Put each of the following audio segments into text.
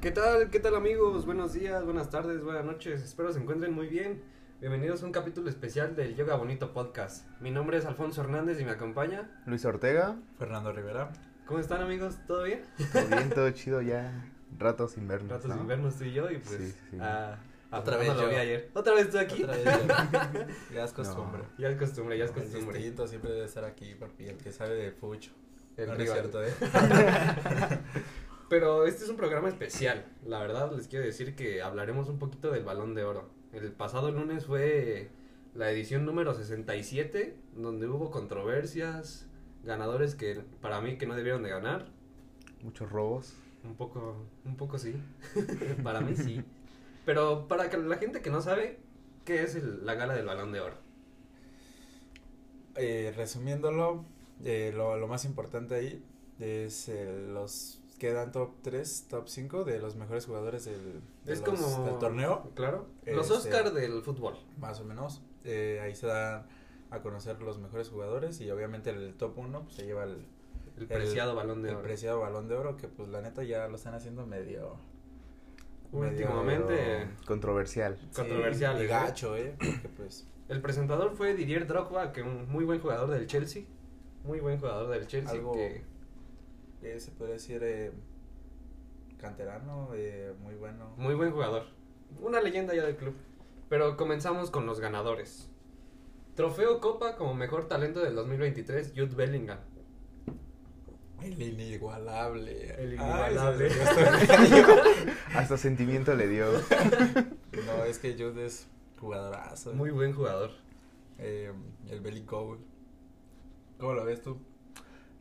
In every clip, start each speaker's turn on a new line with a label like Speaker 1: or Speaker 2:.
Speaker 1: ¿Qué tal? ¿Qué tal amigos? Buenos días, buenas tardes, buenas noches. Espero se encuentren muy bien. Bienvenidos a un capítulo especial del Yoga Bonito Podcast. Mi nombre es Alfonso Hernández y me acompaña.
Speaker 2: Luis Ortega.
Speaker 3: Fernando Rivera.
Speaker 1: ¿Cómo están amigos? ¿Todo bien?
Speaker 2: Todo bien, todo chido ya. Ratos sin vernos.
Speaker 1: Ratos
Speaker 2: ¿no?
Speaker 1: sin vernos tú y yo y pues
Speaker 2: Sí, sí, sí.
Speaker 1: ah, a
Speaker 3: Otra
Speaker 1: Fernando lo
Speaker 3: vez yo.
Speaker 1: vi ayer. Otra vez tú aquí.
Speaker 3: Otra vez yo. ya es costumbre.
Speaker 1: Ya es costumbre, ya es
Speaker 3: El
Speaker 1: costumbre.
Speaker 3: distinto siempre debe estar aquí, papi. El que sabe de fucho.
Speaker 1: El
Speaker 3: no, no es
Speaker 1: rival.
Speaker 3: cierto, ¿eh?
Speaker 1: Pero este es un programa especial. La verdad les quiero decir que hablaremos un poquito del Balón de Oro. El pasado lunes fue la edición número 67, donde hubo controversias, ganadores que para mí que no debieron de ganar.
Speaker 2: Muchos robos.
Speaker 1: Un poco, un poco sí. para mí sí. Pero para que la gente que no sabe, ¿qué es el- la gala del Balón de Oro?
Speaker 3: Eh, resumiéndolo, eh, lo, lo más importante ahí es eh, los quedan top 3, top 5 de los mejores jugadores del, de
Speaker 1: es
Speaker 3: los-
Speaker 1: como...
Speaker 3: del torneo,
Speaker 1: Claro. Los
Speaker 3: Este-
Speaker 1: Oscar del fútbol.
Speaker 3: más o menos. Eh, ahí se dan a conocer los mejores jugadores y obviamente el top 1 se lleva el,
Speaker 1: El preciado Balón de
Speaker 3: el
Speaker 1: Oro.
Speaker 3: preciado balón de oro que pues la neta ya lo están haciendo medio
Speaker 1: Últimamente...
Speaker 3: medio-
Speaker 2: Controversial.
Speaker 1: Controversial,
Speaker 3: Sí, y
Speaker 1: ¿eh?
Speaker 3: gacho, eh, porque pues
Speaker 1: El presentador fue Didier Drogba, que un muy buen jugador del Chelsea. Muy buen jugador del Chelsea.
Speaker 3: Algo-
Speaker 1: que-
Speaker 3: eh, se podría decir eh, canterano, eh, muy bueno.
Speaker 1: muy buen jugador. Una leyenda ya del club. Pero comenzamos con los ganadores. Trofeo Copa como mejor talento del 2023, Jude Bellingham.
Speaker 3: El inigualable.
Speaker 1: El
Speaker 3: Ay,
Speaker 1: inigualable.
Speaker 3: se este me-
Speaker 2: Hasta sentimiento le dio.
Speaker 3: no, es que Jude es jugadorazo.
Speaker 1: Muy buen jugador.
Speaker 3: Eh, el Belly Goal. ¿Cómo lo ves tú?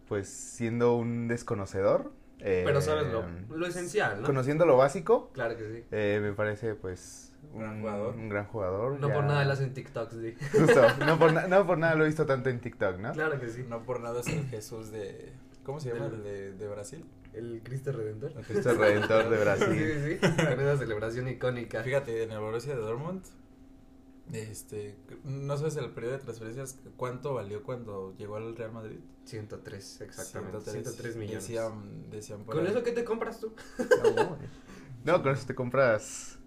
Speaker 2: Pues siendo un desconocedor. eh,
Speaker 1: Pero sabes lo, lo esencial, ¿no?
Speaker 2: Conociendo lo básico,
Speaker 1: Claro que sí.
Speaker 2: eh, me parece pues un
Speaker 3: Gran jugador.
Speaker 2: Un gran jugador.
Speaker 1: No
Speaker 2: ya-
Speaker 1: por nada le hacen TikToks, di.
Speaker 2: Justo, no por, na- no por nada lo he visto tanto en TikTok, ¿Ah? ¿no?
Speaker 1: Claro que sí.
Speaker 3: No por nada es el Jesús de. ¿Cómo se llama?
Speaker 1: Del-
Speaker 3: El de, de Brasil.
Speaker 1: El Cristo Redentor.
Speaker 3: El
Speaker 2: Cristo Redentor de
Speaker 1: Sí,
Speaker 2: Brasil.
Speaker 1: sí, sí. Con esa celebración icónica.
Speaker 3: Fíjate, en el Borussia de Dortmund, este, no sabes el periodo de transferencias cuánto valió cuando llegó al Real Madrid.
Speaker 1: 103, exactamente. 103, millones.
Speaker 3: Decían, decían por
Speaker 1: ¿Con
Speaker 3: ahí
Speaker 1: eso qué te compras tú?
Speaker 2: No, no, con eso te compras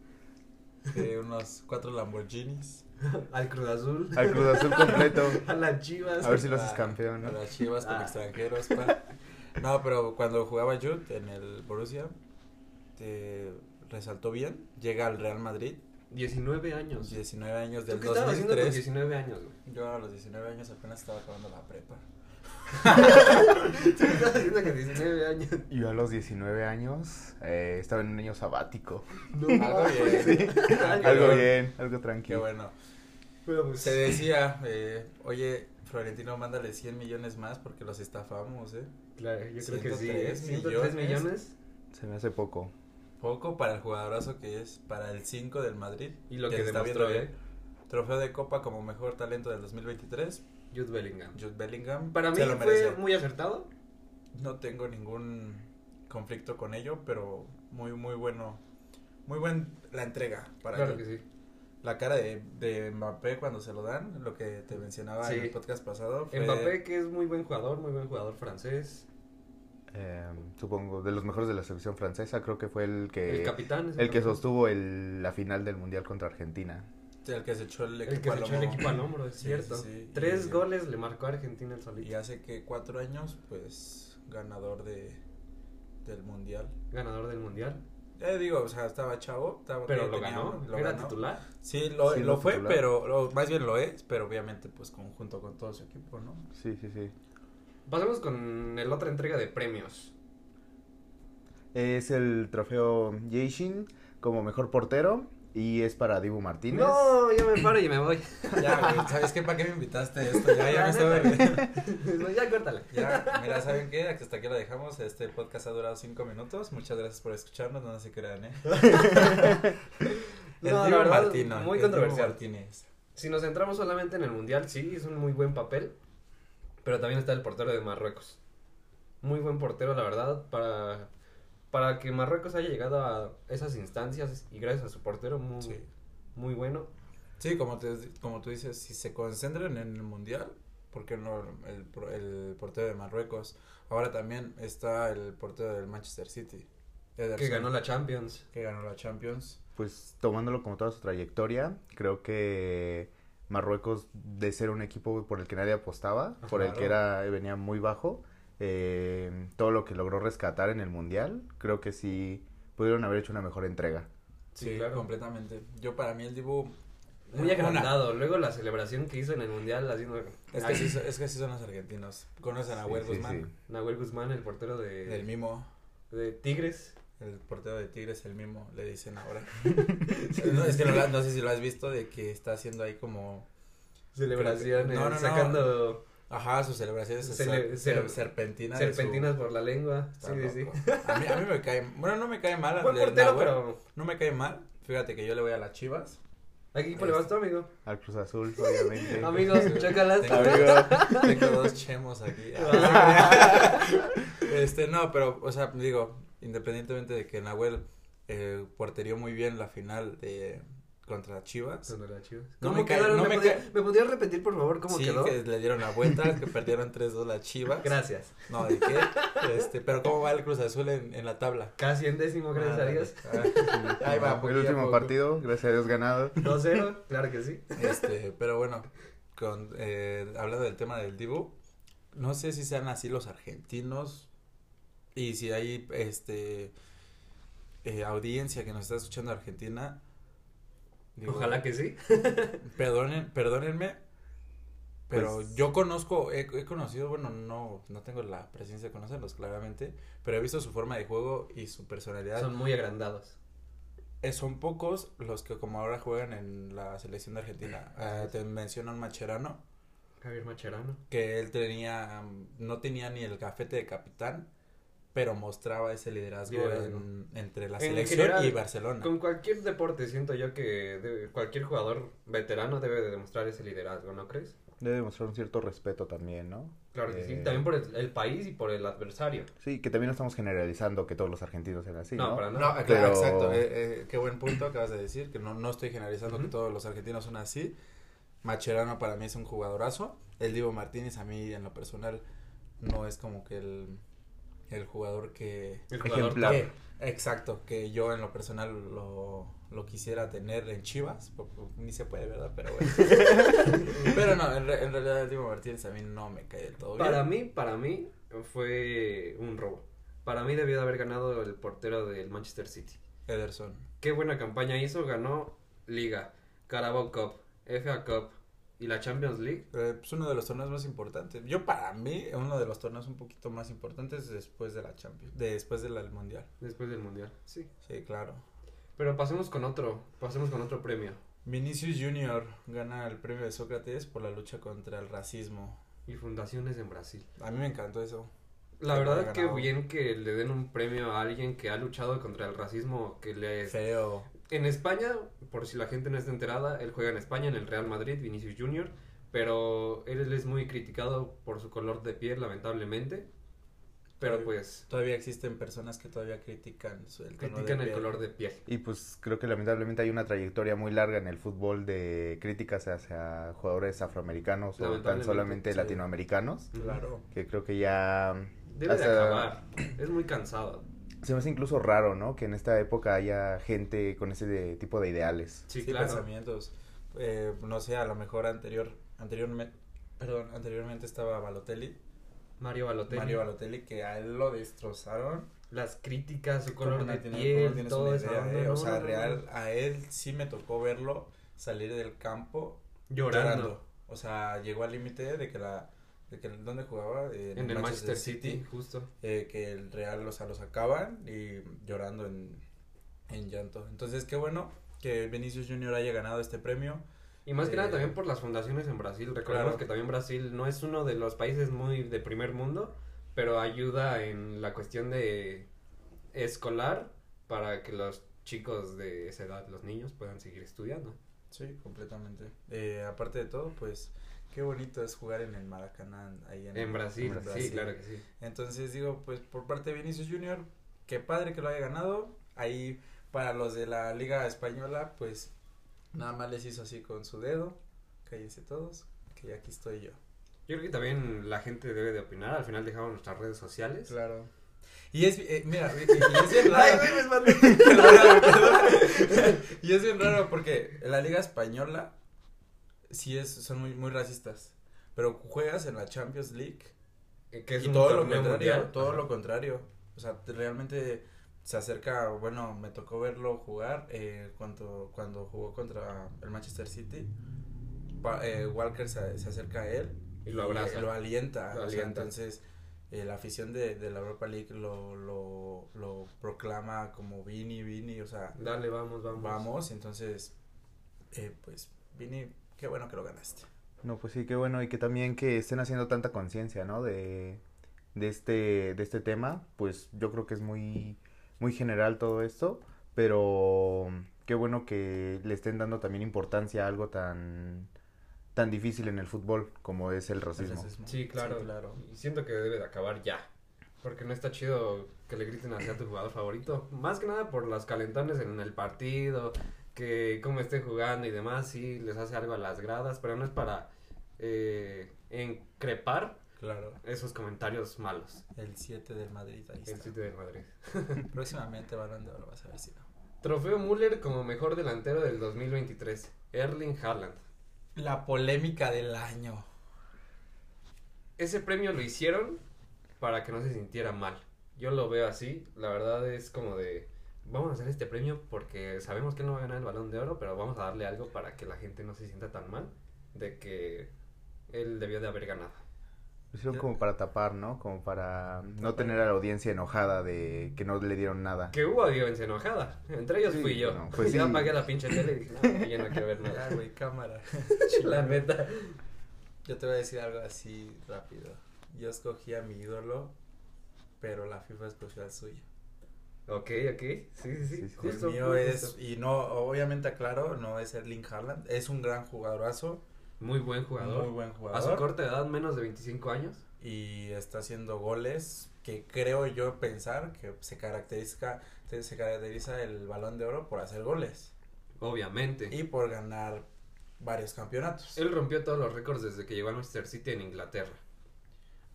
Speaker 3: que unos cuatro Lamborghinis.
Speaker 1: Al Cruz Azul.
Speaker 2: al Cruz Azul completo.
Speaker 1: A las chivas.
Speaker 2: A ver si lo
Speaker 3: los
Speaker 2: haces campeón, ¿no?
Speaker 3: Las Chivas con
Speaker 1: Ah.
Speaker 3: extranjeros. pa. No, pero cuando jugaba Jude en el Borussia, te resaltó bien. Llega al Real Madrid,
Speaker 1: 19 años.
Speaker 3: 19 años
Speaker 1: ¿Tú
Speaker 3: del
Speaker 1: qué estabas haciendo con
Speaker 3: 2003.
Speaker 1: 19 años, güey?
Speaker 3: Yo a los 19 años apenas estaba acabando la prepa.
Speaker 1: ¿Tú qué estabas haciendo con 19 años?
Speaker 2: Yo a los 19 años eh, estaba en un año sabático.
Speaker 1: No,
Speaker 3: Algo Ah, bien.
Speaker 1: Algo
Speaker 2: algo
Speaker 3: bueno.
Speaker 2: bien, algo
Speaker 3: Qué
Speaker 2: tranquilo.
Speaker 3: bueno.
Speaker 1: Pero pues,
Speaker 3: Se decía, eh, oye, Florentino, mándale 100 millones más porque los estafamos, ¿eh?
Speaker 1: claro, yo creo que sí.
Speaker 3: 103
Speaker 1: 103 millones.
Speaker 2: Se me hace poco.
Speaker 3: Poco para el jugadorazo que es, para el 5 del Madrid.
Speaker 1: Y lo
Speaker 3: que
Speaker 1: que
Speaker 3: se está
Speaker 1: demostró,
Speaker 3: viendo
Speaker 1: ¿eh?
Speaker 3: bien. Trofeo de Copa como mejor talento del 2023,
Speaker 1: eh, Jude Bellingham.
Speaker 3: Jude Bellingham.
Speaker 1: Para mí
Speaker 3: se lo
Speaker 1: fue
Speaker 3: merece.
Speaker 1: muy acertado.
Speaker 3: No tengo ningún conflicto con ello, pero muy, muy bueno. Muy buen la entrega para
Speaker 1: claro
Speaker 3: él.
Speaker 1: que sí.
Speaker 3: La cara de, de Mbappé cuando se lo dan, lo que te mencionaba
Speaker 1: Sí.
Speaker 3: en el podcast pasado. fue-
Speaker 1: Mbappé, que es muy buen jugador, muy buen jugador francés.
Speaker 2: Eh, supongo, de los mejores de la selección francesa, creo que fue el que
Speaker 3: Eh,
Speaker 1: el capitán. es
Speaker 2: el que
Speaker 1: capitán.
Speaker 2: sostuvo el- la final del Mundial contra Argentina.
Speaker 3: El que se echó el equipo
Speaker 1: El que se
Speaker 3: al
Speaker 1: echó el
Speaker 3: hombro.
Speaker 1: equipo al hombro, es
Speaker 3: Sí,
Speaker 1: cierto.
Speaker 3: sí, sí.
Speaker 1: Tres
Speaker 3: Y-
Speaker 1: goles le marcó a Argentina el solito.
Speaker 3: Y hace que cuatro años, pues, ganador de del mundial.
Speaker 1: Ganador del mundial.
Speaker 3: Eh, digo, o sea, estaba chavo, estaba
Speaker 1: Pero
Speaker 3: que
Speaker 1: lo
Speaker 3: tenía-
Speaker 1: ganó.
Speaker 3: lo
Speaker 1: Era
Speaker 3: ganó.
Speaker 1: titular.
Speaker 3: Sí, lo,
Speaker 2: Sí,
Speaker 3: lo
Speaker 2: lo
Speaker 3: fue,
Speaker 2: titular.
Speaker 3: pero lo- más bien lo es, pero obviamente, pues, conjunto con todo su equipo, ¿no?
Speaker 2: Sí, sí, sí.
Speaker 1: Pasemos con el otra entrega de premios.
Speaker 2: Es el trofeo Yashin como mejor portero y es para Dibu Martínez.
Speaker 1: No, yo me paro y me voy.
Speaker 3: Ya, güey, ¿sabes qué? ¿Para qué me invitaste a esto? Ya,
Speaker 1: La
Speaker 3: ya me
Speaker 1: neta.
Speaker 3: estaba...
Speaker 1: No, ya córtale.
Speaker 3: Ya, mira, ¿saben qué? Hasta aquí lo dejamos. Este podcast ha durado cinco minutos. Muchas gracias por escucharnos. No se crean, ¿eh? El
Speaker 1: No, la
Speaker 3: Dibu
Speaker 1: verdad,
Speaker 3: Martino,
Speaker 1: muy
Speaker 3: el Dibu
Speaker 1: controversial.
Speaker 3: Martínez.
Speaker 1: Si nos centramos solamente en el mundial, sí, es un muy buen papel. Pero también está el portero de Marruecos. Muy buen portero, la verdad, para, para que Marruecos haya llegado a esas instancias y gracias a su portero, muy,
Speaker 3: Sí.
Speaker 1: muy bueno.
Speaker 3: Sí, como, te- como tú dices, si se concentran en el mundial, ¿por qué no el, pro- el portero de Marruecos? Ahora también está el portero del Manchester City. Ederson,
Speaker 1: que ganó la Champions.
Speaker 3: que ganó la Champions.
Speaker 2: Pues tomándolo como toda su trayectoria, creo que Marruecos, de ser un equipo por el que nadie apostaba,
Speaker 1: Ah,
Speaker 2: por el que era venía muy bajo, eh, todo lo que logró rescatar en el Mundial, creo que sí pudieron haber hecho una mejor entrega.
Speaker 1: Sí,
Speaker 3: Sí,
Speaker 1: claro.
Speaker 3: completamente. Yo para mí el Dibu... eh,
Speaker 1: Muy
Speaker 3: Una.
Speaker 1: agrandado. Luego la celebración que hizo en el Mundial haciendo...
Speaker 3: Es que,
Speaker 1: Ay,
Speaker 3: sí, so- es que sí son los argentinos. Conocen a Huel
Speaker 2: Sí, sí,
Speaker 3: Guzmán,
Speaker 2: sí.
Speaker 1: Nahuel Guzmán, el portero
Speaker 3: el
Speaker 1: de,
Speaker 3: Mimo,
Speaker 1: de Tigres.
Speaker 3: el portero de Tigres, el Mimo, le dicen ahora. no, es que no, la- no sé si lo has visto de que está haciendo ahí como...
Speaker 1: Celebraciones,
Speaker 3: No, no, no.
Speaker 1: eh, sacando
Speaker 3: Ajá, sus celebraciones
Speaker 1: Cele-
Speaker 3: ser- ser-
Speaker 1: ser-
Speaker 3: serpentinas. de su-
Speaker 1: serpentinas por la lengua. Sí,
Speaker 3: Está
Speaker 1: sí, sí.
Speaker 3: loco. A mí, a mí me cae... Bueno, no me cae mal.
Speaker 1: Buen
Speaker 3: el
Speaker 1: portero,
Speaker 3: Nahuel,
Speaker 1: pero
Speaker 3: No me cae mal. Fíjate que yo le voy a las chivas.
Speaker 1: ¿a qué
Speaker 3: Este,
Speaker 1: equipo le vas tú, amigo?
Speaker 2: Al Cruz Azul, obviamente.
Speaker 1: Amigos, chócalas.
Speaker 3: Tengo,
Speaker 2: Amigo.
Speaker 3: tengo dos chemos aquí.
Speaker 1: Ah.
Speaker 3: este, no, pero, o sea, digo, independientemente de que Nahuel eh, porterió muy bien la final de contra Chivas.
Speaker 1: Son de las Chivas.
Speaker 3: No
Speaker 1: ¿Cómo
Speaker 3: me cae-
Speaker 1: quedaron?
Speaker 3: no
Speaker 1: ¿Me,
Speaker 3: me
Speaker 1: podía-
Speaker 3: cae-
Speaker 1: ¿Me podías repetir, por favor, cómo
Speaker 3: sí,
Speaker 1: quedó?
Speaker 3: que le dieron la vuelta, que perdieron 3-2 las Chivas.
Speaker 1: Gracias.
Speaker 3: No, ¿de qué? Este, pero ¿cómo va el Cruz Azul en, en la tabla?
Speaker 1: Casi en décimo, gracias a Dios.
Speaker 3: Ah, Ahí va,
Speaker 2: el
Speaker 3: poquito a
Speaker 2: último
Speaker 3: poco.
Speaker 2: partido, gracias a Dios ganado.
Speaker 1: 2-0, claro que sí.
Speaker 3: Este, pero bueno, con, eh, hablando del tema del Dibu, no sé si sean así los argentinos y si hay este eh, audiencia que nos está escuchando de Argentina. digo,
Speaker 1: Ojalá que sí.
Speaker 3: Perdonen, perdónenme, pero
Speaker 2: Pues-
Speaker 3: yo conozco, he, he conocido, bueno, no, no tengo la presencia de conocerlos claramente, pero he visto su forma de juego y su personalidad.
Speaker 1: Son muy agrandados.
Speaker 3: Eh, son pocos los que como ahora juegan en la selección de Argentina. Ah, te menciono a un Macherano.
Speaker 1: Javier Macherano.
Speaker 3: que él tenía, mm, no tenía ni el gafete de capitán, pero mostraba ese liderazgo
Speaker 1: Liderazgo.
Speaker 3: en- entre la
Speaker 1: En
Speaker 3: selección
Speaker 1: general,
Speaker 3: y Barcelona.
Speaker 1: Con cualquier deporte siento yo que de- cualquier jugador veterano debe de demostrar ese liderazgo, ¿no crees?
Speaker 2: Debe demostrar un cierto respeto también, ¿no?
Speaker 1: Claro que sí.
Speaker 2: Eh,
Speaker 1: También por el, el país y por el adversario.
Speaker 2: Sí, que también no estamos generalizando que todos los argentinos sean así,
Speaker 1: no,
Speaker 2: ¿no?
Speaker 1: para
Speaker 3: No,
Speaker 1: nada.
Speaker 3: ah, claro,
Speaker 2: pero-
Speaker 3: exacto. eh, eh, qué buen punto acabas de decir, que no, no estoy generalizando que
Speaker 1: Ujú.
Speaker 3: todos los argentinos son así. Macherano para mí es un jugadorazo. El Divo Martínez a mí en lo personal no es como que el, el jugador que...
Speaker 1: El jugador
Speaker 2: ejemplar.
Speaker 1: que-
Speaker 3: que- exacto, que yo en lo personal lo, lo quisiera tener en Chivas. po- po- Ni se puede, ¿verdad? Pero bueno. Pero no, en, re- en realidad el Divo Martínez a mí no me cae del todo bien.
Speaker 1: Para mí, para mí, fue un robo. Para mí debió de haber ganado el portero del Manchester City.
Speaker 3: Ederson.
Speaker 1: Qué buena campaña hizo, ganó Liga, Carabao Cup, FA Cup y la Champions League.
Speaker 3: Eh, pues uno de los torneos más importantes. Yo para mí, uno de los torneos un poquito más importantes después de la Champions, de- después del del Mundial.
Speaker 1: Después del Mundial, sí.
Speaker 3: Sí, claro.
Speaker 1: Pero pasemos con otro, pasemos con otro premio.
Speaker 3: Vinicius Junior gana el premio de Sócrates por la lucha contra el racismo.
Speaker 1: Y fundaciones en Brasil.
Speaker 3: A mí me encantó eso.
Speaker 1: La
Speaker 3: Que no
Speaker 1: verdad
Speaker 3: haya
Speaker 1: que
Speaker 3: ganado.
Speaker 1: bien que le den un premio a alguien que ha luchado contra el racismo que le
Speaker 3: Feo.
Speaker 1: En España, por si la gente no está enterada, él juega en España, en el Real Madrid, Vinicius Junior, pero él es muy criticado por su color de piel, lamentablemente. Pero
Speaker 3: Sí.
Speaker 1: pues
Speaker 3: Todavía existen personas que todavía critican su- el tono
Speaker 1: critican
Speaker 3: de
Speaker 1: el
Speaker 3: piel.
Speaker 1: color de piel.
Speaker 2: Y pues creo que lamentablemente hay una trayectoria muy larga en el fútbol de críticas hacia jugadores afroamericanos o tan
Speaker 1: Lamentablemente,
Speaker 2: solamente
Speaker 3: sí.
Speaker 2: latinoamericanos,
Speaker 3: Claro.
Speaker 2: que creo que ya
Speaker 1: Debe de
Speaker 2: hasta-
Speaker 1: acabar. Es muy cansado.
Speaker 2: se me hace incluso raro, ¿no? Que en esta época haya gente con ese de- tipo de ideales.
Speaker 1: Sí,
Speaker 3: Sí,
Speaker 1: claro.
Speaker 3: pensamientos. Eh, no sé, a lo mejor anterior, anteriormente, perdón, anteriormente estaba Balotelli,
Speaker 1: Mario Balotelli.
Speaker 3: Mario Balotelli, que a él lo destrozaron.
Speaker 1: Las críticas, su
Speaker 3: Como
Speaker 1: color
Speaker 3: no
Speaker 1: de
Speaker 3: tiene- como no
Speaker 1: piel,
Speaker 3: tienes
Speaker 1: todo
Speaker 3: una
Speaker 1: eso.
Speaker 3: idea,
Speaker 1: No,
Speaker 3: eh,
Speaker 1: no,
Speaker 3: o sea,
Speaker 1: no, no.
Speaker 3: real, a él sí me tocó verlo salir del campo
Speaker 1: Llorando.
Speaker 3: O sea, llegó al límite de que la. De que, ¿Dónde jugaba? Eh,
Speaker 1: En el Manchester City, justo.
Speaker 3: eh, que el Real, o sea, lo sacaban y llorando en, en llanto. Entonces, qué bueno que Vinicius Junior haya ganado este premio.
Speaker 1: Y más que nada
Speaker 3: Eh,
Speaker 1: también por las fundaciones en Brasil. Recordemos
Speaker 3: claro.
Speaker 1: que también Brasil no es uno de los países muy de primer mundo, pero ayuda en la cuestión de escolar para que los chicos de esa edad, los niños, puedan seguir estudiando.
Speaker 3: Sí, completamente. Eh, aparte de todo, pues, qué bonito es jugar en el Maracaná ahí en,
Speaker 1: En Brasil,
Speaker 3: en
Speaker 1: sí,
Speaker 3: Brasil.
Speaker 1: claro que sí.
Speaker 3: Entonces digo, pues por parte de Vinicius Junior, qué padre que lo haya ganado. Ahí para los de la Liga Española, pues nada más les hizo así con su dedo. Cállense todos, que aquí estoy yo.
Speaker 1: Yo creo que también la gente debe de opinar. Al final dejamos nuestras redes sociales.
Speaker 3: Claro. Y es, eh, mira, y, y es bien
Speaker 1: Ay,
Speaker 3: raro.
Speaker 1: güey, me espanté.
Speaker 3: Perdóname, perdóname. y es bien raro porque en la liga española sí es, son muy, muy racistas. Pero juegas en la Champions League
Speaker 1: Que es
Speaker 3: y
Speaker 1: un
Speaker 3: todo lo
Speaker 1: torneo
Speaker 3: contrario,
Speaker 1: mundial.
Speaker 3: todo
Speaker 1: Ajá.
Speaker 3: lo contrario. O sea, te- realmente se acerca, bueno, me tocó verlo jugar eh, cuando, cuando jugó contra el Manchester City. Pa- eh, Walker se, se acerca a él
Speaker 1: Y lo abraza.
Speaker 3: lo alienta.
Speaker 1: Lo
Speaker 3: o sea,
Speaker 1: alienta.
Speaker 3: entonces, eh, la afición de, de la Europa League lo, lo, lo proclama como Vini, Vini, o sea,
Speaker 1: Dale, vamos, vamos.
Speaker 3: vamos. Entonces, eh, pues, Vini, qué bueno que lo ganaste.
Speaker 2: No, pues sí, qué bueno y que también que estén haciendo tanta conciencia, ¿no? De, de este, de este tema, pues yo creo que es muy, muy general todo esto, pero qué bueno que le estén dando también importancia a algo tan, tan difícil en el fútbol como es el
Speaker 3: El
Speaker 2: racismo.
Speaker 3: racismo.
Speaker 1: Sí, claro. Y siento que debe de acabar ya. Porque no está chido que le griten hacia tu jugador favorito. Más que nada por las calentones en el partido, que cómo esté jugando y demás, sí, les hace algo a las gradas, pero no es para eh, encrepar
Speaker 3: Claro.
Speaker 1: esos comentarios malos.
Speaker 3: El 7 del Madrid, ahí
Speaker 1: El
Speaker 3: está.
Speaker 1: sitio de Madrid.
Speaker 3: Próximamente Balón de Oro, vas a ver si no.
Speaker 1: Trofeo Müller como mejor delantero del 2023. Erling Haaland.
Speaker 3: La polémica del año.
Speaker 1: ese premio lo hicieron para que no se sintiera mal. Yo lo veo así, la verdad es como de, vamos a hacer este premio porque sabemos que él no va a ganar el balón de oro, pero vamos a darle algo para que la gente no se sienta tan mal de que él debió de haber ganado.
Speaker 2: Lo hicieron
Speaker 3: Yo-
Speaker 2: como para tapar, ¿no? Como para no tener a la audiencia enojada de que no le dieron nada.
Speaker 1: Que hubo audiencia enojada, entre ellos
Speaker 2: Sí,
Speaker 1: fui yo.
Speaker 2: no, pues
Speaker 1: ya
Speaker 2: sí.
Speaker 1: apagué la pinche tele y dije, no, yo no quiero ver
Speaker 3: Ah,
Speaker 1: nada.
Speaker 3: güey, cámara.
Speaker 1: la neta.
Speaker 3: Yo te voy a decir algo así rápido. Yo escogí a mi ídolo, pero la FIFA escogió al suyo.
Speaker 1: Ok, ok, sí, sí, sí.
Speaker 2: Sí, sí.
Speaker 1: Justo,
Speaker 3: el mío
Speaker 1: justo.
Speaker 3: es, y no, obviamente aclaro, no es Erling Haaland, es un gran jugadorazo,
Speaker 1: Muy buen jugador.
Speaker 3: muy buen
Speaker 1: A su
Speaker 3: jugador,
Speaker 1: corta edad, menos de 25 años.
Speaker 3: y está haciendo goles que creo yo pensar que se caracteriza, se caracteriza el Balón de Oro por hacer goles
Speaker 1: Obviamente.
Speaker 3: y por ganar varios campeonatos.
Speaker 1: Él rompió todos los récords desde que llegó al Manchester City en Inglaterra,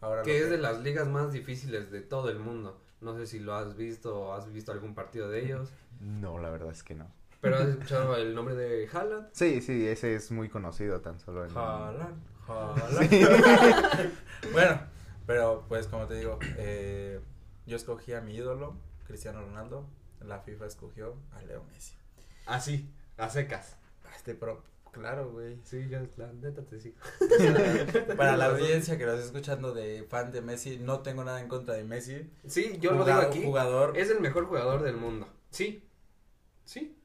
Speaker 3: Ahora lo
Speaker 1: que es
Speaker 3: que-
Speaker 1: de las ligas más difíciles de todo el mundo. No sé si lo has visto o has visto algún partido de ellos,
Speaker 2: No, la verdad es que no.
Speaker 1: pero has escuchado el nombre de Haaland.
Speaker 2: Sí, sí, ese es muy conocido tan solo en...
Speaker 3: Haaland, Haaland. bueno, pero pues como te digo, eh, yo escogí a mi ídolo, Cristiano Ronaldo. La FIFA escogió a Leo Messi.
Speaker 1: Así, Ah, a secas.
Speaker 3: Este, pero claro, güey.
Speaker 1: Sí, yo la neta te sigo.
Speaker 3: Para la audiencia que lo está escuchando de fan de Messi, no tengo nada en contra de Messi.
Speaker 1: Sí, yo
Speaker 3: Jugado-
Speaker 1: lo digo aquí.
Speaker 3: Jugador,
Speaker 1: Es el mejor jugador del mundo. Sí. Sí,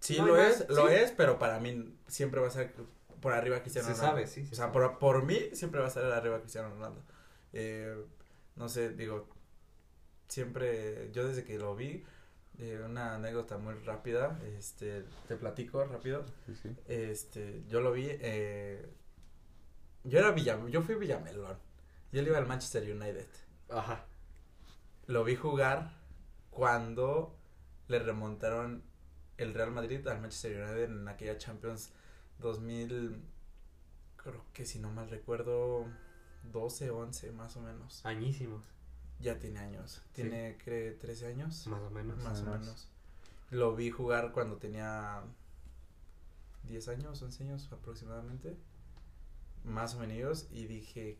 Speaker 3: sí
Speaker 1: no hay
Speaker 3: lo
Speaker 1: más,
Speaker 3: es, lo
Speaker 1: sí.
Speaker 3: es, pero para mí siempre va a ser por arriba Cristiano
Speaker 1: se
Speaker 3: Ronaldo.
Speaker 1: sabe, sí. se
Speaker 3: O sea,
Speaker 1: sabe.
Speaker 3: por, por mí siempre va a estar arriba Cristiano Ronaldo. Eh, no sé, digo, siempre, yo desde que lo vi, eh, una anécdota muy rápida, este, te platico rápido.
Speaker 2: Sí, sí.
Speaker 3: Este, yo lo vi, eh, yo era Villam yo fui Villamelón, y él iba al Manchester United.
Speaker 1: Ajá.
Speaker 3: Lo vi jugar cuando le remontaron el Real Madrid al Manchester United en aquella Champions 2000, creo que si no mal recuerdo, 12, 11 más o menos.
Speaker 1: Ah. Añísimos,
Speaker 3: Ya tiene años, tiene creo 13 años,
Speaker 1: más o menos.
Speaker 3: más o
Speaker 2: menos.
Speaker 3: menos. Lo vi jugar cuando tenía 10 años, 11 años aproximadamente, más o menos, y dije,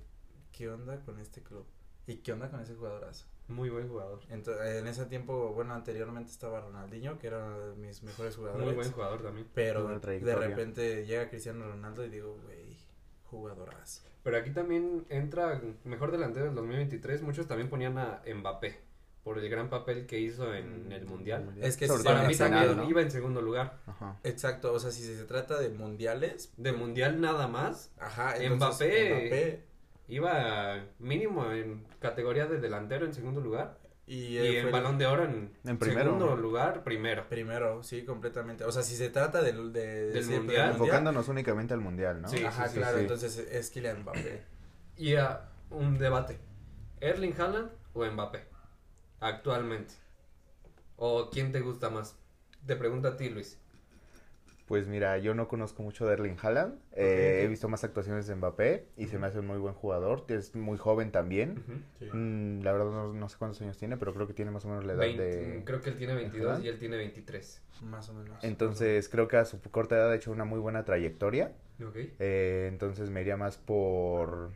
Speaker 3: ¿qué onda con este club? ¿Y qué onda con ese jugadorazo?
Speaker 1: Muy buen jugador.
Speaker 3: Entonces, en ese tiempo, bueno, anteriormente estaba Ronaldinho, que era uno de mis mejores jugadores.
Speaker 1: Muy buen jugador también.
Speaker 3: Pero
Speaker 2: Buena
Speaker 3: de
Speaker 2: trayectoria.
Speaker 3: repente llega Cristiano Ronaldo y digo, güey, jugadorazo.
Speaker 1: Pero aquí también entra mejor delantero del 2023. Muchos también ponían a Mbappé por el gran papel que hizo en el Mundial.
Speaker 3: Es que
Speaker 2: Sobre
Speaker 3: sí,
Speaker 2: todo en
Speaker 1: Para mí
Speaker 2: Arsenal,
Speaker 1: también
Speaker 2: Mm. ¿no?
Speaker 1: iba en segundo lugar.
Speaker 2: Ajá.
Speaker 3: Exacto, o sea, si se trata de mundiales,
Speaker 1: De Mundial nada más,
Speaker 3: ajá,
Speaker 1: Mbappé.
Speaker 3: Mbappé
Speaker 1: iba mínimo en categoría de delantero en segundo lugar.
Speaker 3: y,
Speaker 1: Y,
Speaker 3: él fue
Speaker 1: en
Speaker 3: el
Speaker 1: Balón de Oro en,
Speaker 2: En primero.
Speaker 1: segundo lugar, primero.
Speaker 3: primero, sí, completamente. O sea, si se trata del, de- de-
Speaker 1: Del
Speaker 3: sí,
Speaker 1: Mundial.
Speaker 2: Enfocándonos únicamente al mundial, ¿no?
Speaker 1: Sí,
Speaker 3: ajá,
Speaker 1: sí, sí,
Speaker 3: claro,
Speaker 2: sí.
Speaker 3: entonces es Kylian Mbappé.
Speaker 1: Y a un debate. ¿Erling Haaland o Mbappé? Actualmente. ¿O quién te gusta más? Te pregunto a ti, Luis.
Speaker 2: Pues mira, yo no conozco mucho de Erling Haaland. Eh, He visto más actuaciones de Mbappé y se me hace un muy buen jugador. Es muy joven también.
Speaker 1: Ujú.
Speaker 3: Sí.
Speaker 2: Mm, la verdad no, no sé cuántos años tiene, pero creo que tiene más o menos la edad
Speaker 1: Veinte- mm,
Speaker 2: de...
Speaker 1: Creo que él tiene 22
Speaker 2: Haaland.
Speaker 1: y él tiene 23.
Speaker 3: Más o menos.
Speaker 2: Entonces creo que a su corta edad ha hecho una muy buena trayectoria.
Speaker 1: Ok.
Speaker 2: Eh, entonces me iría más por,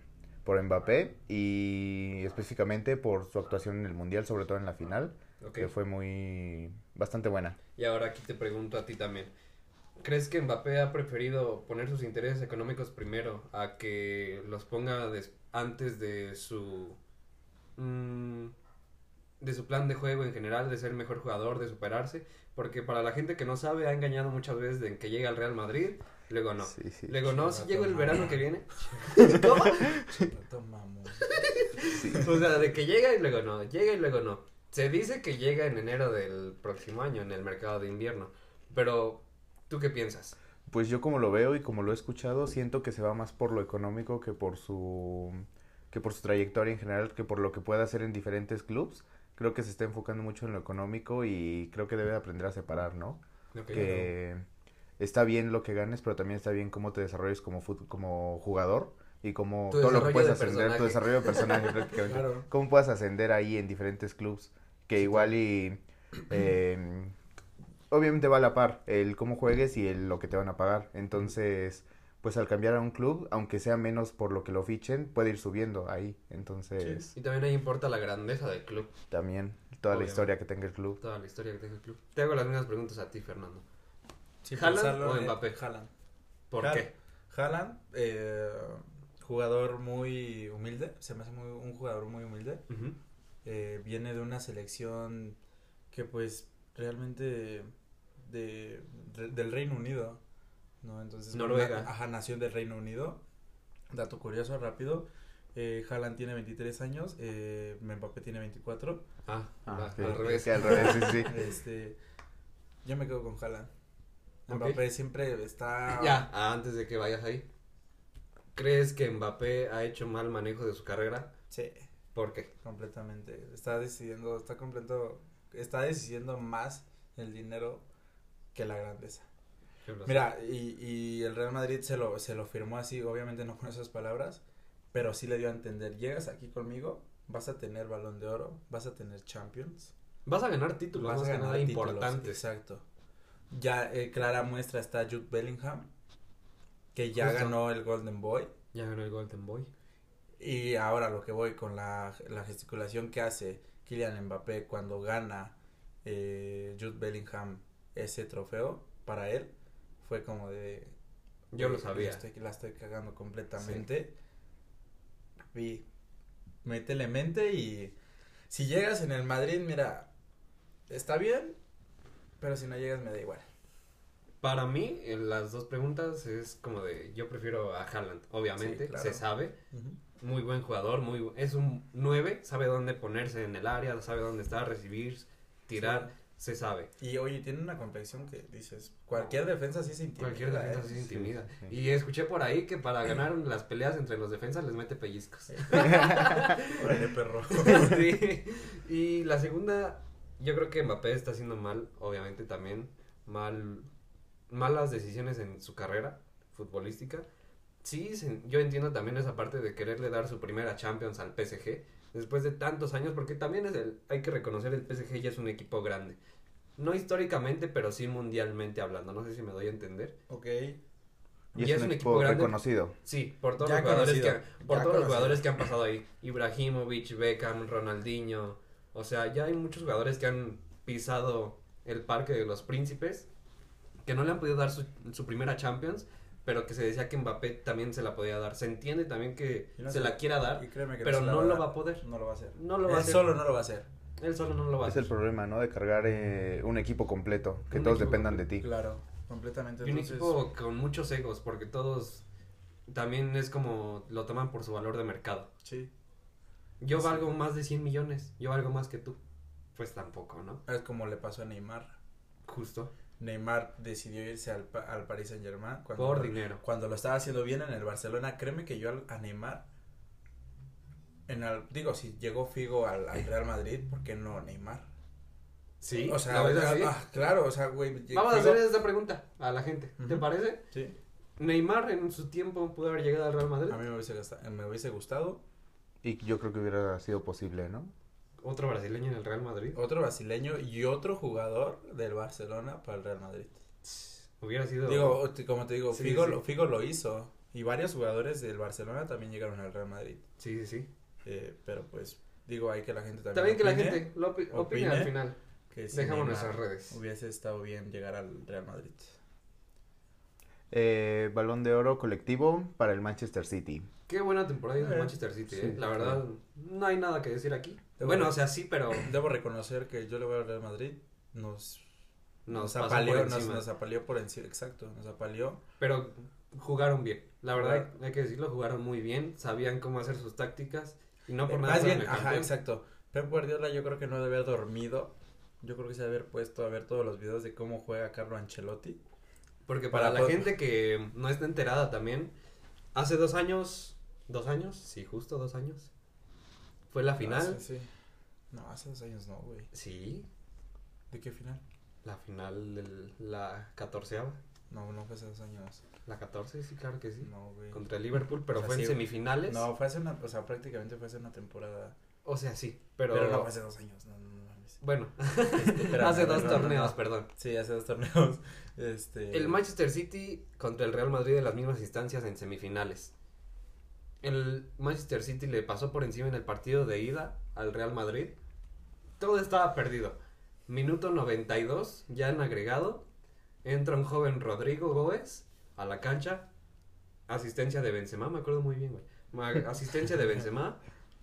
Speaker 2: por Mbappé y específicamente por su actuación en el Mundial, sobre todo en la final,
Speaker 1: ok.
Speaker 2: que fue muy... bastante buena.
Speaker 1: Y ahora aquí te pregunto a ti también. ¿Crees que Mbappé ha preferido poner sus intereses económicos primero a que los ponga des- antes de su mm, de su plan de juego en general, de ser mejor jugador, de superarse? Porque para la gente que no sabe ha engañado muchas veces de que llega al Real Madrid, luego no.
Speaker 2: Sí, sí.
Speaker 1: Luego no, si
Speaker 3: Chivato,
Speaker 1: llego el
Speaker 3: no.
Speaker 1: verano que viene.
Speaker 3: No mamón.
Speaker 1: O sea, de que llega y luego no, llega y luego no. Se dice que llega en enero del próximo año, en el mercado de invierno. Pero, ¿tú qué piensas?
Speaker 2: Pues yo como lo veo y como lo he escuchado, siento que se va más por lo económico que por su que por su trayectoria en general, que por lo que pueda hacer en diferentes clubes. Creo que se está enfocando mucho en lo económico y creo que debe de aprender a separar, ¿no?
Speaker 1: Ok.
Speaker 2: Que está bien lo que ganes, pero también está bien cómo te desarrolles como fut- como jugador y cómo
Speaker 1: Tu
Speaker 2: todo lo que
Speaker 1: desarrollo
Speaker 2: puedes
Speaker 1: de
Speaker 2: ascender,
Speaker 1: personaje.
Speaker 2: tu desarrollo de personaje prácticamente.
Speaker 3: Claro.
Speaker 2: Cómo puedas ascender ahí en diferentes clubes, que igual y eh, obviamente va a la par el cómo juegues y el, lo que te van a pagar. Entonces, pues al cambiar a un club, aunque sea menos por lo que lo fichen, puede ir subiendo ahí. Entonces,
Speaker 1: Y también ahí importa la grandeza del club,
Speaker 2: también toda la
Speaker 1: Obviamente.
Speaker 2: historia que tenga el club.
Speaker 1: toda la historia que tenga el club. Te hago las mismas preguntas a ti, Fernando.
Speaker 3: Sin
Speaker 1: ¿Haaland
Speaker 3: pensarlo,
Speaker 1: o
Speaker 3: eh,
Speaker 1: Mbappé?
Speaker 3: Haaland.
Speaker 1: ¿Por
Speaker 3: Claro.
Speaker 1: qué?
Speaker 3: Haaland, eh, jugador muy humilde, se me hace muy, un jugador muy humilde.
Speaker 1: Ujú.
Speaker 3: Eh, viene de una selección que pues realmente de, de- del Reino Unido, ¿no? Entonces,
Speaker 1: Noruega.
Speaker 3: na- ajá, nació del Reino Unido. Dato curioso, rápido. Eh, Haaland tiene 23 años, eh, Mbappé tiene 24.
Speaker 1: Ah, va,
Speaker 2: Ah, sí,
Speaker 1: al revés.
Speaker 2: sí, al revés, sí, sí.
Speaker 3: Este, yo me quedo con Haaland.
Speaker 1: Ok.
Speaker 3: Mbappé siempre está...
Speaker 1: Ya, ah, antes de que vayas ahí. ¿Crees que Mbappé ha hecho mal manejo de su carrera?
Speaker 3: Sí.
Speaker 1: ¿Por qué?
Speaker 3: Completamente. Está decidiendo, está completo, está decidiendo más el dinero que la grandeza. Mira, y, y el Real Madrid se lo, se lo firmó así, obviamente no con esas palabras, pero sí le dio a entender, llegas aquí conmigo, vas a tener Balón de Oro, vas a tener Champions,
Speaker 1: Vas a ganar títulos,
Speaker 3: vas
Speaker 1: más
Speaker 3: a
Speaker 1: que
Speaker 3: ganar
Speaker 1: nada
Speaker 3: títulos,
Speaker 1: importantes.
Speaker 3: Exacto. Ya eh, clara muestra está Jude Bellingham, que ya
Speaker 1: Justo.
Speaker 3: ganó el Golden Boy.
Speaker 1: Ya ganó el Golden Boy.
Speaker 3: Y ahora lo que voy con la, la gesticulación que hace Kylian Mbappé cuando gana eh, Jude Bellingham ese trofeo para él fue como de...
Speaker 1: Yo lo
Speaker 3: "Uy,
Speaker 1: sabía.
Speaker 3: estoy- la estoy cagando completamente. Y métele mente y si llegas en el Madrid, mira, está bien, pero si no llegas me da igual.
Speaker 1: Para mí, en las dos preguntas es como de, yo prefiero a Haaland, obviamente,
Speaker 3: Sí, claro.
Speaker 1: se sabe, muy buen jugador, muy bu- es un 9, sabe dónde ponerse en el área, sabe dónde estar, recibir, tirar, se sabe.
Speaker 3: Y oye, tiene una complexión que dices, cualquier defensa sí se intimida.
Speaker 1: Cualquier
Speaker 3: ¿eh?
Speaker 1: defensa sí se intimida.
Speaker 2: sí.
Speaker 1: Y escuché por ahí que para ganar las peleas entre los defensas les mete pellizcos.
Speaker 3: Órale, perro.
Speaker 1: Sí. Y la segunda, yo creo que Mbappé está haciendo mal, obviamente también, mal, malas decisiones en su carrera futbolística. Sí, se- yo entiendo también esa parte de quererle dar su primera Champions al PSG después de tantos años, porque también es el, hay que reconocer el PSG ya es un equipo grande. No históricamente, pero sí mundialmente hablando. No sé si me doy a entender.
Speaker 3: Ok.
Speaker 2: Y es, un equipo,
Speaker 1: grande.
Speaker 2: reconocido.
Speaker 1: Sí, por todos,
Speaker 3: Ya
Speaker 1: los jugadores, que
Speaker 3: conocido,
Speaker 1: han, por
Speaker 3: ya
Speaker 1: todos los
Speaker 3: conocido.
Speaker 1: jugadores que han pasado ahí. Ibrahimovic, Beckham, Ronaldinho. O sea, ya hay muchos jugadores que han pisado el Parque de los Príncipes que no le han podido dar su, su primera Champions, pero que se decía que Mbappé también se la podía dar. Se entiende también que
Speaker 3: Y no
Speaker 1: se
Speaker 3: se-
Speaker 1: la quiera dar.
Speaker 3: Y créeme que
Speaker 1: Pero
Speaker 3: se
Speaker 1: no
Speaker 3: la
Speaker 1: lo
Speaker 3: dar.
Speaker 1: va a poder.
Speaker 3: No lo va a hacer.
Speaker 1: No lo va
Speaker 3: Él
Speaker 1: a hacer.
Speaker 3: solo no lo va a hacer.
Speaker 1: Él solo no lo va a
Speaker 2: Es el
Speaker 1: hacer.
Speaker 2: problema, ¿no? De cargar eh, un equipo completo, que
Speaker 1: Un
Speaker 2: todos
Speaker 1: equipo
Speaker 2: dependan de ti.
Speaker 3: Claro, completamente.
Speaker 1: Y un
Speaker 3: Entonces,
Speaker 1: equipo con muchos egos, porque todos también es como lo toman por su valor de mercado.
Speaker 3: Sí.
Speaker 1: Yo
Speaker 3: Sí.
Speaker 1: valgo más de 100 millones, yo valgo más que tú. Pues tampoco, ¿no?
Speaker 3: Es como le pasó a Neymar.
Speaker 1: Justo.
Speaker 3: Neymar decidió irse al, pa- al Paris Saint Germain. Cuando,
Speaker 1: Por dinero.
Speaker 3: Cuando lo estaba haciendo bien en el Barcelona, créeme que yo al- a Neymar. En el- digo, si llegó Figo al, al Real Madrid, ¿por qué no Neymar?
Speaker 1: Sí,
Speaker 3: O sea,
Speaker 1: ¿la ves
Speaker 3: o sea,
Speaker 1: así?
Speaker 3: ah, claro, o sea, güey.
Speaker 1: Vamos a
Speaker 3: digo-
Speaker 1: hacer esta pregunta a la gente. ¿Te
Speaker 3: Ujú.
Speaker 1: parece?
Speaker 3: Sí.
Speaker 1: Neymar en su tiempo pudo haber llegado al Real Madrid.
Speaker 3: A mí me hubiese, gasta- me hubiese gustado
Speaker 2: Y yo creo que hubiera sido posible, ¿no?
Speaker 1: Otro brasileño en el Real Madrid.
Speaker 3: otro brasileño y otro jugador del Barcelona para el Real Madrid.
Speaker 1: Hubiera sido.
Speaker 3: Digo, o te- como te digo,
Speaker 1: Sí,
Speaker 3: Figo,
Speaker 1: sí.
Speaker 3: lo- Figo lo hizo y varios jugadores del Barcelona también llegaron al Real Madrid.
Speaker 1: Sí, sí, sí.
Speaker 3: Eh, pero pues digo ahí que la gente también.
Speaker 1: También que la
Speaker 3: opine
Speaker 1: gente lo opi- opine,
Speaker 3: opine.
Speaker 1: al final.
Speaker 3: que si
Speaker 1: Dejamos
Speaker 3: Neymar
Speaker 1: nuestras redes.
Speaker 3: Hubiese estado bien llegar al Real Madrid.
Speaker 2: Eh, balón de oro colectivo para el Manchester City.
Speaker 1: Qué buena temporada hizo
Speaker 3: Eh,
Speaker 1: el Manchester City,
Speaker 2: sí,
Speaker 1: eh. La
Speaker 2: claro.
Speaker 1: verdad, no hay nada que decir aquí.
Speaker 3: Te voy
Speaker 1: bueno,
Speaker 3: a-
Speaker 1: o sea, sí, pero
Speaker 3: Debo reconocer que yo le voy al Real Madrid. Nos,
Speaker 1: nos,
Speaker 3: nos
Speaker 1: pasó
Speaker 3: apaleó,
Speaker 1: por
Speaker 3: nos,
Speaker 1: encima.
Speaker 3: nos apaleó por encima, exacto, nos apaleó.
Speaker 1: Pero jugaron bien. La verdad,
Speaker 3: Jugaron.
Speaker 1: hay que decirlo, jugaron muy bien. Sabían cómo hacer sus tácticas. Y no por
Speaker 3: Eh,
Speaker 1: nada.
Speaker 3: Más
Speaker 1: fueron
Speaker 3: bien,
Speaker 1: el
Speaker 3: ajá,
Speaker 1: campeón.
Speaker 3: exacto. Pep Guardiola yo creo que no debe haber dormido. Yo creo que se debe haber puesto a ver todos los videos de cómo juega Carlo Ancelotti.
Speaker 1: Porque para,
Speaker 3: Para
Speaker 1: la
Speaker 3: po-
Speaker 1: gente que no está enterada también, hace dos años, dos años, sí, justo dos años, fue la final.
Speaker 3: No, Ah, sí, sí. No, hace dos años no, güey.
Speaker 1: Sí,
Speaker 3: ¿De qué final?
Speaker 1: la final, del- la catorceava,
Speaker 3: No, no fue hace dos años.
Speaker 1: la catorce, sí, claro que sí,
Speaker 3: No, güey.
Speaker 1: contra el Liverpool, pero
Speaker 3: O sea,
Speaker 1: fue en
Speaker 3: sí.
Speaker 1: semifinales.
Speaker 3: No, fue hace una, o sea, prácticamente fue hace una temporada.
Speaker 1: O sea, sí,
Speaker 3: Pero,
Speaker 1: pero,
Speaker 3: no fue hace dos años, no, no, no mames.
Speaker 1: bueno,
Speaker 3: Este, espérame,
Speaker 1: hace
Speaker 3: no,
Speaker 1: dos
Speaker 3: no, no,
Speaker 1: torneos,
Speaker 3: no.
Speaker 1: perdón.
Speaker 3: Sí, hace dos torneos. Este.
Speaker 1: El Manchester City contra el Real Madrid en las mismas instancias en semifinales. El Manchester City le pasó por encima en el partido de ida al Real Madrid. Todo estaba perdido. Minuto 92, ya en agregado, entra un joven Rodrigo Góez a la cancha. Asistencia de Benzema, me acuerdo muy bien, güey. Ma- Asistencia de Benzema,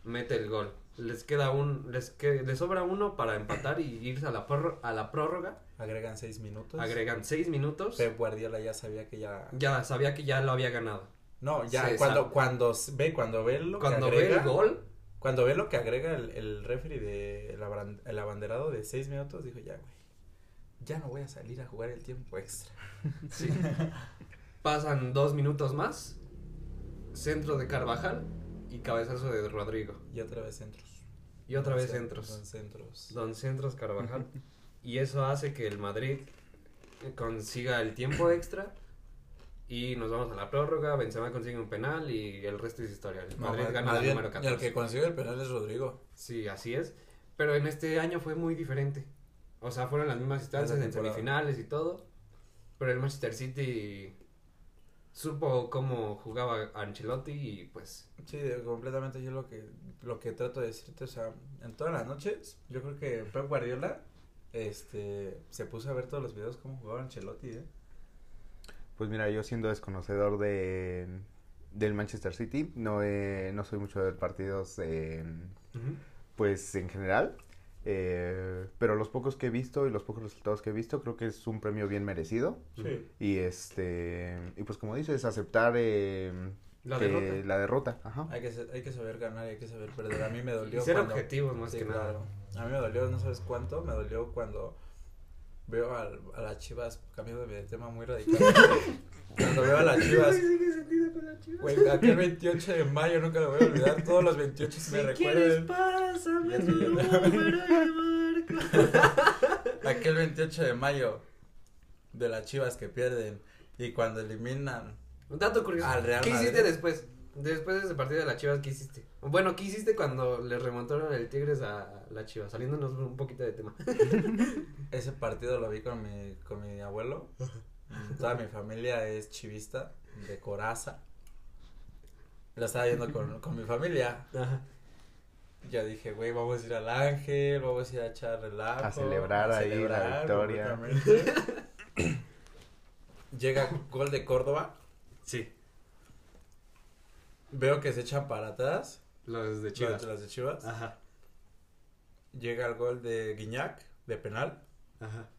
Speaker 1: mete el gol. Les queda un les que les sobra uno para empatar y irse a la porro- a la prórroga.
Speaker 3: Agregan seis minutos.
Speaker 1: Agregan seis minutos.
Speaker 3: Pep Guardiola ya sabía que ya.
Speaker 1: Ya sabía que ya lo había ganado.
Speaker 3: No, ya
Speaker 1: Se
Speaker 3: cuando,
Speaker 1: sabe.
Speaker 3: cuando s- ve, cuando ve lo
Speaker 1: Cuando
Speaker 3: que
Speaker 1: ve
Speaker 3: agrega.
Speaker 1: el gol,
Speaker 3: Cuando ve lo que agrega el, el referee de el, aban- el abanderado de seis minutos, dijo ya, güey. Ya no voy a salir a jugar el tiempo extra.
Speaker 1: sí. pasan dos minutos más. Centro de Carvajal y cabezazo de Rodrigo.
Speaker 3: Y otra vez centros.
Speaker 1: Y otra vez
Speaker 3: Son-
Speaker 1: centros.
Speaker 3: son centros.
Speaker 1: Don Centros Carvajal. Y eso hace que el Madrid eh, consiga el tiempo extra. Y nos vamos a la prórroga. Benzema consigue un penal y el resto es historia. El
Speaker 3: No,
Speaker 1: Madrid
Speaker 3: Ma-
Speaker 1: gana
Speaker 3: más
Speaker 1: la
Speaker 3: bien,
Speaker 1: número
Speaker 3: El que
Speaker 1: 14.
Speaker 3: consigue el penal es Rodrigo.
Speaker 1: Sí, así es. Pero en este año fue muy diferente. O sea, fueron las mismas instancias en
Speaker 3: temporada.
Speaker 1: semifinales y todo. Pero el Manchester City supo cómo jugaba Ancelotti y pues
Speaker 3: Sí, de- completamente yo lo que lo que trato de decirte, o sea, en todas las noches, yo creo que Pep Guardiola este se puso a ver todos los videos cómo jugaba Ancelotti, ¿eh?
Speaker 2: Pues mira, yo siendo desconocedor de, del Manchester City, no, eh, no soy mucho de partidos, eh, pues en general, eh, pero los pocos que he visto y los pocos resultados que he visto, creo que es un premio bien merecido.
Speaker 1: Sí.
Speaker 2: Y este, y pues como dices, aceptar eh,
Speaker 1: la
Speaker 2: que-
Speaker 1: derrota.
Speaker 2: la derrota, ajá.
Speaker 3: Hay que sa- hay que saber ganar y hay que saber perder. A mí me
Speaker 1: Y
Speaker 3: dolió
Speaker 1: ser
Speaker 3: cuando-
Speaker 1: objetivos más
Speaker 3: Sí,
Speaker 1: que nada.
Speaker 3: claro. A mí me dolió, no sabes cuánto, me dolió cuando veo al- a las Chivas cambiando de tema muy radical. cuando veo a las Chivas Güey, aquel 28 de mayo nunca lo voy a olvidar. Todos los 28 se me recuerdan.
Speaker 1: pásame
Speaker 3: Ya sé, ya
Speaker 1: tu
Speaker 3: sé.
Speaker 1: número de marco.
Speaker 3: Aquel 28 de mayo de las chivas que pierden y cuando eliminan.
Speaker 1: Un dato curioso.
Speaker 3: Al Real
Speaker 1: ¿Qué
Speaker 3: Madrid.
Speaker 1: hiciste después? Después de ese partido de las Chivas, ¿qué hiciste? Bueno, ¿qué hiciste cuando le remontaron el Tigres a la Chivas? Saliéndonos un poquito de tema.
Speaker 3: Ese partido lo vi con mi, con mi abuelo. Toda mi familia es chivista, de coraza. Lo estaba viendo con, con mi familia.
Speaker 1: Ajá.
Speaker 3: Yo dije, güey, vamos a ir al Ángel, vamos a ir a echar relajo.
Speaker 2: A celebrar ahí la victoria.
Speaker 3: completamente. Llega gol de Córdoba.
Speaker 1: Sí,
Speaker 3: Veo que se echan para atrás.
Speaker 1: los de
Speaker 3: Chivas.
Speaker 1: Chivas.
Speaker 3: Las de Chivas.
Speaker 1: Ajá,
Speaker 3: Llega el gol de Guiñac, de penal.
Speaker 1: ajá.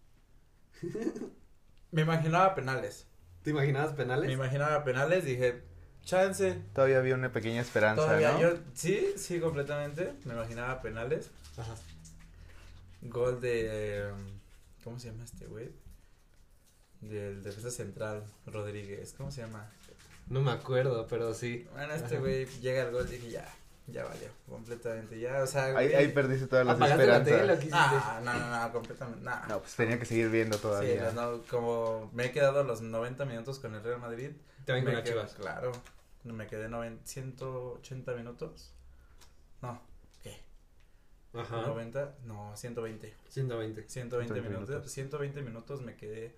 Speaker 3: Me imaginaba penales.
Speaker 1: ¿Te imaginabas
Speaker 3: Me
Speaker 1: penales?
Speaker 3: imaginaba penales, dije, chance.
Speaker 2: Todavía había una pequeña esperanza,
Speaker 3: Todavía
Speaker 2: ¿no?
Speaker 3: yo, sí, sí, completamente. Me imaginaba penales.
Speaker 1: Ajá.
Speaker 3: Gol de, em, ¿cómo se llama este güey? Del defensa central, Rodríguez, ¿cómo se llama?
Speaker 1: No me acuerdo, pero sí.
Speaker 3: Bueno, este güey llega el gol, dije, ya, Ya valió, completamente, ya, o sea,
Speaker 2: Ahí,
Speaker 3: güey.
Speaker 2: ahí perdiste todas las
Speaker 1: Apagaste la tele,
Speaker 2: esperanzas.
Speaker 1: ¿qué hiciste?
Speaker 3: Ah, no, no, no, completamente, nah.
Speaker 2: No, pues tenía que seguir viendo
Speaker 3: Sí,
Speaker 2: todavía.
Speaker 3: no, como me he quedado los 90 minutos con el Real Madrid.
Speaker 1: También con
Speaker 3: me
Speaker 1: las
Speaker 3: quedé-
Speaker 1: chivas.
Speaker 3: Claro, me quedé noven- 180 minutos. No, ¿qué?
Speaker 1: Ajá.
Speaker 3: 90, no, 120.
Speaker 1: 120.
Speaker 3: 120
Speaker 2: 120
Speaker 3: minutos.
Speaker 2: minutos.
Speaker 3: 120 minutos me quedé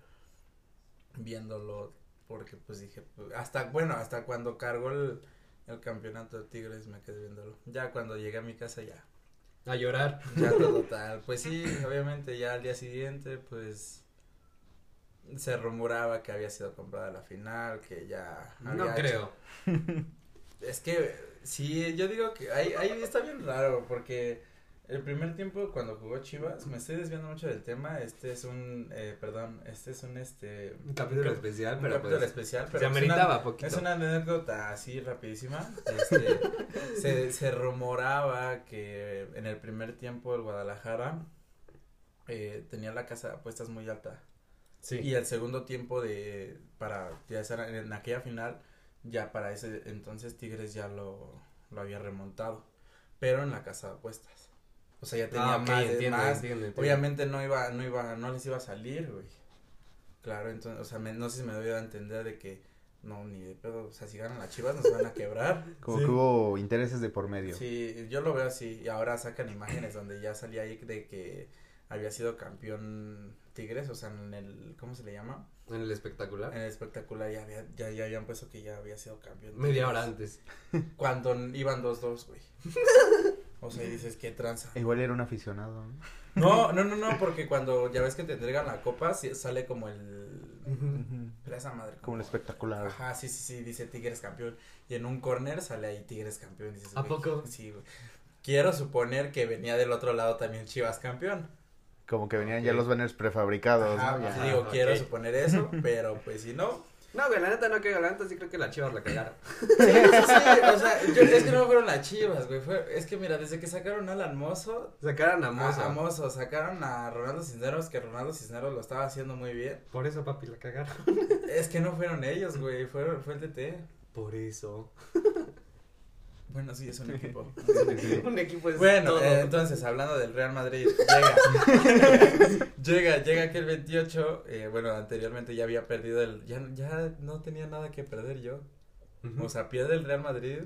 Speaker 3: viéndolo porque pues dije, pues, hasta bueno, hasta cuando cargó el, el campeonato de Tigres me quedé viéndolo. Ya cuando llegué a mi casa ya,
Speaker 1: A llorar.
Speaker 3: ya todo tal. Pues sí, obviamente ya al día siguiente pues se rumoraba que había sido comprada la final, que ya
Speaker 1: No
Speaker 3: había
Speaker 1: creo.
Speaker 3: es que, sí, yo digo que ahí, ahí está bien raro, porque el primer tiempo cuando jugó Chivas, me estoy desviando mucho del tema, este es un, eh, perdón, este es un, este...
Speaker 1: Un capítulo
Speaker 3: cap-
Speaker 1: especial,
Speaker 3: un
Speaker 1: pero
Speaker 3: capítulo
Speaker 1: pues,
Speaker 3: especial,
Speaker 1: se
Speaker 3: pero es una-
Speaker 1: ameritaba poquito.
Speaker 3: Es una anécdota así rapidísima, este, se, se rumoraba que en el primer tiempo el Guadalajara eh, tenía la casa de apuestas muy alta. Y
Speaker 1: Sí.
Speaker 3: el segundo tiempo de para ya esa- en aquella final ya para ese entonces Tigres ya lo, lo había remontado, pero en la casa de apuestas. O sea, ya tenía
Speaker 1: Ah, ok,
Speaker 3: más, de-
Speaker 1: entiendo,
Speaker 3: más.
Speaker 1: entiendo, entiendo.
Speaker 3: Obviamente no iba no iba no les iba a salir, güey. Claro, entonces, o sea, me- no sé si me doy a entender de que no ni de pedo, o sea, si ganan las Chivas nos van a quebrar.
Speaker 2: Como
Speaker 1: Sí.
Speaker 2: que hubo intereses de por medio.
Speaker 3: Sí, yo lo veo así. Y ahora sacan imágenes donde ya salía ahí de que había sido campeón Tigres, o sea, en el, ¿cómo se le llama?
Speaker 1: En el
Speaker 3: En
Speaker 1: espectacular.
Speaker 3: el espectacular ya, había, ya, ya habían puesto que ya había sido campeón.
Speaker 1: Media hora antes.
Speaker 3: Cuando n- iban 2-2, güey. O sea, y dices, qué tranza.
Speaker 2: Igual era un aficionado. ¿no?
Speaker 3: No, no, no, no, porque cuando ya ves que te entregan la copa, sí- sale como el... Plaza madre.
Speaker 2: Como un espectacular.
Speaker 3: Ajá, sí, sí, sí, dice Tigres campeón. Y en un corner sale ahí Tigres campeón. Dices,
Speaker 1: ¿A
Speaker 3: güey,
Speaker 1: poco?
Speaker 3: Sí, güey. Quiero suponer que venía del otro lado también Chivas campeón.
Speaker 2: Como que venían ya
Speaker 1: Ok.
Speaker 2: los banners prefabricados,
Speaker 3: Ajá,
Speaker 2: ¿no? Ya.
Speaker 3: pues, digo,
Speaker 1: ok.
Speaker 3: quiero suponer eso, pero pues si no,
Speaker 1: No, güey, la neta no creo. La neta sí creo que la chivas la cagaron.
Speaker 3: Sí, sí, sí, o sea, yo, es que no fueron las chivas, güey. fue- es que mira, desde que sacaron al Almozo,
Speaker 1: Sacaron a
Speaker 3: a, a
Speaker 1: Moza.
Speaker 3: Mozo, sacaron a Ronaldo Cisneros, que Ronaldo Cisneros lo estaba haciendo muy bien.
Speaker 1: Por eso, papi, la cagaron.
Speaker 3: Es que no fueron ellos, güey, fueron, fue el DT.
Speaker 1: Por eso.
Speaker 3: Bueno, sí, es un equipo.
Speaker 1: Un equipo es
Speaker 3: Bueno,
Speaker 1: todo.
Speaker 3: eh, entonces, hablando del Real Madrid, llega, llega, llega que el 28, eh, bueno, anteriormente ya había perdido el, ya, ya no tenía nada que perder yo.
Speaker 1: Ujú.
Speaker 3: O sea, pierde el Real Madrid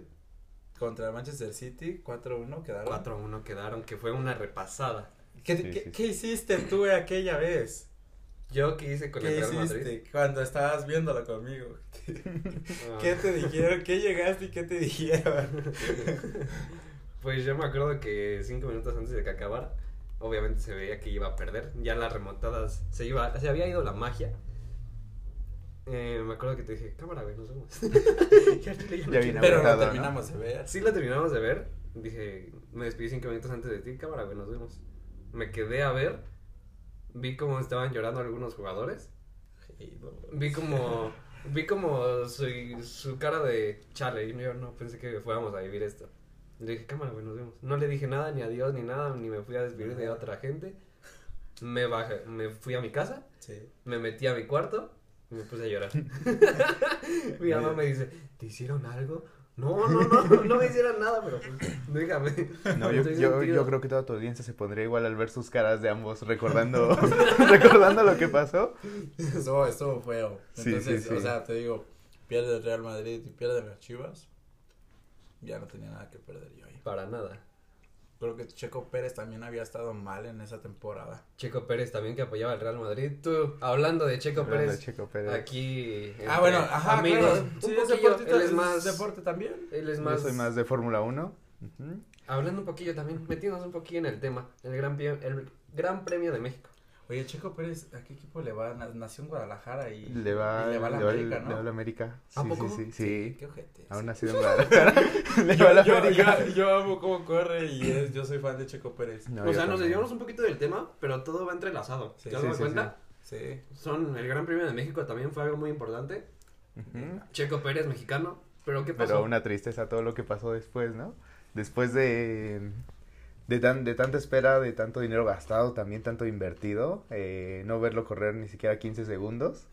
Speaker 3: contra el Manchester City, 4-1 quedaron.
Speaker 1: 4 a 1 quedaron, que fue una repasada.
Speaker 3: ¿Qué,
Speaker 2: Sí,
Speaker 3: qué-
Speaker 2: sí, sí.
Speaker 3: qué hiciste tú aquella vez?
Speaker 1: Yo qué hice con el
Speaker 3: ¿Qué
Speaker 1: Real
Speaker 3: hiciste
Speaker 1: Madrid.
Speaker 3: cuando estabas viéndolo conmigo?
Speaker 1: Ah,
Speaker 3: ¿Qué te dijeron? ¿Qué llegaste y qué te dijeron?
Speaker 1: Pues yo me acuerdo que cinco minutos antes de que acabara, obviamente se veía que iba a perder. Ya las remontadas se iba, se había ido la magia. Eh, me acuerdo que te dije, cámara, güey, nos vemos. ya, chile, ya no
Speaker 2: Ya
Speaker 1: quiero.
Speaker 2: viene
Speaker 3: Pero
Speaker 2: aguantado,
Speaker 3: lo
Speaker 2: ¿no?
Speaker 3: terminamos de ver.
Speaker 1: Sí la terminamos de ver. Dije, me despedí cinco minutos antes de ti, cámara, güey, nos vemos. Me quedé a ver. Vi cómo estaban llorando algunos jugadores.
Speaker 3: Sí, no,
Speaker 1: Vi como, vi como su, su cara de chale. Y yo no pensé que fuéramos a vivir esto. Le dije, cámara, güey, nos vemos. No le dije nada, ni adiós, ni nada, ni me fui a despedir de otra gente. Me bajé, me fui a mi casa,
Speaker 3: sí.
Speaker 1: me metí a mi cuarto y me puse a llorar. mi mamá me dice, ¿te hicieron algo? No, no, no, no me hicieron nada, pero pues, déjame.
Speaker 2: No, yo,
Speaker 1: Estoy
Speaker 2: yo,
Speaker 1: sentido.
Speaker 2: yo creo que toda tu audiencia se pondría igual al ver sus caras de ambos recordando, recordando lo que pasó.
Speaker 3: Eso estuvo feo.
Speaker 2: Sí,
Speaker 3: Entonces,
Speaker 2: sí, sí.
Speaker 3: o sea, te digo, pierde el Real Madrid y pierde las Chivas. Ya no tenía nada que perder yo ahí.
Speaker 1: Para nada.
Speaker 3: Creo que Checo Pérez también había estado mal en esa temporada.
Speaker 1: Checo Pérez también que apoyaba al Real Madrid. Tú, hablando de Checo
Speaker 2: Hablando de
Speaker 1: Pérez,
Speaker 2: Checo Pérez.
Speaker 1: aquí.
Speaker 3: Ah,
Speaker 1: entre
Speaker 3: bueno, ajá,
Speaker 1: Este, amigos,
Speaker 3: claro.
Speaker 1: un
Speaker 3: Sí, es
Speaker 1: poquillo,
Speaker 3: deportista,
Speaker 1: él es
Speaker 3: es
Speaker 1: más,
Speaker 3: deporte también.
Speaker 1: él es
Speaker 2: Yo
Speaker 1: más,
Speaker 2: soy más de Fórmula 1. Ujú.
Speaker 1: hablando un poquillo también, metiéndonos un poquillo en el tema, el gran, pie- el gran premio de México.
Speaker 3: Oye, Checo Pérez, ¿a qué equipo le va? Na- Nació en Guadalajara y
Speaker 2: Le va,
Speaker 3: y le va a la
Speaker 2: le va el-
Speaker 3: América,
Speaker 2: le va
Speaker 3: ¿no?
Speaker 2: a la América.
Speaker 1: ¿A
Speaker 2: Sí,
Speaker 1: poco?
Speaker 2: sí, sí, sí.
Speaker 3: Qué ojete.
Speaker 2: Aún
Speaker 3: Sí.
Speaker 2: así en Guadalajara. le va a la
Speaker 3: yo,
Speaker 2: América.
Speaker 3: yo- yo amo cómo corre y es, yo soy fan de Checo Pérez.
Speaker 2: No,
Speaker 1: o
Speaker 2: yo
Speaker 1: sea, nos
Speaker 2: también.
Speaker 1: desviamos un poquito del tema, pero todo va entrelazado.
Speaker 3: Sí,
Speaker 1: ¿Te has
Speaker 2: sí,
Speaker 1: dado
Speaker 2: sí,
Speaker 1: cuenta?
Speaker 3: Sí.
Speaker 1: Son, el gran premio de México también fue algo muy importante.
Speaker 2: Ujú.
Speaker 1: Checo Pérez, mexicano, pero ¿qué pasó?
Speaker 2: Pero una tristeza todo lo que pasó después, ¿no? Después de, de, tan, de tanta espera, de tanto dinero gastado, también tanto invertido, eh, no verlo correr ni siquiera 15 segundos.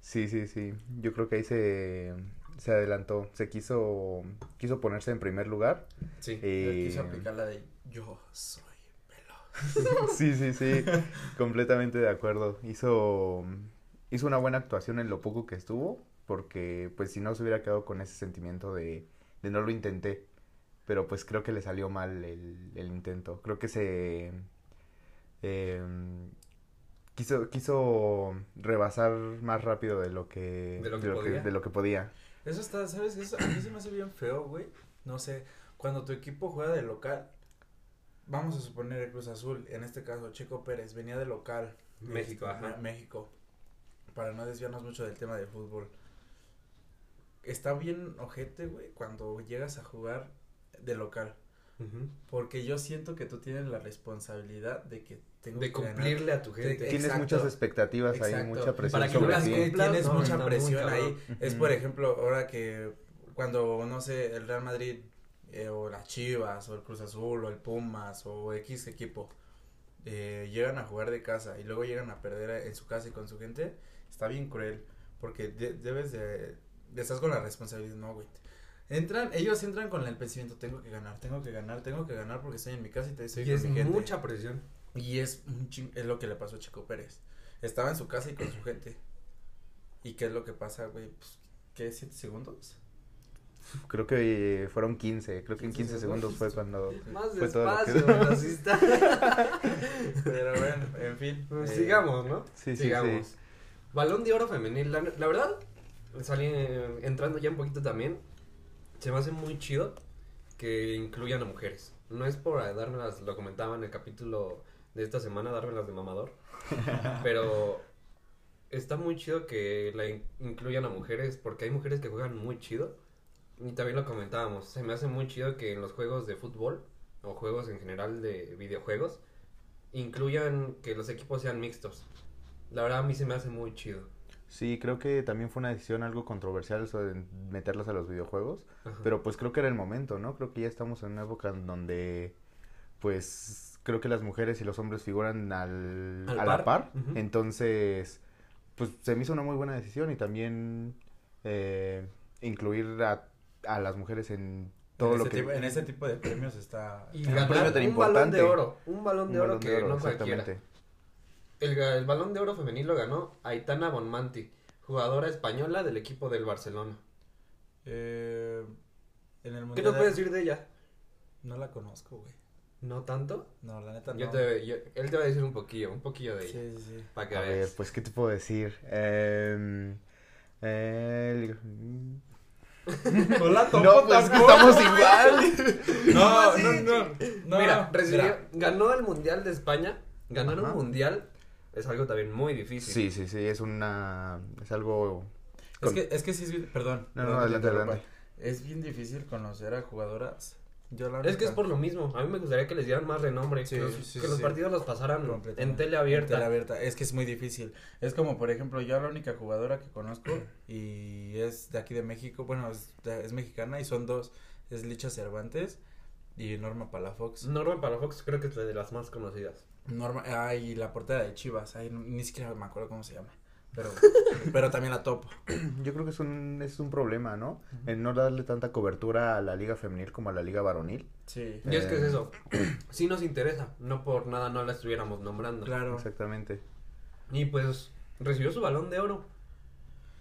Speaker 2: sí, sí, sí. Yo creo que ahí se, se adelantó, se quiso, quiso ponerse en primer lugar.
Speaker 1: Sí.
Speaker 2: eh,
Speaker 3: Quise aplicar la de yo soy veloz.
Speaker 2: Sí, sí, sí, completamente de acuerdo. Hizo, hizo una buena actuación en lo poco que estuvo, porque pues si no se hubiera quedado con ese sentimiento de, de no lo intenté, pero pues creo que le salió mal el, el intento. Creo que se em, quiso, quiso rebasar más rápido de lo que,
Speaker 1: De lo que podía.
Speaker 2: de lo que podía.
Speaker 3: Eso está, ¿sabes? Eso a mí se me hace bien feo, güey. No sé, cuando tu equipo juega de local, vamos a suponer el Cruz Azul, en este caso Checo Pérez, venía de local.
Speaker 1: México,
Speaker 3: Este,
Speaker 1: ajá.
Speaker 3: Me- México. Para no desviarnos mucho del tema de fútbol. Está bien ojete, güey, cuando llegas a jugar de local.
Speaker 1: Ujú.
Speaker 3: Porque yo siento que tú tienes la responsabilidad de que tengo
Speaker 1: De
Speaker 3: que ganar.
Speaker 1: cumplirle a tu gente.
Speaker 3: Te-
Speaker 2: Tienes
Speaker 3: Exacto.
Speaker 2: muchas expectativas ahí,
Speaker 3: Exacto.
Speaker 2: mucha presión
Speaker 1: Para que no
Speaker 2: sobre
Speaker 1: las
Speaker 2: ti.
Speaker 1: cumpla.
Speaker 3: Tienes
Speaker 1: No, está
Speaker 3: mucha
Speaker 1: muy
Speaker 3: presión
Speaker 1: cabrón.
Speaker 3: ahí. Es por
Speaker 2: Ujú.
Speaker 3: ejemplo, ahora que cuando, no sé, el Real Madrid eh, o las Chivas o el Cruz Azul o el Pumas o X equipo eh, llegan a jugar de casa y luego llegan a perder en su casa y con su gente, está bien cruel porque de- debes de, de- estás con la responsabilidad, no, güey. Entran, ellos entran con el pensamiento, tengo que ganar, tengo que ganar, tengo que ganar porque estoy en mi casa y te estoy
Speaker 1: Y
Speaker 3: con
Speaker 1: es
Speaker 3: mi gente.
Speaker 1: mucha presión.
Speaker 3: Y es un ching- es lo que le pasó a Chico Pérez. Estaba en su casa y con su gente. ¿Y qué es lo que pasa, güey? Pues, ¿Qué? ¿Siete segundos?
Speaker 2: Creo que eh, fueron 15, creo que en
Speaker 3: 15
Speaker 2: 15 segundos fue cuando...
Speaker 1: Más
Speaker 2: Fue todo lo que-
Speaker 1: despacio, velocista.
Speaker 3: Pero bueno, en fin.
Speaker 1: Pues
Speaker 3: eh,
Speaker 1: sigamos, ¿no?
Speaker 2: Sí, sí,
Speaker 1: sigamos.
Speaker 2: sí.
Speaker 1: Balón de oro femenil. La, la verdad, salí eh, entrando ya un poquito también. Se me hace muy chido que incluyan a mujeres. No es por dármelas, lo comentaba en el capítulo de esta semana, dármelas de mamador. pero está muy chido que la in- incluyan a mujeres porque hay mujeres que juegan muy chido. Y también lo comentábamos, se me hace muy chido que en los juegos de fútbol o juegos en general de videojuegos incluyan que los equipos sean mixtos. La verdad a mí se me hace muy chido.
Speaker 2: Sí, creo que también fue una decisión algo controversial eso de meterlos a los videojuegos,
Speaker 1: Ajá.
Speaker 2: pero pues creo que era el momento, ¿no? Creo que ya estamos en una época en donde pues creo que las mujeres y los hombres figuran al,
Speaker 1: Al
Speaker 2: a
Speaker 1: par.
Speaker 2: la par,
Speaker 1: Ujú.
Speaker 2: entonces pues se me hizo una muy buena decisión y también eh, incluir a, a las mujeres en todo
Speaker 3: en
Speaker 2: lo
Speaker 3: este
Speaker 2: que...
Speaker 3: tipo- en este tipo de premios está.
Speaker 1: y
Speaker 2: un
Speaker 1: ganar
Speaker 2: premio tan
Speaker 1: un balón
Speaker 2: importante.
Speaker 1: de oro, un balón
Speaker 2: un
Speaker 1: de oro
Speaker 2: balón
Speaker 1: que
Speaker 2: de oro,
Speaker 1: no cualquiera.
Speaker 2: exactamente.
Speaker 1: El, ga- el balón de oro femenil lo ganó Aitana Bonmanti, jugadora española del equipo del Barcelona.
Speaker 3: Eh, en el
Speaker 1: ¿Qué
Speaker 3: mundial.
Speaker 1: nos
Speaker 3: de-
Speaker 1: puedes decir de ella?
Speaker 3: No la conozco, güey.
Speaker 1: ¿No tanto?
Speaker 3: No, la neta no.
Speaker 1: Yo te- yo- él te va a decir un poquillo, un poquillo de
Speaker 3: Sí,
Speaker 1: ella.
Speaker 3: sí, sí.
Speaker 1: Para que
Speaker 2: A ver,
Speaker 1: veas.
Speaker 2: pues, ¿qué te puedo decir? Em, el-
Speaker 3: Hola,
Speaker 2: No, pues es que estamos igual.
Speaker 3: No, no, no. no.
Speaker 1: mira, recibió,
Speaker 3: Mira,
Speaker 1: ganó el Mundial de España. Ganar un
Speaker 2: Ajá.
Speaker 1: Mundial es algo también muy difícil.
Speaker 2: Sí, sí, sí, es una... es algo...
Speaker 3: Es que, es que sí es bien, perdón.
Speaker 2: No, no,
Speaker 3: perdón que te
Speaker 2: adelante,
Speaker 3: interrumpa.
Speaker 2: adelante.
Speaker 3: Es bien difícil conocer a jugadoras. Yo la
Speaker 1: Es que es
Speaker 3: neta,
Speaker 1: por lo mismo. A mí me gustaría que les dieran más renombre.
Speaker 3: Sí,
Speaker 1: que los,
Speaker 3: sí, sí,
Speaker 1: que los
Speaker 3: sí.
Speaker 1: partidos los pasaran
Speaker 3: completamente.
Speaker 1: en tele abierta.
Speaker 3: En tele abierta. Es que es muy difícil. Es como, por ejemplo, yo la única jugadora que conozco y es de aquí de México, bueno, es, de- es mexicana y son dos, es Licha Cervantes y Norma Palafox.
Speaker 1: Norman Palafox creo que es la de las más conocidas.
Speaker 3: Norma, ay, la portera de Chivas, ay, no- ni siquiera me acuerdo cómo se llama, pero, pero también la topo.
Speaker 2: Yo creo que es un, es un problema, ¿no? En no darle tanta cobertura a la liga femenil como a la liga varonil.
Speaker 3: Sí,
Speaker 1: Y es que es
Speaker 2: Eh.
Speaker 1: eso. Sí nos interesa. No por nada no la estuviéramos nombrando.
Speaker 3: claro.
Speaker 2: Exactamente.
Speaker 1: Y pues recibió su balón de oro.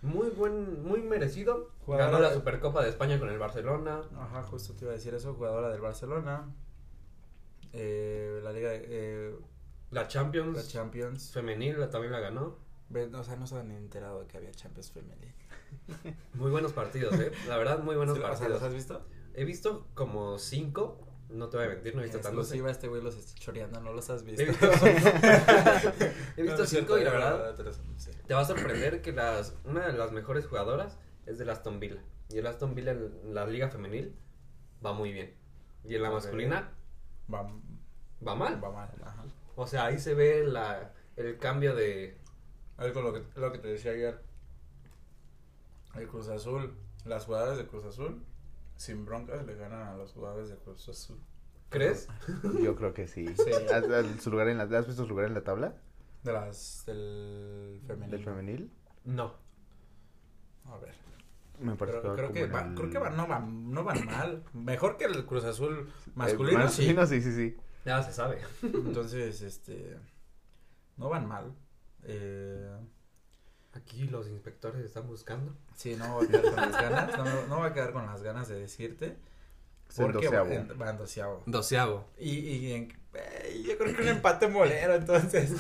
Speaker 1: Muy buen, muy merecido.
Speaker 3: Jugadora
Speaker 1: Ganó la
Speaker 3: de-
Speaker 1: Supercopa de España con el Barcelona.
Speaker 3: Ajá, justo te iba a decir eso, jugadora del Barcelona, eh, la Liga, de- eh,
Speaker 1: La Champions
Speaker 3: la Champions.
Speaker 1: femenil la- también la ganó.
Speaker 3: Ve, O sea, no se han enterado de que había Champions Femenil.
Speaker 1: Muy buenos partidos, eh. La verdad, muy buenos
Speaker 3: Sí, o sea,
Speaker 1: partidos.
Speaker 3: ¿Los has visto?
Speaker 1: He visto como cinco. No te voy a mentir, no he visto tantos. ¿eh?
Speaker 3: Exclusiva, este güey los está choreando, no los has visto.
Speaker 1: He visto, He visto
Speaker 3: No, no es
Speaker 1: cinco
Speaker 3: cierto,
Speaker 1: y la
Speaker 3: no,
Speaker 1: verdad
Speaker 3: no, no, no, no, sí.
Speaker 1: Te va a sorprender que las, una de las mejores jugadoras es del Aston Villa. Y el Aston Villa en la liga femenil va muy bien. Y en la
Speaker 3: Ok.
Speaker 1: masculina
Speaker 3: Va,
Speaker 1: va mal.
Speaker 3: va mal, ajá.
Speaker 1: O sea, ahí se ve la, el cambio de...
Speaker 3: Algo lo que, lo que te decía ayer. El Cruz Azul, las jugadoras de Cruz Azul, sin broncas le ganan a los jugadores de Cruz Azul.
Speaker 1: ¿Crees?
Speaker 2: Yo creo que sí.
Speaker 3: Sí.
Speaker 2: ¿Has, has- su lugar en la, ¿Has visto su lugar en la tabla
Speaker 3: De las del femenil.
Speaker 2: del femenil?
Speaker 1: No.
Speaker 3: A ver.
Speaker 2: Me parece
Speaker 3: Pero creo
Speaker 2: como
Speaker 3: que,
Speaker 2: en
Speaker 3: va-
Speaker 2: el-
Speaker 3: creo que va- no, van, no van mal. Mejor que el Cruz Azul
Speaker 2: Eh,
Speaker 3: masculino, sí.
Speaker 2: masculino, sí, sí, sí.
Speaker 1: Ya se sabe.
Speaker 3: Entonces, este. No van mal. Eh,
Speaker 1: Aquí los inspectores están buscando.
Speaker 3: sí, no voy a quedar con las ganas. No, me- no voy a quedar con las ganas de decirte.
Speaker 2: Es el
Speaker 3: Porque
Speaker 2: doceavo.
Speaker 3: van, van doceavo.
Speaker 1: Doceavo.
Speaker 3: Y, y en- eh, yo creo que un empate molero, entonces.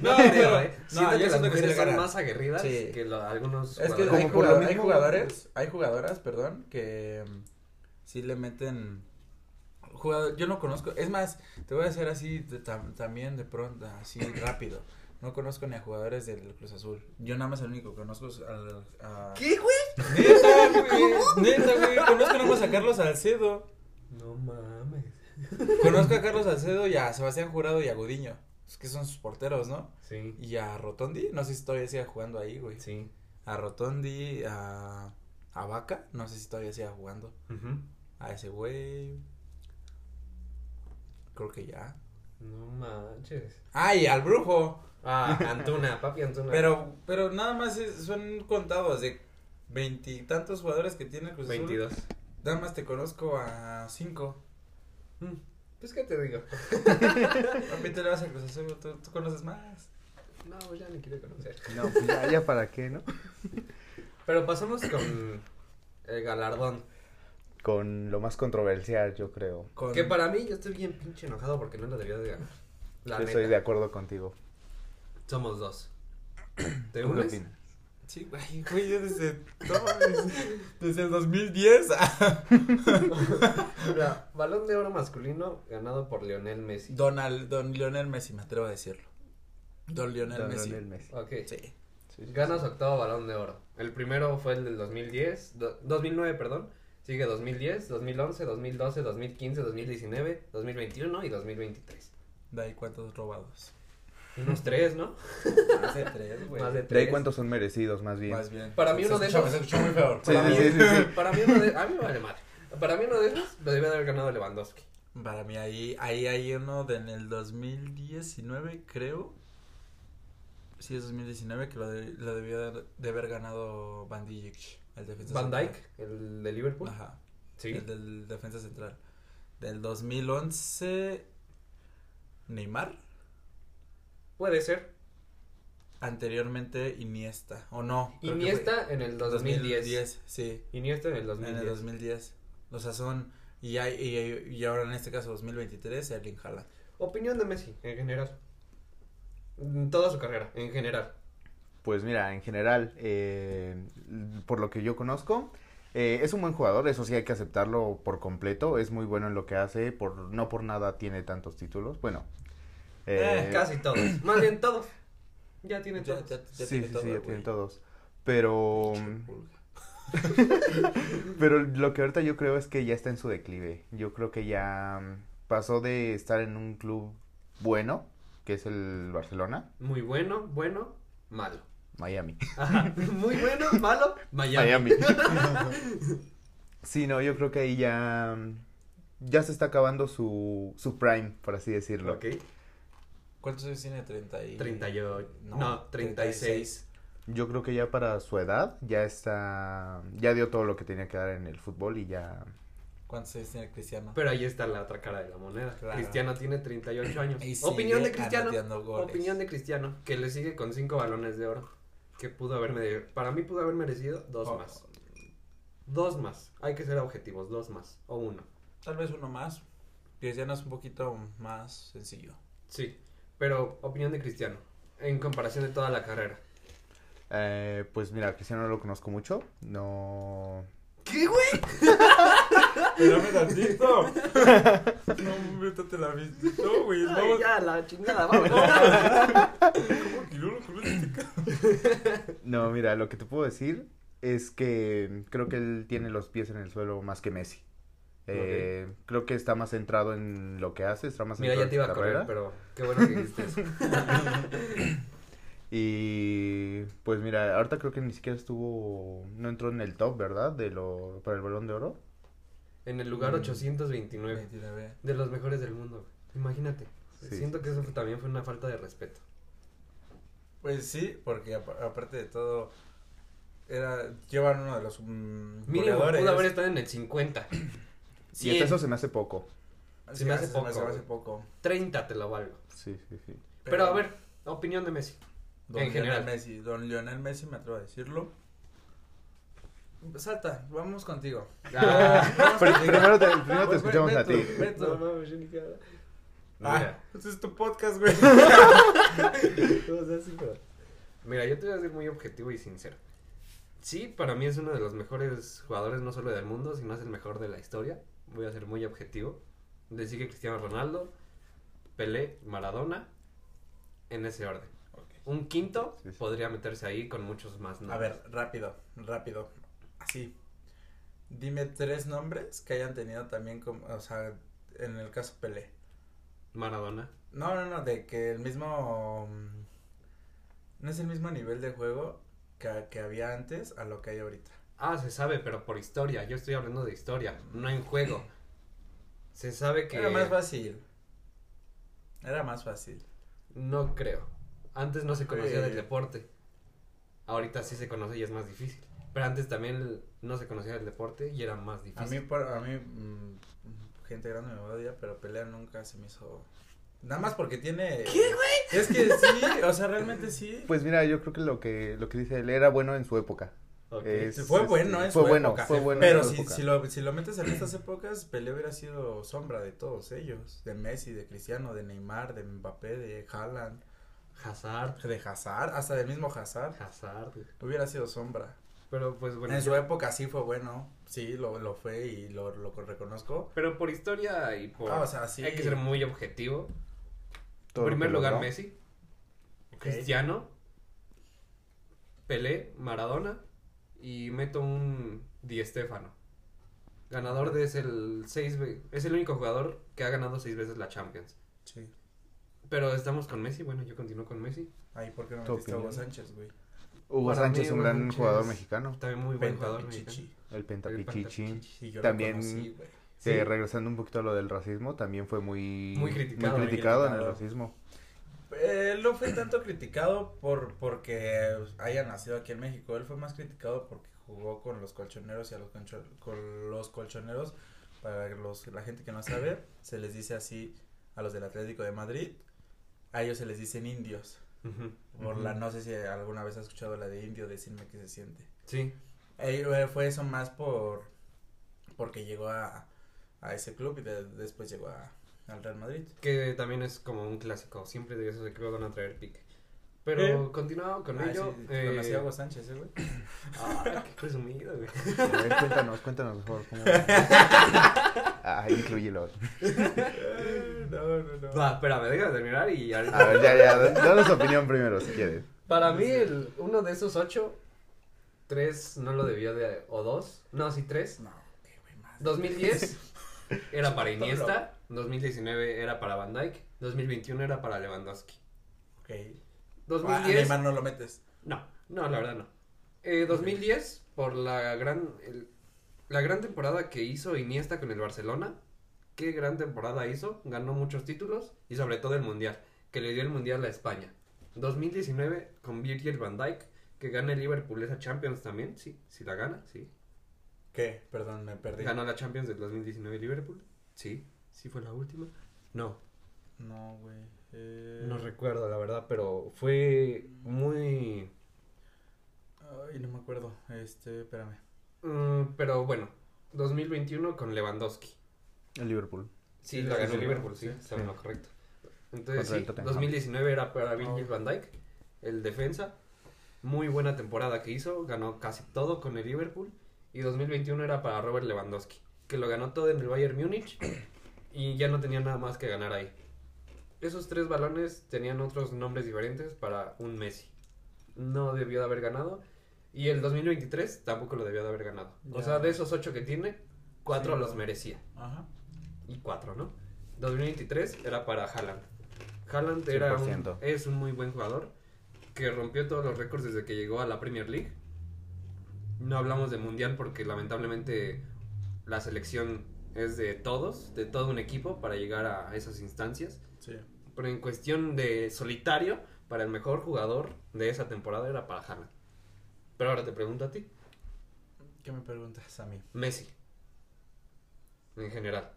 Speaker 1: No,
Speaker 3: pero-
Speaker 1: pero, eh.
Speaker 3: no,
Speaker 1: Siento que las
Speaker 3: yo siento que sí le
Speaker 1: mujeres son
Speaker 3: ganan.
Speaker 1: más aguerridas
Speaker 3: Sí.
Speaker 1: que lo- algunos.
Speaker 3: Es que
Speaker 1: jugadores.
Speaker 3: hay,
Speaker 2: Como por lo
Speaker 3: jugado- hay
Speaker 2: mismo-
Speaker 3: jugadores, hay jugadoras, perdón, que mm, sí le meten jugador, yo no conozco, es más, te voy a hacer así de tam- también de pronto, así rápido. No conozco ni a jugadores del Cruz Azul. Yo nada más el único que conozco es al a...
Speaker 1: ¿Qué, güey?
Speaker 3: Neta, güey. Neta, güey. Conozco nada más a Carlos Salcedo.
Speaker 1: No mames.
Speaker 3: Conozco a Carlos Salcedo y a Sebastián Jurado y a Gudiño. Es que son sus porteros, ¿no?
Speaker 1: Sí.
Speaker 3: Y a Rotondi, no sé si todavía siga jugando ahí, güey.
Speaker 1: Sí.
Speaker 3: A Rotondi, a, a Vaca, no sé si todavía siga jugando.
Speaker 1: Ujú.
Speaker 3: A ese güey. Creo que ya.
Speaker 1: No manches.
Speaker 3: ¡Ay! Al brujo.
Speaker 1: Ah, Antuna, papi Antuna.
Speaker 3: Pero, pero nada más es- son contados de veintitantos jugadores que tiene el Cruz Azul.
Speaker 1: 22.
Speaker 3: Nada más te conozco a cinco.
Speaker 1: Mm, Pues, ¿qué te digo?
Speaker 3: Papi, te le vas a Cruz Azul, tú, tú conoces más.
Speaker 1: No, pues, ya ni quiero conocer.
Speaker 2: No, pues ya, ya para qué, ¿no?
Speaker 1: Pero pasamos con el galardón.
Speaker 2: Con lo más controversial, yo creo.
Speaker 3: Con-
Speaker 1: Que para mí yo estoy bien pinche enojado porque no lo debió de ganar. La
Speaker 2: yo
Speaker 1: neta.
Speaker 2: estoy de acuerdo contigo.
Speaker 1: Somos dos. ¿Te
Speaker 2: ¿Tú qué
Speaker 1: unes?
Speaker 2: opinas?
Speaker 3: Sí, güey, güey, yo desde, no, desde, desde el 2010.
Speaker 1: Mira, balón de oro masculino ganado por Lionel Messi.
Speaker 3: Donald, don Lionel Messi, me atrevo a decirlo. Don Lionel
Speaker 2: Don
Speaker 3: Messi.
Speaker 2: Lionel Messi.
Speaker 1: Ok.
Speaker 3: Sí.
Speaker 2: Sí, sí,
Speaker 1: Gana su octavo balón de oro. El primero fue el del 2010, do- 2009, perdón. Sigue 2010, 2011, 2012, 2015, 2019, 2021 y 2023.
Speaker 3: De ahí cuántos robados.
Speaker 1: Unos tres, ¿no?
Speaker 3: Más de tres, güey.
Speaker 1: Más de
Speaker 2: sí. De ahí
Speaker 1: tres.
Speaker 2: cuántos son merecidos, más bien.
Speaker 3: Más bien.
Speaker 1: Para mí
Speaker 3: Se
Speaker 1: uno de
Speaker 3: escucha-
Speaker 1: esos-
Speaker 3: Se escuchó muy feo.
Speaker 2: Sí,
Speaker 1: para,
Speaker 2: sí,
Speaker 1: mí,
Speaker 2: sí, sí, sí.
Speaker 1: para mí uno de a mí me vale madre. Para mí uno de esos lo debía de haber ganado Lewandowski.
Speaker 3: Para mí ahí, ahí hay uno de en el 2019, creo. Sí, es 2019, que lo, de- lo debió de, de haber ganado Van Dijk, el defensa
Speaker 1: Van
Speaker 3: central.
Speaker 1: Dyke, el de Liverpool.
Speaker 3: Ajá.
Speaker 1: Sí.
Speaker 3: El del defensa central. Del 2011, Neymar.
Speaker 1: Puede ser.
Speaker 3: Anteriormente, Iniesta, ¿o no? Creo que fue
Speaker 1: Iniesta en el 2010.
Speaker 3: 2010, sí.
Speaker 1: Iniesta en el 2010.
Speaker 3: En el 2010. O sea, son. Y, hay, y, y ahora en este caso, 2023, Erling Haaland.
Speaker 1: Opinión de Messi en general. Mm, Toda su carrera, en general.
Speaker 2: Pues mira, en general, eh, por lo que yo conozco, eh, es un buen jugador, eso sí hay que aceptarlo por completo, es muy bueno en lo que hace, por, no por nada tiene tantos títulos, bueno. eh,
Speaker 1: Casi todos. Más bien todos. Ya tiene
Speaker 3: Ya,
Speaker 1: todos.
Speaker 3: ya-
Speaker 2: sí,
Speaker 3: ya tiene
Speaker 2: sí,
Speaker 3: todo,
Speaker 2: sí, ya
Speaker 3: güey.
Speaker 2: tienen todos. Pero,
Speaker 3: Pulga.
Speaker 2: pero lo que ahorita yo creo es que ya está en su declive. Yo creo que ya mm, pasó de estar en un club bueno, que es el Barcelona,
Speaker 1: Muy bueno, bueno, malo.
Speaker 2: Miami.
Speaker 1: Ajá. Muy bueno, malo, Miami.
Speaker 2: Miami. sí, no, yo creo que ahí ya. mm, Ya se está acabando su, su prime, por así decirlo.
Speaker 1: Ok.
Speaker 3: ¿Cuántos años tiene? 30 y...
Speaker 1: 38, no, 36.
Speaker 2: Yo creo que ya para su edad ya está. Ya dio todo lo que tenía que dar en el fútbol y ya.
Speaker 3: ¿Cuántos años tiene Cristiano?
Speaker 1: Pero ahí está la otra cara de la moneda.
Speaker 3: Claro.
Speaker 1: Cristiano tiene 38 años.
Speaker 3: Y sigue
Speaker 1: Opinión de Cristiano.
Speaker 3: anoteando goles.
Speaker 1: Opinión de Cristiano, que le sigue con 5 balones de oro. Que pudo haber merecido. Para mí pudo haber merecido dos
Speaker 3: O-
Speaker 1: más. Dos más. Hay que ser objetivos, dos más. O uno.
Speaker 3: Tal vez uno más. Cristiano es un poquito más sencillo.
Speaker 1: Sí. Pero opinión de Cristiano. En comparación de toda la carrera.
Speaker 2: Eh, pues mira, Cristiano no lo conozco mucho. No.
Speaker 1: ¿Qué, güey?
Speaker 3: ¡Espérame tantito! no, métate la No, güey. No,
Speaker 1: ya, la chingada, vamos.
Speaker 3: ¿Cómo que no lo conoces?
Speaker 2: No, mira, lo que te puedo decir es que creo que él tiene los pies en el suelo más que Messi. Eh, Creo que está más centrado en lo que hace, está más
Speaker 1: Mira,
Speaker 2: centrado
Speaker 1: ya
Speaker 2: en
Speaker 1: te
Speaker 2: su
Speaker 1: iba a correr,
Speaker 2: carrera.
Speaker 1: pero qué bueno que dijiste eso.
Speaker 2: Y pues mira, ahorita creo que ni siquiera estuvo, no entró en el top, ¿verdad? De lo, para el balón de oro.
Speaker 1: En el lugar
Speaker 3: Mm.
Speaker 1: 829.
Speaker 3: 29.
Speaker 1: De los mejores del mundo, güey. Imagínate.
Speaker 2: Sí.
Speaker 1: Siento que eso fue- también fue una falta de respeto.
Speaker 3: Pues sí, porque apa- aparte de todo, era, llevan uno de los mm,
Speaker 1: Mínimo
Speaker 3: goleadores.
Speaker 1: pudo haber estado en el 50.
Speaker 2: Y
Speaker 1: Cien.
Speaker 2: hasta eso se me hace poco.
Speaker 3: Sí,
Speaker 1: se me hace
Speaker 3: se
Speaker 1: poco,
Speaker 3: se me hace
Speaker 1: güey.
Speaker 3: poco.
Speaker 1: 30 te lo valgo.
Speaker 2: Sí, sí, sí.
Speaker 1: Pero, a ver, opinión de Messi.
Speaker 3: Don
Speaker 1: en
Speaker 3: Lionel
Speaker 1: general.
Speaker 3: Messi, don Lionel Messi me atrevo a decirlo. Salta, vamos contigo.
Speaker 1: Ah,
Speaker 3: Vamos
Speaker 2: Pri-
Speaker 3: contigo.
Speaker 2: primero te, primero te
Speaker 3: Ve-
Speaker 2: escuchamos
Speaker 3: ve
Speaker 2: a
Speaker 3: tú,
Speaker 2: ti.
Speaker 3: ve tú.
Speaker 1: mames, pues, yo ni qué hablar.
Speaker 3: Ah,
Speaker 1: Mira,
Speaker 3: ese es tu podcast, güey.
Speaker 1: o sea, sí, pero- Mira, yo te voy a ser muy objetivo y sincero. Sí, para mí es uno de los mejores jugadores, no solo del mundo, sino es el mejor de la historia. Voy a ser muy objetivo. Decir que Cristiano Ronaldo, Pelé, Maradona, en ese orden. Un quinto
Speaker 2: Sí, sí.
Speaker 1: podría meterse ahí con muchos más
Speaker 3: A
Speaker 1: nombres.
Speaker 3: ver, rápido, rápido. Así. Dime tres nombres que hayan tenido también como, o sea, en el caso Pelé.
Speaker 1: Maradona.
Speaker 3: No, no, no, de que el mismo mm, no es el mismo nivel de juego que, que había antes a lo que hay ahorita.
Speaker 1: Ah, se sabe, pero por historia. Yo estoy hablando de historia, no en juego. Se sabe que...
Speaker 3: Era más fácil. Era más fácil.
Speaker 1: No creo. Antes no se conocía
Speaker 3: Sí.
Speaker 1: del deporte. Ahorita sí se conoce y es más difícil. Pero antes también no se conocía del deporte y era más
Speaker 3: A mí,
Speaker 1: difícil.
Speaker 3: por- a mí mm, gente grande me odia, pero pelea nunca se me hizo. Nada más porque tiene. ¿Qué, güey? Es que sí, o sea, realmente sí.
Speaker 2: Pues mira, yo creo que lo que lo que dice él era bueno en su época.
Speaker 1: Ok.
Speaker 2: Es-
Speaker 3: fue
Speaker 2: este,
Speaker 3: bueno en
Speaker 2: fue
Speaker 3: su
Speaker 2: bueno,
Speaker 3: época,
Speaker 2: fue bueno en
Speaker 3: pero
Speaker 2: su
Speaker 3: si,
Speaker 2: época.
Speaker 3: si, lo, si lo metes en estas épocas, Pelé hubiera sido sombra de todos ellos, de Messi, de Cristiano, de Neymar, de Mbappé, de Haaland,
Speaker 1: Hazard.
Speaker 3: de Hazard, hasta del mismo Hazard,
Speaker 1: Hazard.
Speaker 3: hubiera sido sombra.
Speaker 1: Pero pues bueno.
Speaker 3: en su
Speaker 1: ya-
Speaker 3: época sí fue bueno, sí, lo, lo fue y lo, lo reconozco.
Speaker 1: Pero por historia y por...
Speaker 3: Ah, o sea, sí.
Speaker 1: Hay que ser muy objetivo.
Speaker 2: Todo lo
Speaker 1: en primer
Speaker 2: que
Speaker 1: lugar,
Speaker 2: logró.
Speaker 1: Messi.
Speaker 3: Ok.
Speaker 1: Cristiano. Pelé. Maradona. Y meto un Di Stéfano. Ganador de es el seis ve- es el único jugador que ha ganado seis veces la Champions.
Speaker 3: Sí.
Speaker 1: Pero estamos con Messi, bueno, yo continúo con Messi.
Speaker 3: Ay, ¿por qué no
Speaker 2: Tu
Speaker 3: metiste a Hugo
Speaker 2: opinión.
Speaker 3: Sánchez, güey?
Speaker 2: Hugo
Speaker 1: Para
Speaker 2: Sánchez,
Speaker 1: mí,
Speaker 2: un
Speaker 1: Hugo
Speaker 2: gran
Speaker 1: Sánchez-
Speaker 2: jugador mexicano.
Speaker 1: También muy buen
Speaker 3: Venta
Speaker 1: jugador mexicano.
Speaker 3: Pichichi.
Speaker 2: El
Speaker 1: Pentapichichi.
Speaker 2: Pentapichichi.
Speaker 3: Sí, yo
Speaker 2: También-
Speaker 3: lo conocí, güey.
Speaker 1: Sí.
Speaker 2: Que regresando un poquito a lo del racismo, también fue muy,
Speaker 1: Muy criticado,
Speaker 2: muy
Speaker 1: muy
Speaker 2: criticado en el
Speaker 3: criticado.
Speaker 2: racismo.
Speaker 3: Él Eh, no fue tanto criticado por porque haya nacido aquí en México. Él fue más criticado porque jugó con los colchoneros y a los, concho- con los colchoneros, para los, la gente que no sabe, se les dice así a los del Atlético de Madrid. A ellos se les dicen indios.
Speaker 1: Ujú.
Speaker 3: Por
Speaker 2: Ujú.
Speaker 3: la, no sé si alguna vez has escuchado la de indio, decirme que se siente.
Speaker 1: Sí,
Speaker 3: Eh, eh, fue eso más por porque llegó a, a ese club y de- después llegó a- al Real Madrid.
Speaker 1: que también es como un clásico, siempre de esos equipos van a traer pique. Pero
Speaker 3: ¿Eh?
Speaker 1: continuado con
Speaker 3: Ah,
Speaker 1: ello.
Speaker 3: sí,
Speaker 1: eh,
Speaker 3: conocí a Hugo Sánchez, ¿eh, güey.
Speaker 1: ah, qué presumido, güey.
Speaker 2: A ver, cuéntanos, cuéntanos mejor cómo. ah, incluyelo.
Speaker 3: no, no, no.
Speaker 1: Va, espérame, déjame terminar y ahorita-
Speaker 2: A ver, ya, ya, danos opinión primero si quieres.
Speaker 1: Para mí, el, uno de esos ocho, tres no lo debió de. o dos, no, sí, tres.
Speaker 3: No, qué güey más.
Speaker 1: 2010 era para Iniesta, 2019 era para Van Dyke, 2021 era para Lewandowski.
Speaker 3: Ok. Ah, a
Speaker 1: 2010.
Speaker 3: Neymar no lo metes.
Speaker 1: No, no, la verdad no. Eh, 2010, por la gran, el- la gran temporada que hizo Iniesta con el Barcelona, qué gran temporada hizo, ganó muchos títulos y sobre todo el Mundial, que le dio el Mundial a España. 2019 con Virgil van Dijk, que gana el Liverpool esa Champions también, sí, si la gana, sí.
Speaker 3: ¿Qué? Perdón, me perdí.
Speaker 1: Ganó la Champions del 2019 Liverpool, sí, sí fue la última. No,
Speaker 3: No, güey. Eh...
Speaker 1: no recuerdo la verdad, pero fue muy...
Speaker 3: Ay, no me acuerdo. Este, espérame.
Speaker 1: mm, pero bueno, 2021 con Lewandowski.
Speaker 2: El Liverpool.
Speaker 1: Sí,
Speaker 3: Sí,
Speaker 1: la
Speaker 3: sí,
Speaker 1: ganó
Speaker 3: sí,
Speaker 1: Liverpool, sí,
Speaker 3: sí,
Speaker 1: estaba en lo correcto. Entonces,
Speaker 2: Contra el
Speaker 1: sí,
Speaker 2: Tottenham.
Speaker 1: 2019 era para Virgil
Speaker 3: Ah.
Speaker 1: van Dijk, el defensa. Muy buena temporada que hizo, ganó casi todo con el Liverpool. Y 2021 era para Robert Lewandowski, que lo ganó todo en el Bayern Múnich y ya no tenía nada más que ganar ahí. Esos tres balones tenían otros nombres diferentes para un Messi. No debió de haber ganado. Y el 2023 tampoco lo debió de haber ganado. O
Speaker 3: Ya.
Speaker 1: sea, de esos ocho que tiene, cuatro
Speaker 3: Sí,
Speaker 1: los
Speaker 3: no.
Speaker 1: merecía
Speaker 3: Ajá.
Speaker 1: y 4, ¿no? 2023 era para Haaland. Haaland era un,
Speaker 2: 100%.
Speaker 1: es un muy buen jugador que rompió todos los récords desde que llegó a la Premier League. No hablamos de mundial porque lamentablemente la selección es de todos, de todo un equipo para llegar a esas instancias.
Speaker 3: Sí.
Speaker 1: Pero en cuestión de solitario, para el mejor jugador de esa temporada era para Haaland. Pero ahora te pregunto a ti,
Speaker 3: ¿Qué me preguntas a mí?
Speaker 1: Messi. En general.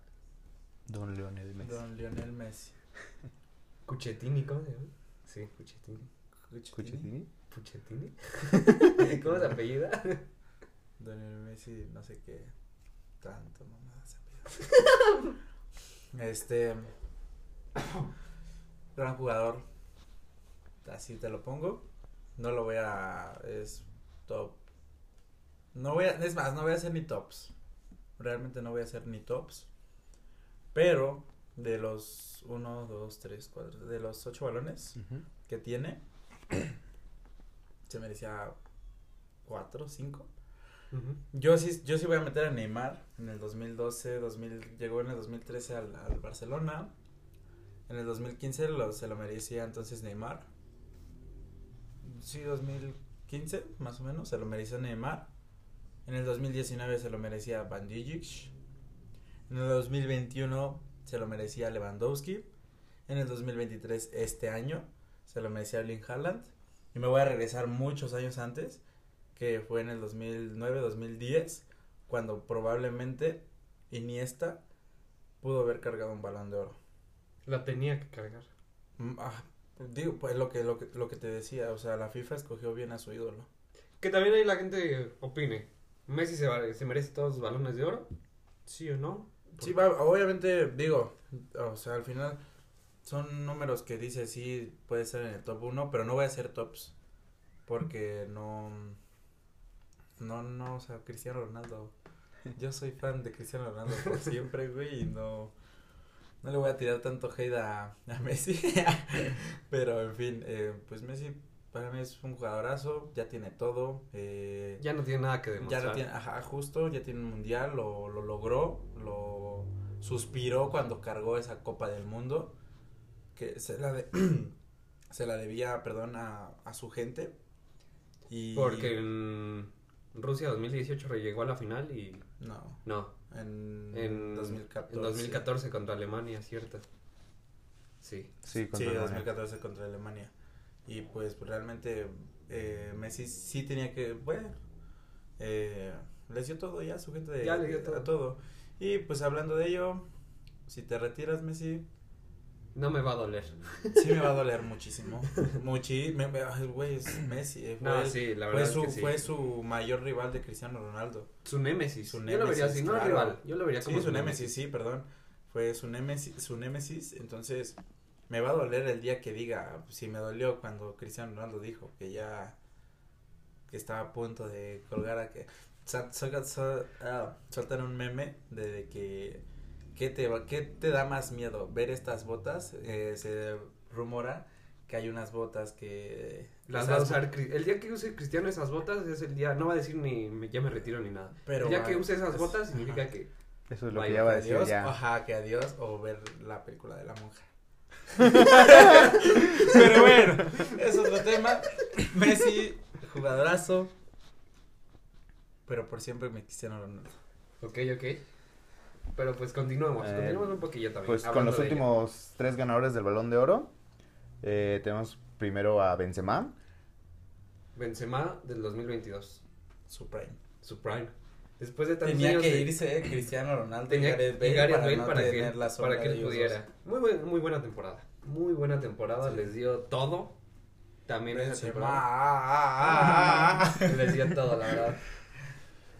Speaker 2: Don Leonel Messi.
Speaker 3: Don Lionel Messi.
Speaker 1: Cuchetini, ¿cómo se llama? Sí, Cuchetini.
Speaker 3: Cuchetini.
Speaker 2: ¿Cuchetini?
Speaker 1: ¿Puchetini? ¿Cómo se apellida?
Speaker 3: Don Lionel Messi, no sé qué. Tanto mamada se apellida. Este. Gran jugador. Así te lo pongo. No lo voy a. Es top. No voy a. Es más, no voy a hacer ni tops. Realmente no voy a hacer ni tops. Pero de los 1, 2, 3, 4. De los 8 balones
Speaker 2: Ujú.
Speaker 3: que tiene. Se merecía 4, 5. Yo sí, yo sí voy a meter a Neymar en el 2012, 2000, llegó en el 2013 al, al Barcelona. En el 2015 lo, se lo merecía entonces Neymar. Sí, 2015 más o menos se lo merecía Neymar. En el 2019 se lo merecía Van Dijk. En el 2021 se lo merecía Lewandowski. En el 2023 este año se lo merecía Erling Haaland. Y me voy a regresar muchos años antes que fue en el 2009-2010, cuando probablemente Iniesta pudo haber cargado un balón de oro.
Speaker 1: La tenía que cargar.
Speaker 3: Mm, ah, digo, pues lo que, lo, que, lo que te decía, o sea, la FIFA escogió bien a su ídolo.
Speaker 1: Que también ahí la gente opine. ¿Messi se, vale- se merece todos los balones de oro? ¿Sí o no?
Speaker 3: Sí, va- obviamente, digo, o sea, al final son números que dice sí, puede ser en el top 1, pero no voy a hacer tops, porque no, no, no, o sea, Cristiano Ronaldo, yo soy fan de Cristiano Ronaldo por siempre, güey, y no, no le voy a tirar tanto hate a, a Messi, pero en fin, eh, pues Messi para mí es un jugadorazo, ya tiene todo, eh,
Speaker 1: Ya no tiene nada que demostrar.
Speaker 3: ya lo tiene, ajá, justo, ya tiene un mundial, lo, lo logró, lo suspiró cuando cargó esa Copa del Mundo, que se la, de- se la debía, perdón, a, a su gente. Y
Speaker 1: Porque en Rusia 2018 llegó a la final y...
Speaker 3: No,
Speaker 1: No,
Speaker 3: en,
Speaker 1: en
Speaker 3: 2014.
Speaker 1: en 2014 contra Alemania, cierto. Sí.
Speaker 2: Sí, con
Speaker 3: Sí,
Speaker 2: Alemania.
Speaker 3: 2014 contra Alemania. Y pues pues, realmente eh, Messi sí tenía que, bueno, eh, les dio todo ya a su gente de,
Speaker 1: Ya le dio
Speaker 3: de-
Speaker 1: todo.
Speaker 3: a todo. Y pues hablando de ello, si te retiras Messi,
Speaker 1: No me va a doler.
Speaker 3: sí me va a doler muchísimo. Muchi, me- me- ay, güey, es Messi. eh, Fue,
Speaker 1: No,
Speaker 3: el-
Speaker 1: sí, la
Speaker 3: fue
Speaker 1: verdad es
Speaker 3: su,
Speaker 1: que sí.
Speaker 3: fue su mayor rival de Cristiano Ronaldo.
Speaker 1: Su némesis.
Speaker 3: Su
Speaker 1: yo lo vería
Speaker 3: némesis,
Speaker 1: así, no
Speaker 3: claro.
Speaker 1: rival. Yo lo vería
Speaker 3: Sí,
Speaker 1: como
Speaker 3: su némesis, sí, perdón. Fue su némesis, su némesis, entonces me va a doler el día que diga, si me dolió cuando Cristiano Ronaldo dijo que ya que estaba a punto de colgar a que sa- saca- sa- ah, sueltan un meme de, de que ¿qué te va- qué te da más miedo ver estas botas Eh, se rumora que hay unas botas que
Speaker 1: Las va
Speaker 3: esas
Speaker 1: a usar Cri- El día que use Cristiano esas botas es el día. No va a decir ni me- ya me retiro ni nada.
Speaker 3: Pero
Speaker 1: el día
Speaker 3: va-
Speaker 1: que use esas
Speaker 3: es-
Speaker 1: botas significa
Speaker 3: ajá.
Speaker 1: que.
Speaker 2: Eso es lo
Speaker 1: Vaya,
Speaker 2: que ya va a decir
Speaker 3: adiós,
Speaker 2: ya.
Speaker 3: ajá, que adiós o ver la película de la monja. Pero bueno, es otro tema. Messi, jugadorazo. Pero por siempre me quisieron Ronaldo.
Speaker 1: Ok, ok. Pero pues continuamos.
Speaker 2: Eh,
Speaker 1: continuamos un poquillo también.
Speaker 2: Pues con
Speaker 1: hablando
Speaker 2: los
Speaker 1: de ella.
Speaker 2: últimos tres ganadores del Balón de Oro, eh, tenemos primero a Benzema,
Speaker 1: Benzema del 2022.
Speaker 3: Su prime.
Speaker 1: Su prime. Después de tantos
Speaker 3: Tenía
Speaker 1: años
Speaker 3: que
Speaker 1: de-
Speaker 3: irse eh, Cristiano Ronaldo
Speaker 1: Tenía
Speaker 3: y Gareth Bale, para,
Speaker 1: Bale
Speaker 3: no
Speaker 1: para,
Speaker 3: tener
Speaker 1: que,
Speaker 3: la sombra
Speaker 1: para que
Speaker 3: de
Speaker 1: él
Speaker 3: ellos
Speaker 1: pudiera. Muy, buen- muy buena temporada. Muy buena temporada.
Speaker 3: Sí.
Speaker 1: Les dio todo.
Speaker 3: dos.
Speaker 1: También esa
Speaker 3: Benzema.
Speaker 1: temporada.
Speaker 3: ah, ah, ah, ah.
Speaker 1: Les dio todo, la verdad.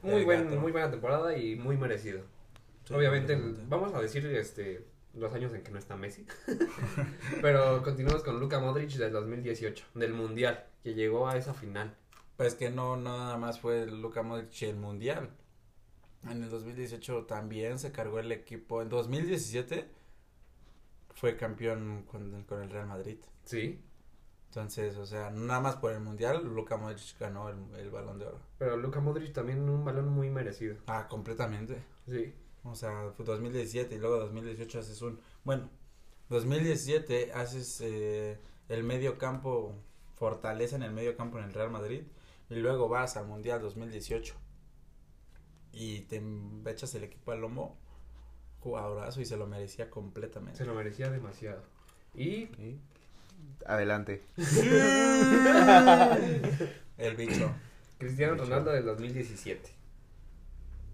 Speaker 1: Muy,
Speaker 3: El
Speaker 1: buen,
Speaker 3: gato.
Speaker 1: muy buena temporada y muy merecido.
Speaker 3: Sí,
Speaker 1: Obviamente,
Speaker 3: completamente.
Speaker 1: vamos a decir este, los años en que no está Messi. Pero continuamos con Luka Modric del 2018, del Mundial, que llegó a esa final.
Speaker 3: Pues que no, no nada más fue Luka Modric el mundial. En el 2018 también se cargó el equipo. En 2017 fue campeón con, con el Real Madrid.
Speaker 1: Sí,
Speaker 3: Entonces, o sea, nada más por el mundial, Luka Modric ganó el, el balón de oro.
Speaker 1: pero Luka Modric también un balón muy merecido.
Speaker 3: Ah, completamente.
Speaker 1: Sí,
Speaker 3: O sea, pues, fue 2017 y luego 2018 haces un... Bueno, 2017 haces eh, el medio campo, fortaleza en el medio campo en el Real Madrid y luego vas al Mundial 2018 y te echas el equipo al lomo, jugadorazo y se lo merecía completamente.
Speaker 1: se lo merecía demasiado. Y
Speaker 2: y adelante.
Speaker 3: El bicho.
Speaker 1: Cristiano
Speaker 2: De hecho.
Speaker 1: Ronaldo del 2017.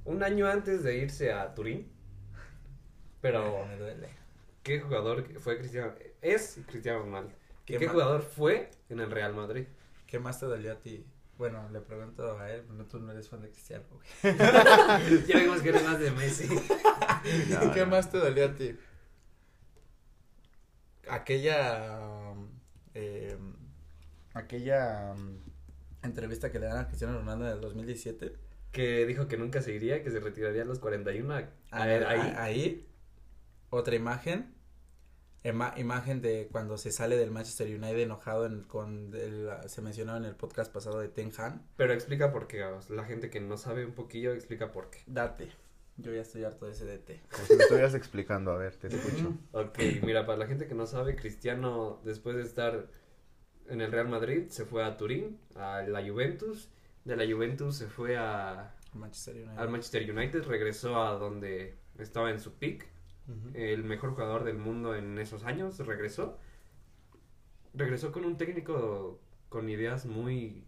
Speaker 1: Un año antes de irse a Turín. Pero,
Speaker 3: Me duele.
Speaker 1: ¿qué jugador fue Cristiano? Es Cristiano Ronaldo. ¿Qué,
Speaker 3: Qué
Speaker 1: qué
Speaker 3: mal.
Speaker 1: jugador fue en el Real Madrid?
Speaker 3: ¿Qué más te dolió a ti? Bueno, le pregunto a él, no, tú no eres fan de Cristiano, güey.
Speaker 1: Ya vemos que eres más de Messi.
Speaker 2: No,
Speaker 3: ¿Qué
Speaker 2: no.
Speaker 3: más te dolió a ti? Aquella. um, eh, aquella. um, entrevista que le dan a Cristiano Ronaldo en el 2017.
Speaker 1: Que dijo que nunca se iría, que se retiraría a los 41. A, a ver, ahí.
Speaker 3: a- ahí, Otra imagen. Ema- imagen de cuando se sale del Manchester United enojado en- con el- se mencionaba en el podcast pasado de Ten Han.
Speaker 1: Pero explica por qué. o sea, La gente que no sabe un poquillo explica por qué.
Speaker 3: Date. Yo ya estoy harto de ese DT.
Speaker 2: Como si me estuvieras explicando, a ver, te escucho.
Speaker 1: Ok, mira, para la gente que no sabe, Cristiano, después de estar en el Real Madrid, se fue a Turín, a la Juventus. De la Juventus se fue a,
Speaker 3: Manchester United.
Speaker 1: al Manchester United, regresó a donde estaba en su pick.
Speaker 3: Ujú.
Speaker 1: el mejor jugador del mundo en esos años, regresó. Regresó con un técnico con ideas muy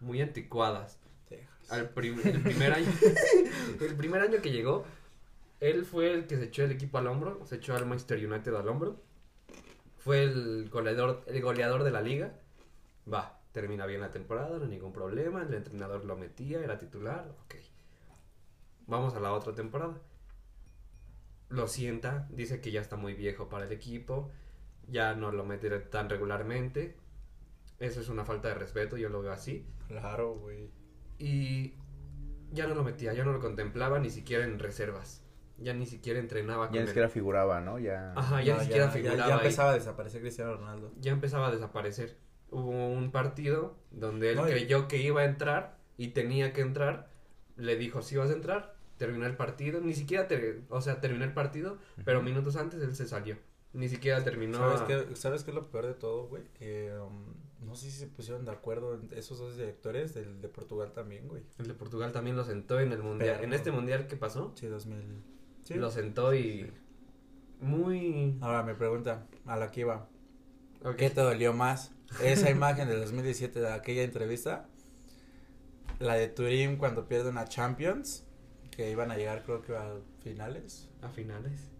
Speaker 1: muy anticuadas.
Speaker 3: Texas.
Speaker 1: Al prim- el primer año el primer año que llegó, él fue el que se echó el equipo al hombro, se echó al Manchester United al hombro. Fue el goleador el goleador de la liga. Va, termina bien la temporada, no hay ningún problema, el entrenador lo metía, era titular, ok. Vamos a la otra temporada lo sienta, dice que ya está muy viejo para el equipo, ya no lo meterá tan regularmente. Eso es una falta de respeto, yo lo veo así.
Speaker 3: Claro, güey.
Speaker 1: Y ya no lo metía, ya no lo contemplaba ni siquiera en reservas. Ya ni siquiera entrenaba con
Speaker 2: Ya ni
Speaker 1: él.
Speaker 2: siquiera figuraba, ¿no? Ya.
Speaker 1: Ajá, ya
Speaker 3: No,
Speaker 1: ni siquiera
Speaker 3: ya,
Speaker 1: figuraba.
Speaker 3: ya
Speaker 1: ahí.
Speaker 3: empezaba a desaparecer Cristiano Ronaldo.
Speaker 1: Ya empezaba a desaparecer. Hubo un partido donde él
Speaker 3: No, y-
Speaker 1: creyó que iba a entrar y tenía que entrar. Le dijo, si vas a entrar, terminó el partido. Ni siquiera, ter- o sea, terminó el partido, pero minutos antes él se salió. Ni siquiera terminó.
Speaker 3: ¿Sabes,
Speaker 1: a-
Speaker 3: qué, ¿Sabes qué es lo peor de todo, güey? Que um, no sé si se pusieron de acuerdo en- esos dos directores del de Portugal también, güey.
Speaker 1: El de Portugal también lo sentó en el mundial.
Speaker 3: Pero-
Speaker 1: en este mundial que pasó,
Speaker 3: Sí, 2000. Sí.
Speaker 1: lo sentó y. Muy.
Speaker 3: Ahora me pregunta, a la que iba,
Speaker 1: Ok.
Speaker 3: ¿qué te dolió más? ¿Esa imagen del 2017 de aquella entrevista? ¿La de Turín cuando pierden a Champions? Que iban a llegar creo que a finales.
Speaker 1: A finales.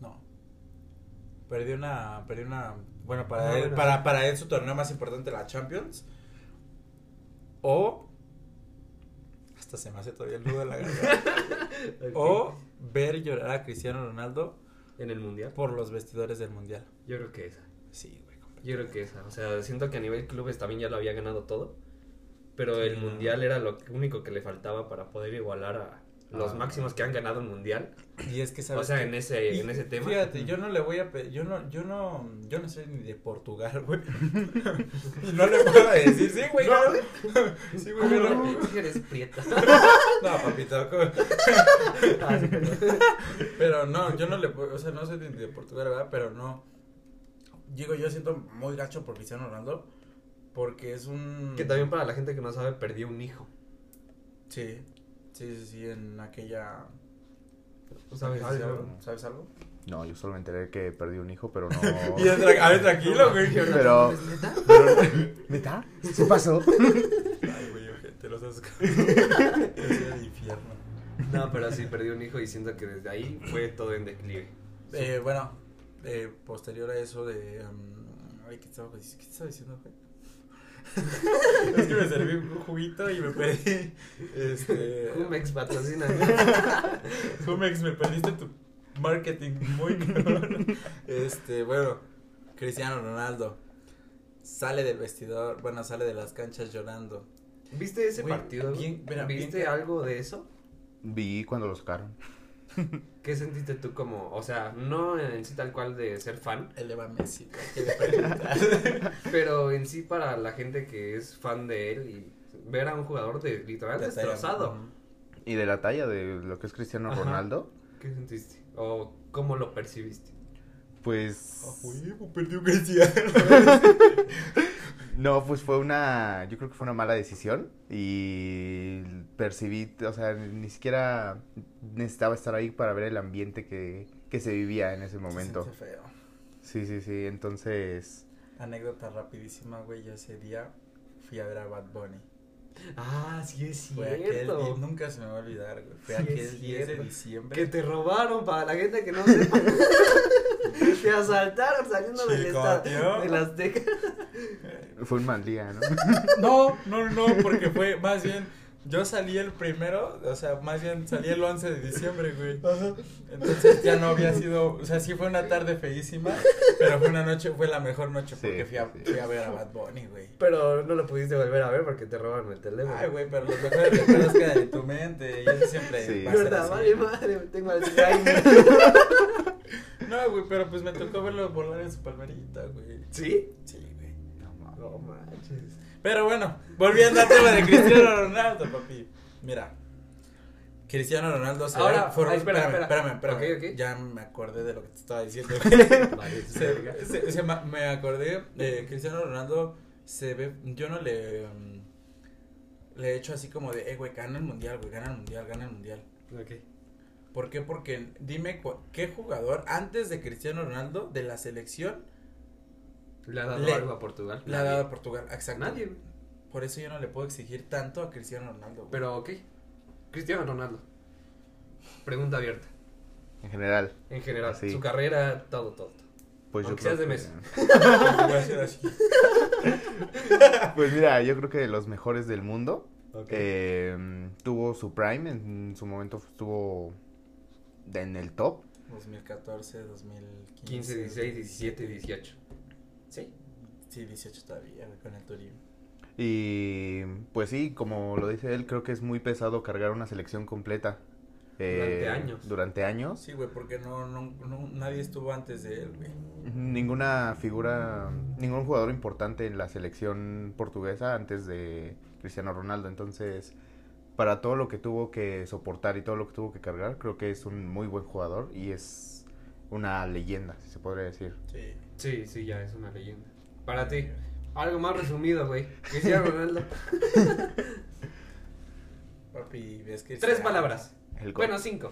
Speaker 3: No. Perdió una, perdió una, bueno, para
Speaker 1: Ah,
Speaker 3: él,
Speaker 1: bueno,
Speaker 3: para, para él su torneo más importante la Champions. O hasta se me hace todavía el nudo en la garganta. o ver llorar a Cristiano Ronaldo
Speaker 1: En el mundial.
Speaker 3: por los vestidores del Mundial.
Speaker 1: Yo creo que esa.
Speaker 3: Sí, güey. completamente.
Speaker 1: Yo creo que esa. O sea, siento que a nivel clubes también ya lo había ganado todo. Pero el
Speaker 3: Sí.
Speaker 1: mundial era lo único que le faltaba para poder igualar a los
Speaker 2: Ah.
Speaker 1: máximos que han ganado el mundial.
Speaker 3: Y es que
Speaker 1: O
Speaker 3: sabes
Speaker 1: sea,
Speaker 3: que-
Speaker 1: en ese, en ese tema.
Speaker 3: Fíjate, yo no le voy a pe- yo no, yo no, yo no soy ni de Portugal, güey. Y no le puedo decir, sí, güey.
Speaker 1: No.
Speaker 3: gana". Sí, güey, gana.
Speaker 1: Ah, sí eres prieta.
Speaker 3: No, papito, ¿cómo?
Speaker 1: Ah, sí, perdón.
Speaker 3: Pero no, yo no le puedo, o sea, no soy de, de Portugal, ¿verdad? Pero no. Digo, yo siento muy gacho por Cristiano Ronaldo porque es un...
Speaker 1: que también para la gente que no sabe, perdió un hijo.
Speaker 3: Sí, sí, sí, sí, en aquella...
Speaker 1: ¿Tú sabes
Speaker 3: ¿Sabes
Speaker 1: algo?
Speaker 3: algo? ¿Sabes algo?
Speaker 2: No, yo solo me enteré que perdí un hijo, pero no.
Speaker 3: Y es tra- a ver, tranquilo, güey.
Speaker 2: pero. pero... ¿Neta? ¿Se pasó?
Speaker 3: Ay, güey, ojete, los asco. Es el infierno.
Speaker 1: No, pero sí, perdí un hijo y siento que desde ahí fue todo en declive.
Speaker 3: Eh, bueno, eh, posterior a eso de... um, ay, ¿qué estaba, ¿qué estaba diciendo, güey? es que me serví un juguito y me perdí. Este...
Speaker 1: Jumex patrocina.
Speaker 3: Jumex, me perdiste tu marketing muy cabrón. Este, bueno, Cristiano Ronaldo sale del vestidor, bueno, sale de las canchas llorando.
Speaker 1: ¿Viste ese
Speaker 3: Güey,
Speaker 1: partido?
Speaker 3: bien- mira, bien
Speaker 1: ¿Viste
Speaker 3: que-
Speaker 1: algo de eso?
Speaker 2: Vi cuando lo sacaron.
Speaker 1: ¿Qué sentiste tú como, o sea, no en sí tal cual de ser fan,
Speaker 3: Eleva Messi, güey, ¿qué le preguntas?
Speaker 1: pero en sí para la gente que es fan de él y ver a un jugador de literal destrozado?
Speaker 2: Y de la talla de lo que es Cristiano
Speaker 1: Ajá.
Speaker 2: Ronaldo,
Speaker 1: ¿Qué sentiste? ¿O cómo lo percibiste?
Speaker 2: pues.
Speaker 3: A huevo, perdió Cristiano.
Speaker 2: No, pues fue una, yo creo que fue una mala decisión y percibí, o sea, ni siquiera necesitaba estar ahí para ver el ambiente que, que se vivía en ese momento.
Speaker 3: Se siente feo.
Speaker 2: Sí, sí, sí, entonces,
Speaker 3: Anécdota rapidísima, güey, yo ese día fui a ver a Bad Bunny.
Speaker 1: Ah, sí es
Speaker 3: Fue aquel,
Speaker 1: cierto.
Speaker 3: y nunca se me va a olvidar, güey. Fue
Speaker 1: Sí, es
Speaker 3: aquel 10 de
Speaker 1: cierto.
Speaker 3: diciembre.
Speaker 1: Que te robaron, para la gente que no sepa. te asaltaron saliendo del
Speaker 3: Chico,
Speaker 1: estadio
Speaker 3: tío.
Speaker 1: de las tecas.
Speaker 2: Fue un mal día, ¿no?
Speaker 3: No, no, no, porque fue más bien. Yo salí el primero, o sea, más bien salí el 11 de diciembre, güey. Entonces ya no había sido, o sea, sí fue una tarde feísima, pero fue una noche, fue la mejor noche
Speaker 2: Sí,
Speaker 3: porque fui a,
Speaker 2: sí.
Speaker 3: fui a ver a Bad Bunny, güey.
Speaker 1: Pero no lo pudiste volver a ver porque te robaron el teléfono.
Speaker 3: Ay, güey, pero los mejores recuerdos quedan en tu mente y eso siempre
Speaker 2: Sí.
Speaker 3: va a ser
Speaker 1: Verdad,
Speaker 3: así.
Speaker 1: vale madre, me tengo al Alzheimer.
Speaker 3: No, güey, pero pues me tocó verlo volar en su palmerita, güey.
Speaker 1: ¿Sí?
Speaker 3: Sí, güey.
Speaker 1: No manches.
Speaker 3: Pero bueno, volviendo al tema de Cristiano Ronaldo, papi. Mira, Cristiano Ronaldo se
Speaker 1: Ahora,
Speaker 3: va a formar-
Speaker 1: ay, espera,
Speaker 3: espérame,
Speaker 1: espera.
Speaker 3: espérame, espérame.
Speaker 1: Ok, ok.
Speaker 3: Ya me acordé de lo que te estaba diciendo.
Speaker 1: Vale,
Speaker 3: se, se- se ma- me acordé de Cristiano Ronaldo se ve, yo no le mm, le he hecho así como de, eh, güey, gana el mundial, güey, gana el mundial, gana el mundial.
Speaker 1: Ok.
Speaker 3: ¿Por qué? Porque dime cu- qué jugador antes de Cristiano Ronaldo de la selección
Speaker 1: ¿Le ha dado
Speaker 3: Le-
Speaker 1: algo a Portugal?
Speaker 3: le ha dado a Portugal, exacto.
Speaker 1: Nadie, güey.
Speaker 3: Por eso yo no le puedo exigir tanto a Cristiano Ronaldo. güey.
Speaker 1: Pero ok. Cristiano Ronaldo. Pregunta abierta.
Speaker 2: En general,
Speaker 1: En general,
Speaker 2: Sí.
Speaker 1: su carrera, todo, todo. todo.
Speaker 2: pues
Speaker 1: Aunque
Speaker 2: yo
Speaker 1: seas de
Speaker 2: creo que-
Speaker 1: Messi.
Speaker 3: Voy a hacer así.
Speaker 2: Pues mira, yo creo que de los mejores del mundo.
Speaker 1: Ok.
Speaker 2: Eh, tuvo su prime, en su momento estuvo de- en el top.
Speaker 3: 2014, 2015.
Speaker 1: 15, 16, 17, 18. Sí.
Speaker 3: Sí, 18 todavía, güey, con el Turín.
Speaker 2: Y pues sí, como lo dice él, creo que es muy pesado cargar una selección completa. eh,
Speaker 1: Durante años.
Speaker 2: Durante años.
Speaker 3: Sí, güey, porque no, no, no- nadie estuvo antes de él, güey.
Speaker 2: Ninguna figura, ningún jugador importante en la selección portuguesa antes de Cristiano Ronaldo. Entonces, para todo lo que tuvo que soportar y todo lo que tuvo que cargar, creo que es un muy buen jugador y es una leyenda, si se podría decir.
Speaker 3: Sí.
Speaker 1: Sí, sí, ya es una leyenda. Para ti, algo más resumido, güey. Cristiano Ronaldo.
Speaker 3: Papi, ves que.
Speaker 1: Tres palabras.
Speaker 2: El
Speaker 1: Bueno, cinco.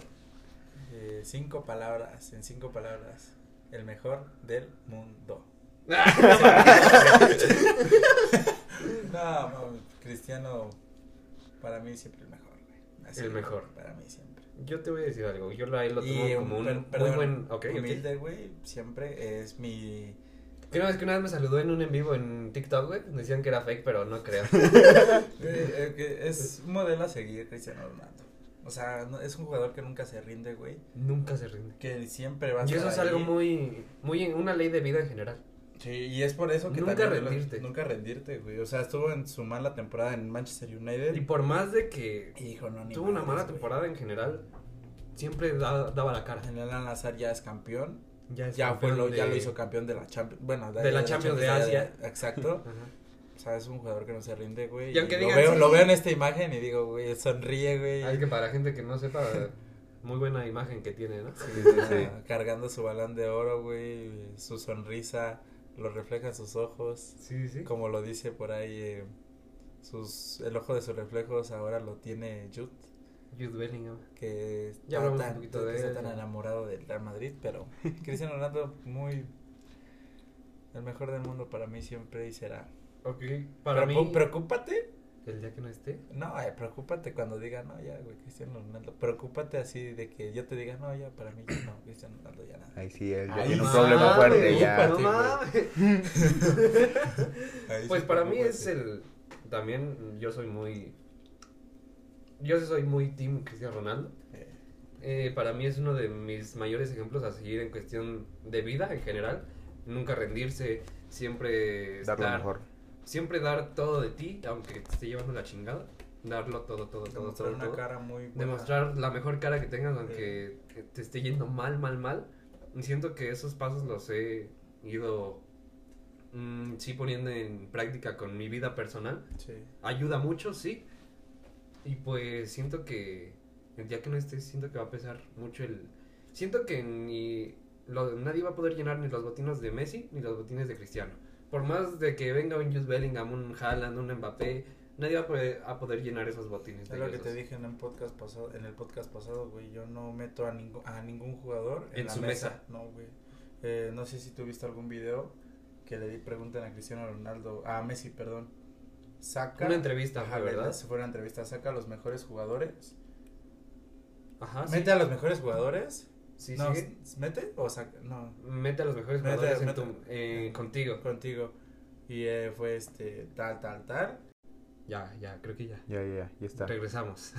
Speaker 3: Eh, cinco palabras, en cinco palabras. El mejor del mundo. No, mami, Cristiano, para mí siempre el mejor, güey. Así,
Speaker 1: El mejor.
Speaker 3: Para mí siempre.
Speaker 1: Yo te voy a decir algo. Yo lo, ahí lo tomo
Speaker 3: eh,
Speaker 1: como un
Speaker 3: per-
Speaker 1: muy
Speaker 3: perdón,
Speaker 1: buen. Ok, ok.
Speaker 3: humilde, güey, siempre es mi.
Speaker 1: Creo que una vez me saludó en un en vivo en TikTok, güey. Decían que era fake, pero no creo.
Speaker 3: Eh, eh, que es un modelo a seguir Cristiano Ronaldo. O sea, no- es un jugador que nunca se rinde, güey.
Speaker 1: Nunca se rinde.
Speaker 3: Que siempre va a
Speaker 1: Y eso
Speaker 3: estar
Speaker 1: es algo
Speaker 3: ahí.
Speaker 1: muy, muy en- una ley de vida en general.
Speaker 3: Sí, y es por eso que
Speaker 1: Nunca
Speaker 3: también lo-
Speaker 1: rendirte.
Speaker 3: nunca rendirte, güey. O sea, estuvo en su mala temporada en Manchester United.
Speaker 1: Y por más de que
Speaker 3: y dijo, no, ni
Speaker 1: tuvo una
Speaker 3: madres,
Speaker 1: mala
Speaker 3: güey.
Speaker 1: temporada en general, siempre da- daba la cara.
Speaker 3: En el Al Nazar ya es campeón.
Speaker 1: es
Speaker 3: Ya, fue
Speaker 1: campeón
Speaker 3: lo, ya
Speaker 1: de-
Speaker 3: lo hizo campeón de la Champions. Bueno,
Speaker 1: De la Champions de Asia.
Speaker 3: de- exacto.
Speaker 1: Ajá.
Speaker 3: O sea, es un jugador que no se rinde, güey.
Speaker 1: Y aunque
Speaker 3: lo,
Speaker 1: digan,
Speaker 3: veo,
Speaker 1: sí,
Speaker 3: lo
Speaker 1: sí.
Speaker 3: veo en esta imagen y digo, güey, sonríe, güey.
Speaker 1: Hay Ah, que para la gente que no sepa, muy buena imagen que tiene, ¿no?
Speaker 3: Sí,
Speaker 2: Sí,
Speaker 3: o sea,
Speaker 2: sí.
Speaker 3: Cargando su balón de oro, güey. Su sonrisa lo refleja en sus ojos.
Speaker 1: Sí, sí.
Speaker 3: Como lo dice por ahí, eh, sus, el ojo de sus reflejos ahora lo tiene Jude.
Speaker 1: Jude Bellingham.
Speaker 3: Que está,
Speaker 1: Ya hablamos un
Speaker 3: tan,
Speaker 1: poquito de
Speaker 3: que está
Speaker 1: él,
Speaker 3: tan
Speaker 1: ¿no?
Speaker 3: enamorado del Real Madrid, pero Cristiano Ronaldo, muy. El mejor del mundo para mí siempre y será.
Speaker 1: Ok. Para
Speaker 3: Preocu-
Speaker 1: mí,
Speaker 3: Preocúpate.
Speaker 1: el día que no esté.
Speaker 3: No, eh, preocúpate cuando diga, no, ya, güey, Cristiano Ronaldo. Preocúpate así de que yo te diga, no, ya, para mí, ya no, Cristiano Ronaldo, ya nada.
Speaker 2: Ahí sí, él ya
Speaker 3: Ahí
Speaker 2: tiene un
Speaker 3: sí.
Speaker 2: problema
Speaker 3: Ah,
Speaker 2: fuerte
Speaker 3: güey,
Speaker 2: ya.
Speaker 1: No
Speaker 3: Sí,
Speaker 1: mames.
Speaker 3: Ahí
Speaker 1: Pues
Speaker 3: sí,
Speaker 1: para mí es
Speaker 3: preocúpate.
Speaker 1: el. También yo soy muy. Yo sí soy muy team Cristiano Ronaldo.
Speaker 3: Eh,
Speaker 1: Eh, para mí es uno de mis mayores ejemplos a seguir en cuestión de vida en general. Nunca rendirse, siempre
Speaker 2: Dar lo
Speaker 1: estar-
Speaker 2: mejor.
Speaker 1: Siempre dar todo de ti, aunque te esté llevando la chingada. Darlo todo, todo, todo,
Speaker 3: demostrar
Speaker 1: todo.
Speaker 3: una
Speaker 1: todo.
Speaker 3: cara muy buena.
Speaker 1: Demostrar la mejor cara que tengas, aunque te esté yendo mal, mal, mal. Y Siento que esos pasos los he ido, mm, sí, poniendo en práctica con mi vida personal.
Speaker 3: Sí.
Speaker 1: Ayuda mucho, sí. Y pues siento que el día que no estés, siento que va a pesar mucho el... Siento que ni lo- nadie va a poder llenar ni los botines de Messi ni los botines de Cristiano. Por más de que venga un Jude Bellingham, un Haaland, un Mbappé, nadie va a poder, a poder llenar esos botines.
Speaker 3: Es
Speaker 1: de
Speaker 3: lo
Speaker 1: ellos
Speaker 3: que te
Speaker 1: dos.
Speaker 3: dije en el podcast pasado, en el podcast pasado, güey, yo no meto a ningún a ningún jugador en,
Speaker 1: En
Speaker 3: la
Speaker 1: su
Speaker 3: mesa.
Speaker 1: mesa.
Speaker 3: No, güey. Eh, no sé si tú viste algún video que le di preguntan a Cristiano Ronaldo, a Messi, perdón, saca.
Speaker 1: Una entrevista,
Speaker 3: Ajá,
Speaker 1: ¿verdad?
Speaker 3: ¿verdad? Si fuera una entrevista, saca a los mejores jugadores.
Speaker 1: Ajá, Ah, sí.
Speaker 3: mete a los mejores jugadores.
Speaker 1: Sí,
Speaker 3: no,
Speaker 1: sigue.
Speaker 3: s- mete o saca. No,
Speaker 1: Mete a los mejores
Speaker 3: Mete-
Speaker 1: jugadores en
Speaker 3: mete-
Speaker 1: tu- eh, contigo.
Speaker 3: contigo. Y eh, fue este tal, tal, tal.
Speaker 1: Ya, ya, creo que ya.
Speaker 2: Ya, ya, ya, ya está.
Speaker 1: Regresamos.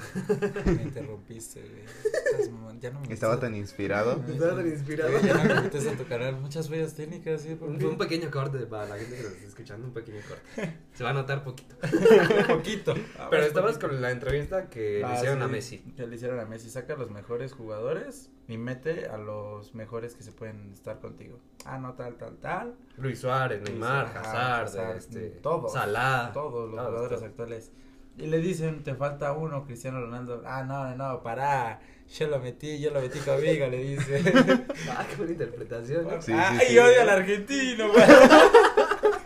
Speaker 3: Me interrumpiste, güey. Estás mamón, Ya no me
Speaker 2: Estaba
Speaker 3: invitas a-
Speaker 2: tan inspirado.
Speaker 1: Estaba tan inspirado.
Speaker 3: Oye, Ya no me invitas a tu canal. Muchas fallas técnicas, ¿sí?
Speaker 1: Un, un pequeño corte para la gente que nos está escuchando, un pequeño corte. Se va a notar poquito.
Speaker 3: Ah, poquito.
Speaker 1: Pero estabas con la entrevista que le
Speaker 3: Ah,
Speaker 1: hicieron
Speaker 3: sí,
Speaker 1: a Messi.
Speaker 3: Que le hicieron a Messi. Saca a los mejores jugadores y mete a los mejores que se pueden estar contigo. Ah, no, tal, tal, tal.
Speaker 1: Luis Suárez, Neymar,
Speaker 3: Ajá,
Speaker 1: Hazard,
Speaker 3: Hazard, mm,
Speaker 1: este,
Speaker 3: todos,
Speaker 1: Salah.
Speaker 3: Todos los
Speaker 1: todos,
Speaker 3: jugadores
Speaker 1: todos.
Speaker 3: actuales. Y le dicen, te falta uno, Cristiano Ronaldo. Ah, no, no, no, pará. Yo lo metí, yo lo metí conmigo, le dice.
Speaker 1: Ah, qué buena interpretación. ¿no?
Speaker 2: Sí,
Speaker 3: Ay,
Speaker 2: sí, sí.
Speaker 3: Ah, odio al argentino, güey.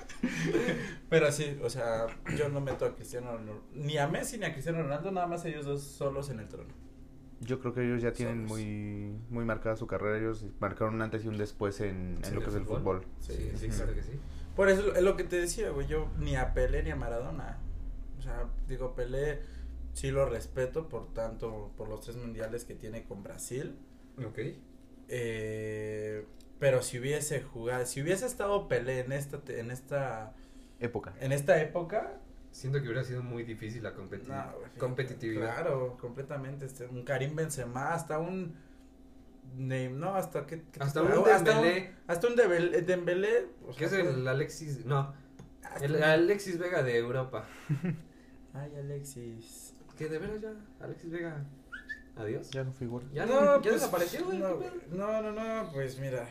Speaker 3: Pero sí, o sea, yo no meto a Cristiano Ronaldo, ni a Messi ni a Cristiano Ronaldo, nada más ellos dos solos en el trono.
Speaker 2: Yo creo que ellos ya tienen
Speaker 3: Somos.
Speaker 2: muy, muy marcada su carrera. Ellos marcaron un antes y un después en, en
Speaker 1: Sí,
Speaker 2: lo que
Speaker 1: el
Speaker 2: es el
Speaker 1: fútbol.
Speaker 2: fútbol.
Speaker 1: Sí, sí, claro que sí.
Speaker 3: Por eso es lo que te decía, güey. Yo ni a Pelé ni a Maradona. O sea, digo, Pelé sí lo respeto por tanto, por los tres mundiales que tiene con Brasil.
Speaker 1: Ok.
Speaker 3: Eh, pero si hubiese jugado, si hubiese estado Pelé en esta, te- en esta,
Speaker 2: Época.
Speaker 3: en esta época.
Speaker 1: Siento que hubiera sido muy difícil la competi-
Speaker 3: no, güey,
Speaker 1: competitividad.
Speaker 3: Claro, completamente. Este, un Karim Benzema, hasta un. Ney- No, hasta que. que-
Speaker 1: Hasta un
Speaker 3: un-
Speaker 1: Dembélé.
Speaker 3: Hasta un Dembélé. Dembélé, o
Speaker 1: Que es
Speaker 3: sea, pues
Speaker 1: el Alexis. No,
Speaker 3: hasta
Speaker 1: el
Speaker 3: un-
Speaker 1: Alexis Vega de Europa.
Speaker 3: Ay, Alexis.
Speaker 1: Que de veras ya, Alexis Vega. Adiós.
Speaker 2: Ya no figura.
Speaker 1: Ya,
Speaker 3: No,
Speaker 1: no, ya
Speaker 3: pues,
Speaker 1: desapareció, güey.
Speaker 3: No,
Speaker 1: qué
Speaker 3: güey.
Speaker 1: pedo.
Speaker 3: no, no, no, pues mira,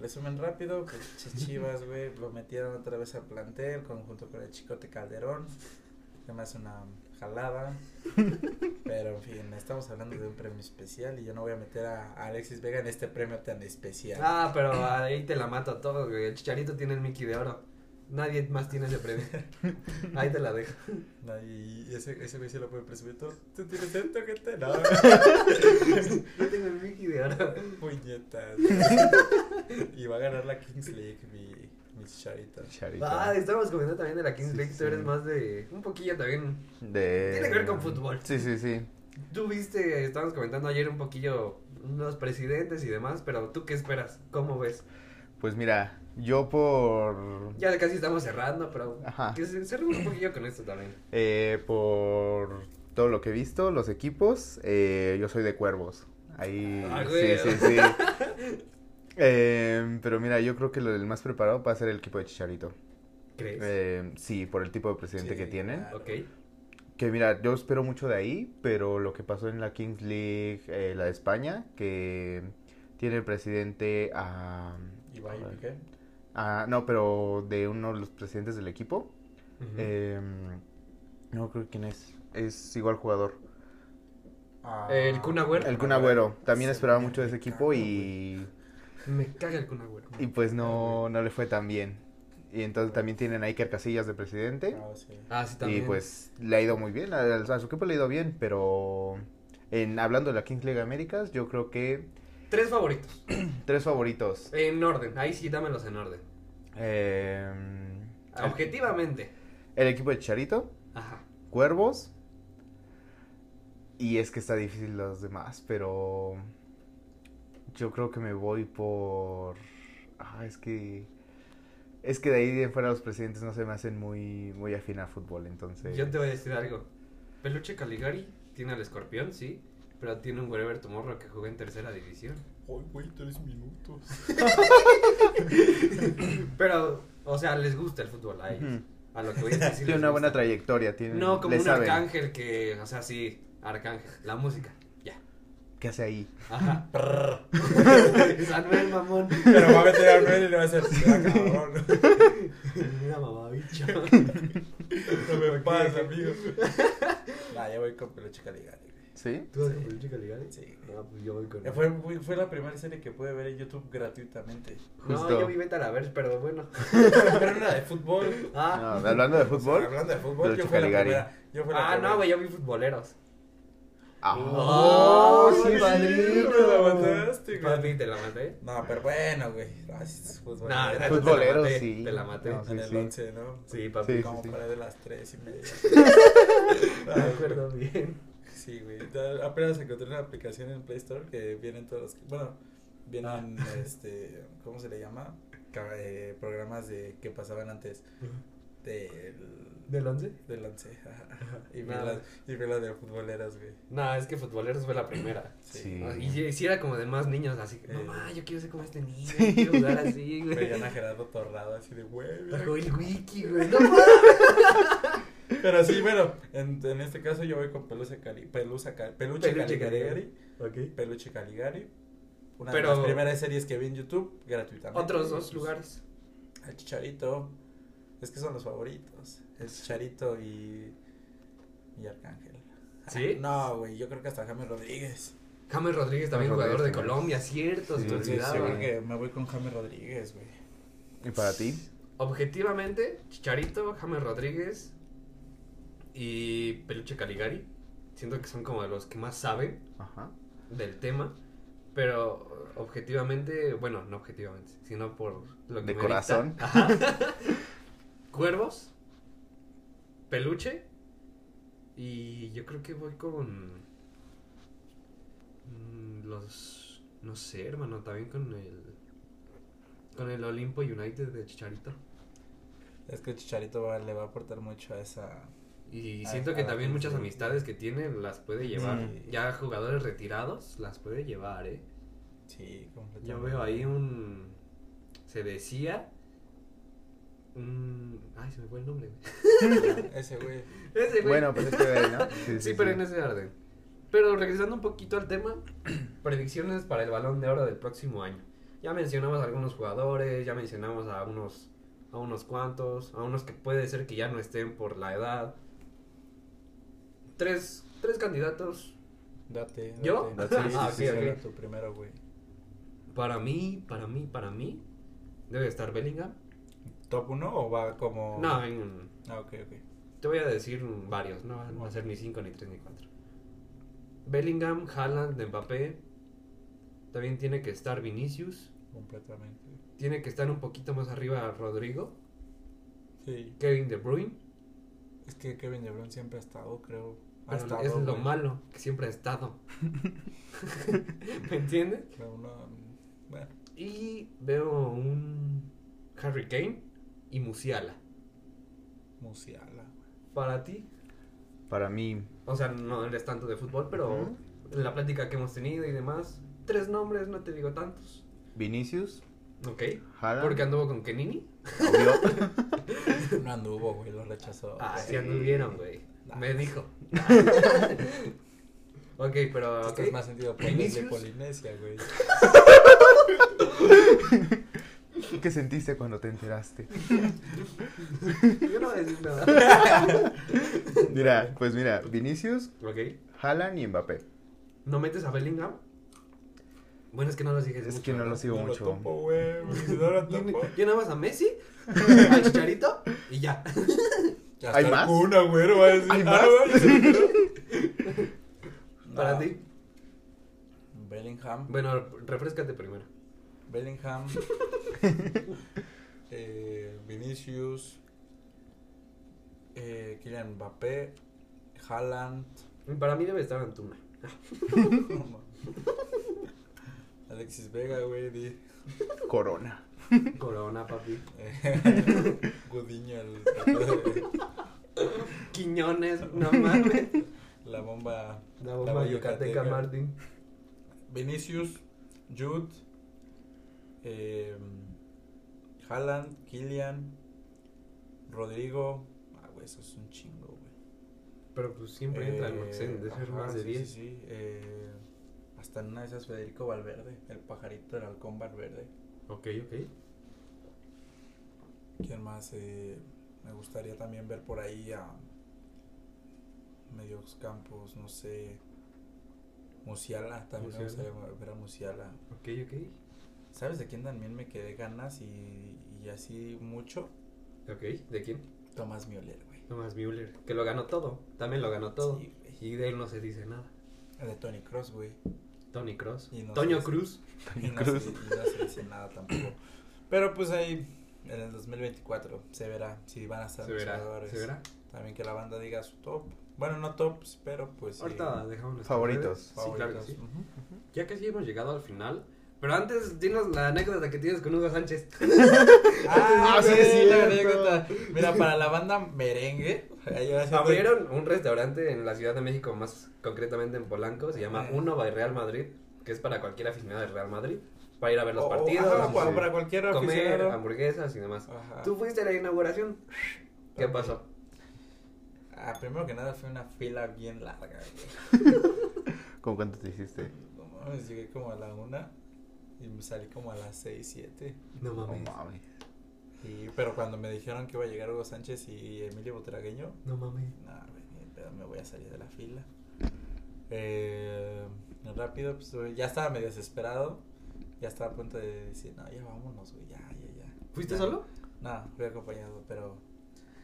Speaker 3: resumen rápido, pues che- Chivas, güey, lo metieron otra vez al plantel conjunto con el Chicote Calderón, que me hace una jalada, pero en fin, estamos hablando de un premio especial y yo no voy a meter a a Alexis Vega en este premio tan especial.
Speaker 1: Ah, pero ahí te la mato a todos, güey. El Chicharito tiene el Mickey de oro. Nadie más tiene ese premio. Ahí te la dejo.
Speaker 3: No, y y ese, ese güey sí lo puede presumir, tú, tú tienes tanto que te... No,
Speaker 1: Yo tengo el Mickey de oro.
Speaker 3: puñetas. y va a ganar la Kings League, mi, mi chicharito.
Speaker 2: Charito.
Speaker 1: Ah, estábamos comentando también de la Kings
Speaker 2: Sí,
Speaker 1: League. Tú
Speaker 2: sí.
Speaker 1: eres más de. Un poquillo también.
Speaker 2: De-
Speaker 1: Tiene que ver con fútbol.
Speaker 2: Sí, sí, sí.
Speaker 1: Tú viste, estábamos comentando ayer un poquillo los presidentes y demás, pero tú qué esperas? ¿Cómo ves?
Speaker 2: Pues mira, yo por.
Speaker 1: Ya casi estamos cerrando, pero.
Speaker 2: Ajá.
Speaker 1: Que se cerremos un poquillo con esto también.
Speaker 2: eh, por todo lo que he visto, los equipos, eh, yo soy de cuervos. Ahí.
Speaker 1: Ah,
Speaker 2: sí,
Speaker 1: güey.
Speaker 2: sí, sí. Em, pero mira, yo creo que lo- el más preparado va a ser el equipo de Chicharito.
Speaker 1: ¿Crees?
Speaker 2: Em, sí, por el tipo de presidente
Speaker 3: Sí,
Speaker 2: que tienen.
Speaker 3: claro.
Speaker 1: ok.
Speaker 2: Que mira, yo espero mucho de ahí, pero lo que pasó en la Kings League, eh, la de España, que tiene el presidente a...
Speaker 3: ¿Y va a Piqué?
Speaker 2: a- no, pero de uno de los presidentes del equipo.
Speaker 1: Ujú.
Speaker 2: Em, no creo quién es. Es igual jugador.
Speaker 3: Ah.
Speaker 1: El Kun Agüero.
Speaker 2: El Kun Agüero. También
Speaker 3: Sí,
Speaker 2: esperaba
Speaker 3: me
Speaker 2: mucho de ese
Speaker 3: encanta,
Speaker 2: equipo
Speaker 3: güey.
Speaker 2: y,
Speaker 1: Me caga el Kun Agüero.
Speaker 2: y pues no, no le fue tan bien. Y entonces también tienen a Iker Casillas de presidente.
Speaker 3: Ah, sí.
Speaker 1: Ah, sí,
Speaker 2: Y
Speaker 1: también.
Speaker 2: pues le ha ido muy bien, a, a su equipo le ha ido bien, pero en hablando de la Kings League Américas, yo creo que
Speaker 1: Tres favoritos.
Speaker 2: tres favoritos.
Speaker 1: En orden. Ahí sí, dámelos en orden.
Speaker 2: Eh,
Speaker 1: Em,
Speaker 2: el,
Speaker 1: Objetivamente.
Speaker 2: el equipo de Charito,
Speaker 1: Ajá.
Speaker 2: Cuervos, y es que está difícil los demás, pero yo creo que me voy por... Ah, es que... Es que de ahí en fuera los presidentes no se me hacen muy, muy afín al fútbol, entonces...
Speaker 1: Yo te voy a decir algo. Peluche Caligari tiene al escorpión, sí. Pero tiene un Wherever Tomorrow que juega en tercera división.
Speaker 3: Ay, güey, tres minutos.
Speaker 1: Pero, o sea, les gusta el fútbol a ellos.
Speaker 2: Ujú.
Speaker 1: A lo que voy a decir.
Speaker 2: Tiene
Speaker 1: les
Speaker 2: una buena
Speaker 1: gusta.
Speaker 2: trayectoria, tiene...
Speaker 1: No, como
Speaker 2: le
Speaker 1: un
Speaker 2: saben.
Speaker 1: arcángel que, o sea, sí, arcángel, la música, ya.
Speaker 2: ¿Qué hace ahí?
Speaker 1: Ajá. Manuel Mamón.
Speaker 3: Pero va a meter a Noel y le va a hacer. "Ah, cabrón.
Speaker 1: Mira, mamabicho.
Speaker 3: No me pasa, amigo. Nah, ya voy con Peluche Caligari, güey.
Speaker 2: ¿Sí?
Speaker 1: ¿Tú vas con Peluche Caligari?
Speaker 3: Sí.
Speaker 1: No, pues yo voy con
Speaker 3: Eh, Fue, fue- fue la primera serie que pude ver en YouTube gratuitamente.
Speaker 1: No,
Speaker 2: Justo.
Speaker 1: yo vi Beta a ver, pero bueno.
Speaker 3: Pero no era de fútbol.
Speaker 2: No,
Speaker 1: Ah,
Speaker 2: hablando de
Speaker 3: O sea,
Speaker 2: fútbol.
Speaker 3: hablando de fútbol,
Speaker 2: Peluche
Speaker 3: yo fui la
Speaker 2: Caligari.
Speaker 3: primera. Yo fui la
Speaker 1: ah no,
Speaker 3: primera.
Speaker 1: güey, yo vi futboleros.
Speaker 2: Ah.
Speaker 1: ¡Oh,
Speaker 2: sí,
Speaker 1: sí,
Speaker 2: padrino!
Speaker 1: me la
Speaker 3: mataste, güey.
Speaker 1: Papi, te la maté.
Speaker 3: No, pero bueno, güey. Ay, es
Speaker 1: No,
Speaker 3: fútbol.
Speaker 1: no, te la
Speaker 2: Futbolero,
Speaker 1: maté,
Speaker 2: sí.
Speaker 1: Te la maté.
Speaker 2: No,
Speaker 3: en
Speaker 2: sí,
Speaker 3: el
Speaker 2: sí.
Speaker 3: 11, ¿no?
Speaker 1: Sí, papi.
Speaker 2: Sí,
Speaker 3: Como
Speaker 2: sí.
Speaker 3: para de las 3 y media.
Speaker 1: Ah,
Speaker 3: Ah,
Speaker 1: Me acuerdo bien.
Speaker 3: Sí, güey. Ya Apenas encontré una aplicación en Play Store que vienen todos los. Bueno, vienen,
Speaker 1: Ah.
Speaker 3: este. ¿Cómo se le llama? Ca- eh, programas de que pasaban antes del.
Speaker 1: ¿Del 11?
Speaker 3: del once. ajá. y, vi
Speaker 1: Nada.
Speaker 3: la, y vi la de futboleras, güey.
Speaker 1: No, es que Futboleros fue la primera.
Speaker 2: Sí.
Speaker 1: Ah, Y si era como de más niños, así que,
Speaker 3: Eh.
Speaker 1: mamá, yo quiero ser como este niño,
Speaker 2: Sí.
Speaker 1: quiero jugar así, güey.
Speaker 3: Veían a Gerardo Torrado así de, güey. mira
Speaker 1: Bajó el wiki, güey, no mames.
Speaker 3: Pero sí, bueno, en, en este caso yo voy con Pelusa Cali, Pelusa Cali, Peluche,
Speaker 1: Peluche
Speaker 3: Caligari,
Speaker 1: Caligari. Ok.
Speaker 3: Peluche Caligari. Una
Speaker 1: Pero-
Speaker 3: de las primeras series que vi en YouTube gratuitamente.
Speaker 1: Otros dos
Speaker 3: Pues,
Speaker 1: lugares.
Speaker 3: El Chicharito. Es que son los favoritos. El Chicharito y. Y Arcángel. Ah,
Speaker 1: ¿Sí?
Speaker 3: No, güey, yo creo que hasta Jaime Rodríguez.
Speaker 1: James Rodríguez también,
Speaker 2: James
Speaker 1: jugador de
Speaker 2: Rodríguez.
Speaker 1: Colombia, cierto, se
Speaker 2: Sí,
Speaker 1: me
Speaker 3: Entonces,
Speaker 1: olvidaba.
Speaker 3: yo
Speaker 2: sí,
Speaker 3: creo que me voy con Jaime Rodríguez, güey.
Speaker 2: ¿Y para ti?
Speaker 1: Objetivamente, Chicharito, James Rodríguez y Peluche Caligari. Siento que son como de los que más saben
Speaker 2: Ajá.
Speaker 1: del tema, pero objetivamente, bueno, no objetivamente, sino por lo que
Speaker 2: De
Speaker 1: me
Speaker 2: corazón.
Speaker 1: dicta. Ajá. Cuervos, peluche y yo creo que voy con mm, los no sé, hermano, también con el con el Olimpo United de Chicharito.
Speaker 3: Es que el Chicharito va- le va a aportar mucho a esa.
Speaker 1: Y
Speaker 3: Ah,
Speaker 1: siento que
Speaker 3: ah,
Speaker 1: también
Speaker 3: sí.
Speaker 1: muchas amistades que tiene las puede llevar.
Speaker 3: Sí.
Speaker 1: Ya jugadores retirados las puede llevar, ¿eh?
Speaker 3: Sí, completamente.
Speaker 1: Yo veo ahí un. Se decía. Un. Ay, se me fue el nombre. güey.
Speaker 3: Ese güey.
Speaker 1: Ese güey.
Speaker 2: Bueno, pues es que, ¿no?
Speaker 1: sí, pero en ese orden. Pero regresando un poquito al tema, predicciones para el balón de oro del próximo año. Ya mencionamos a algunos jugadores, ya mencionamos a unos, a unos cuantos, a unos que puede ser que ya no estén por la edad. Tres, tres candidatos.
Speaker 3: Date. date.
Speaker 1: ¿Yo?
Speaker 2: Date, sí,
Speaker 3: ah,
Speaker 1: sí,
Speaker 3: sí,
Speaker 1: sí,
Speaker 3: era
Speaker 1: sí.
Speaker 3: tu primero, güey.
Speaker 1: Para mí, para mí, para mí, debe estar Bellingham.
Speaker 3: ¿Top 1 o va como.?
Speaker 1: No, eh. en,
Speaker 3: Ah, ok, ok.
Speaker 1: Te voy a decir mm, varios, no van a ser ni 5, ni 3, ni 4. Bellingham, Haaland, Mbappé. También tiene que estar Vinicius.
Speaker 3: Completamente.
Speaker 1: Tiene que estar un poquito más arriba Rodrigo.
Speaker 3: Sí.
Speaker 1: Kevin De Bruyne.
Speaker 3: Es que Kevin De Bruyne siempre ha estado, creo. Ha
Speaker 1: Pero
Speaker 3: estado,
Speaker 1: es lo
Speaker 3: güey.
Speaker 1: malo que siempre ha estado. ¿Me entiendes?
Speaker 3: Pero no, mm, Bueno,
Speaker 1: Y veo un Harry Kane y Musiala.
Speaker 3: Musiala. güey.
Speaker 1: Para ti.
Speaker 2: Para mí,
Speaker 1: O sea, no eres tanto de fútbol, pero
Speaker 2: Ujú.
Speaker 1: en la plática que hemos tenido y demás. Tres nombres, no te digo tantos.
Speaker 2: Vinicius,
Speaker 1: Ok.
Speaker 2: Haaland.
Speaker 1: Porque anduvo con Kenini.
Speaker 2: obvio.
Speaker 3: No anduvo, güey, lo rechazó.
Speaker 1: Ah, sí
Speaker 3: güey.
Speaker 1: anduvieron, güey.
Speaker 3: Nah.
Speaker 1: Me dijo. ok, pero. ok.
Speaker 3: Esto Este es más sentido por de
Speaker 1: Vinicius.
Speaker 3: Polinesia, güey.
Speaker 2: ¿Qué sentiste cuando te enteraste?
Speaker 1: Yo no voy a decir nada.
Speaker 2: Mira, pues mira, Vinicius,
Speaker 1: ok.
Speaker 2: Haaland y Mbappé.
Speaker 1: ¿No metes a Bellingham? Bueno, es que no lo sigues.
Speaker 2: Es
Speaker 1: mucho,
Speaker 2: que no lo
Speaker 1: ¿verdad?
Speaker 2: sigo
Speaker 3: No lo
Speaker 2: mucho.
Speaker 3: topo, güey. güey, si no lo
Speaker 1: Yo
Speaker 3: topo.
Speaker 1: yo nada más a Messi, al Chicharito y ya.
Speaker 3: Ya
Speaker 2: ¿Hay
Speaker 3: está el
Speaker 2: más?
Speaker 3: Kun Agüero, va a decir,
Speaker 1: ¿Hay
Speaker 3: ah,
Speaker 1: más?
Speaker 3: güey, se enteró.
Speaker 1: Para
Speaker 3: No,
Speaker 1: ti.
Speaker 3: Bellingham.
Speaker 1: Bueno, refrescate primero.
Speaker 3: Bellingham, eh, Vinicius, eh, Kylian Mbappé, Haaland,
Speaker 1: Para mí debe estar Antuna.
Speaker 3: Alexis Vega, güey, di.
Speaker 2: Corona.
Speaker 1: Corona, papi.
Speaker 3: Eh, Gudiño, el-
Speaker 1: Quiñones, no mames.
Speaker 3: la bomba.
Speaker 1: La bomba yucateca, Martín.
Speaker 3: Vinicius, Jude, eh, Haaland, Kylian, Rodrigo. Ah, güey, eso es un chingo, güey.
Speaker 1: Pero pues siempre entra el
Speaker 3: Eh,
Speaker 1: Maxen, de ser
Speaker 3: ajá,
Speaker 1: más de
Speaker 3: sí,
Speaker 1: 10.
Speaker 3: Sí, sí, eh, hasta en una de esas Federico Valverde, el pajarito del halcón Valverde.
Speaker 1: Ok, ok.
Speaker 3: ¿Quién más? Eh, me gustaría también ver por ahí a medios campos, no sé. Musiala, también me
Speaker 1: Musiala.
Speaker 3: gustaría ver a Musiala.
Speaker 1: Ok, ok.
Speaker 3: ¿Sabes de quién también me quedé ganas y, y así mucho?
Speaker 1: Ok, ¿de quién?
Speaker 3: Tomás Mioler, güey.
Speaker 1: Tomás Müller, que lo ganó todo, también lo ganó todo.
Speaker 3: Sí, güey.
Speaker 1: y de él no se dice nada.
Speaker 3: La de Tony Cross, güey.
Speaker 1: Tony Cross.
Speaker 3: Y no
Speaker 1: Toño
Speaker 3: sé si-
Speaker 1: Cruz.
Speaker 3: Y no, se, y no se dice nada tampoco. Pero pues ahí, en el 2024, se verá si van a estar
Speaker 1: Se
Speaker 3: los
Speaker 1: verá,
Speaker 3: jugadores.
Speaker 1: se verá.
Speaker 3: También que la banda diga su top. Bueno, no tops, pero pues. sí,
Speaker 1: Ahorita dejamos nuestras
Speaker 2: Favoritos.
Speaker 1: redes. Sí, claro que
Speaker 3: favoritos.
Speaker 1: sí.
Speaker 3: Ujú.
Speaker 1: Ya casi hemos llegado al final. Pero antes, dinos la anécdota que tienes con Hugo Sánchez.
Speaker 3: Ah,
Speaker 2: Ah, sí,
Speaker 3: sí,
Speaker 2: es
Speaker 3: sí, la
Speaker 2: cierto.
Speaker 3: anécdota. Mira, para la banda merengue, ahí ahora sí-
Speaker 1: Abrieron un restaurante en la Ciudad de México, más concretamente en Polanco. Se llama
Speaker 3: Ajá.
Speaker 1: Uno by Real Madrid, que es para cualquier aficionado del Real Madrid. Para ir a ver los
Speaker 3: O- o-
Speaker 1: partidos,
Speaker 3: Oh, ajá,
Speaker 2: sí,
Speaker 3: para,
Speaker 2: sí.
Speaker 3: para cualquier
Speaker 1: comer
Speaker 3: aficionado.
Speaker 1: hamburguesas y demás.
Speaker 3: Ajá.
Speaker 1: Tú fuiste a la inauguración. ¿Qué
Speaker 3: Ok.
Speaker 1: pasó?
Speaker 3: Ah, primero que nada fue una fila bien larga, güey.
Speaker 2: ¿Con cuánto te hiciste?
Speaker 3: No mames, llegué como a la una y me salí como a las seis, siete.
Speaker 1: No
Speaker 2: No
Speaker 1: mames.
Speaker 2: mames.
Speaker 3: Y, pero cuando me dijeron que iba a llegar Hugo Sánchez y Emilio Butragueño,
Speaker 1: No mames.
Speaker 3: nada, güey, ni de pedo me voy a salir de la fila. Eh, rápido, pues güey, ya estaba medio desesperado. Ya estaba a punto de decir, no, ya vámonos, güey, ya, ya, ya.
Speaker 1: ¿Fuiste
Speaker 3: Ya.
Speaker 1: solo?
Speaker 3: No, fui acompañado, pero.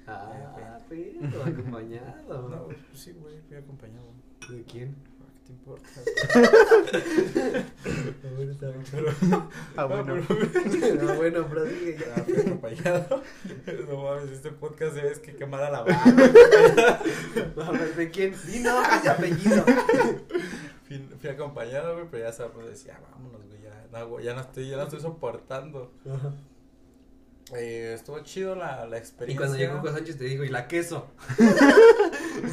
Speaker 1: Ah, pero acompañado.
Speaker 3: No, pues sí, güey, fui acompañado.
Speaker 1: ¿De quién?
Speaker 3: Ah, ¿Qué te importa?
Speaker 1: Pero-
Speaker 2: Ah, bueno.
Speaker 3: No, pero-
Speaker 1: Ah, bueno, pero sigue ya.
Speaker 3: Ah, fui acompañado. No mames, este podcast es que qué mala la va.
Speaker 1: A ver, ¿de quién? Di nombres y apellido.
Speaker 3: Fui, fui acompañado, güey, pero ya sabes, decía, "Ah, vámonos, güey, ya, no, güey, ya no estoy, ya no estoy soportando. Eh, estuvo chido la, la
Speaker 1: Y
Speaker 3: experiencia.
Speaker 1: cuando llegó Hugo Sánchez te digo, ¿y la queso?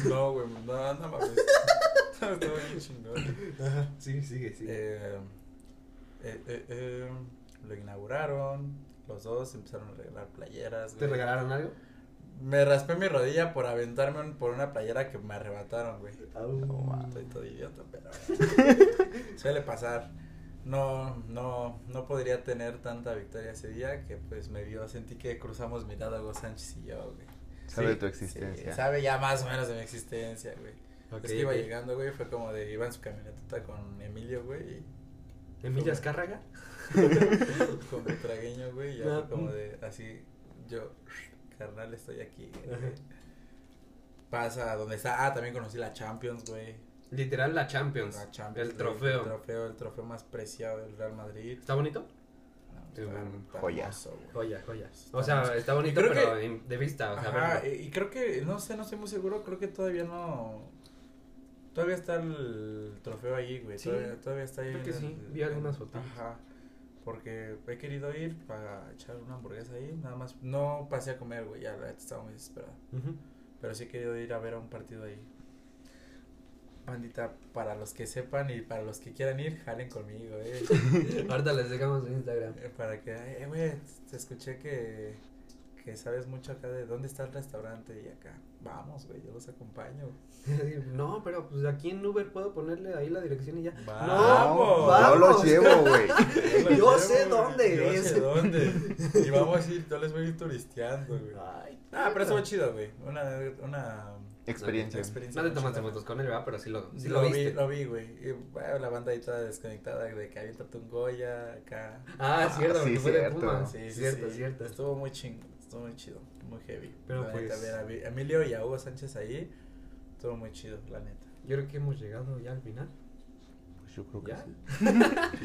Speaker 3: No, güey, no, no mames. estuvo bien chingón.
Speaker 1: Sí, sigue, sigue.
Speaker 3: Eh, eh, eh, eh, lo inauguraron, los dos empezaron a regalar playeras,
Speaker 1: ¿Te
Speaker 3: güey.
Speaker 1: regalaron algo?
Speaker 3: Me raspé mi rodilla por aventarme un- por una playera que me arrebataron, güey. No, ma, estoy todo idiota, pero suele pasar. No, no, no podría tener tanta victoria ese día que pues me vio, sentí que cruzamos mirada Hugo Sánchez y yo, güey.
Speaker 2: Sabe
Speaker 1: Sí,
Speaker 2: tu
Speaker 3: Sí,
Speaker 2: existencia.
Speaker 3: sabe ya más o menos de mi existencia, güey.
Speaker 1: Ok,
Speaker 3: es que iba
Speaker 1: ok.
Speaker 3: llegando, güey, fue como de, iba en su camionetota con Emilio, güey, y
Speaker 1: ¿Emilio Azcárraga?
Speaker 3: con mi tragueño, güey, y ya
Speaker 1: Ah,
Speaker 3: fue como
Speaker 1: mm.
Speaker 3: de, así, yo, carnal, estoy aquí, güey.
Speaker 1: Ajá.
Speaker 3: Pasa, donde está, ah, también conocí la Champions, güey.
Speaker 1: Literal, la Champions.
Speaker 3: La Champions
Speaker 1: el
Speaker 3: League,
Speaker 1: trofeo.
Speaker 3: El trofeo, el trofeo más preciado del Real Madrid.
Speaker 1: ¿Está bonito?
Speaker 3: No,
Speaker 1: Sí,
Speaker 3: está-
Speaker 1: bueno.
Speaker 3: está
Speaker 2: Joya.
Speaker 3: hermoso, güey.
Speaker 1: Joya, joya.
Speaker 3: Está
Speaker 1: O sea,
Speaker 3: bonito.
Speaker 1: está bonito,
Speaker 3: Y creo
Speaker 1: pero
Speaker 3: que-
Speaker 1: en- de vista. O sea,
Speaker 3: Ajá,
Speaker 1: verlo.
Speaker 3: y, y creo que, no sé, no estoy muy seguro, creo que todavía no... Todavía está el trofeo ahí, güey.
Speaker 1: Sí,
Speaker 3: todavía, todavía está ahí.
Speaker 1: creo
Speaker 3: en
Speaker 1: que
Speaker 3: el-
Speaker 1: sí, vi algunas fotos.
Speaker 3: Ajá. Porque he querido ir para echar una hamburguesa ahí, nada más. No pasé a comer, güey, ya la neta estaba muy desesperada.
Speaker 1: Ujú.
Speaker 3: Pero sí he querido ir a ver a un partido ahí. Bandita, para los que sepan y para los que quieran ir, jalen conmigo, eh.
Speaker 1: Ahorita les dejamos en Instagram.
Speaker 3: Eh, Para que, eh, güey, te escuché que, que sabes mucho acá de dónde está el restaurante y acá. Vamos, güey, yo los acompaño.
Speaker 1: No, pero pues aquí en Uber puedo ponerle ahí la dirección y ya.
Speaker 3: Vamos.
Speaker 2: Yo los
Speaker 1: vamos.
Speaker 2: llevo, güey.
Speaker 3: Yo,
Speaker 1: Yo
Speaker 3: los
Speaker 1: sé
Speaker 3: güey,
Speaker 1: dónde
Speaker 3: yo
Speaker 1: es.
Speaker 3: sé dónde. Y vamos a ir, yo les voy a ir turisteando, güey.
Speaker 1: Ay,
Speaker 3: Ah, pero estuvo chido, güey. Una, una
Speaker 2: Experiencia.
Speaker 3: experiencia.
Speaker 1: No te
Speaker 3: muy
Speaker 1: tomaste
Speaker 3: chingona.
Speaker 1: fotos con él, ¿verdad? Pero sí lo, sí
Speaker 3: lo,
Speaker 1: lo
Speaker 3: vi,
Speaker 1: viste.
Speaker 3: lo vi, güey. Y, bueno, la banda ahí toda desconectada de que aviéntate un Goya acá.
Speaker 1: Ah, es cierto,
Speaker 2: Ah,
Speaker 1: porque
Speaker 2: sí,
Speaker 1: fue de
Speaker 2: cierto.
Speaker 1: Pumas.
Speaker 3: Sí, sí,
Speaker 1: cierto,
Speaker 3: sí.
Speaker 1: cierto.
Speaker 3: Estuvo muy chingo, estuvo muy chido, muy heavy.
Speaker 1: Pero
Speaker 3: La neta,
Speaker 1: pues-
Speaker 3: ver a Vi- Emilio y a Hugo Sánchez ahí, estuvo muy chido, la neta.
Speaker 1: Yo creo que hemos llegado ya al final.
Speaker 2: Pues yo creo que
Speaker 1: ¿Ya?
Speaker 2: sí.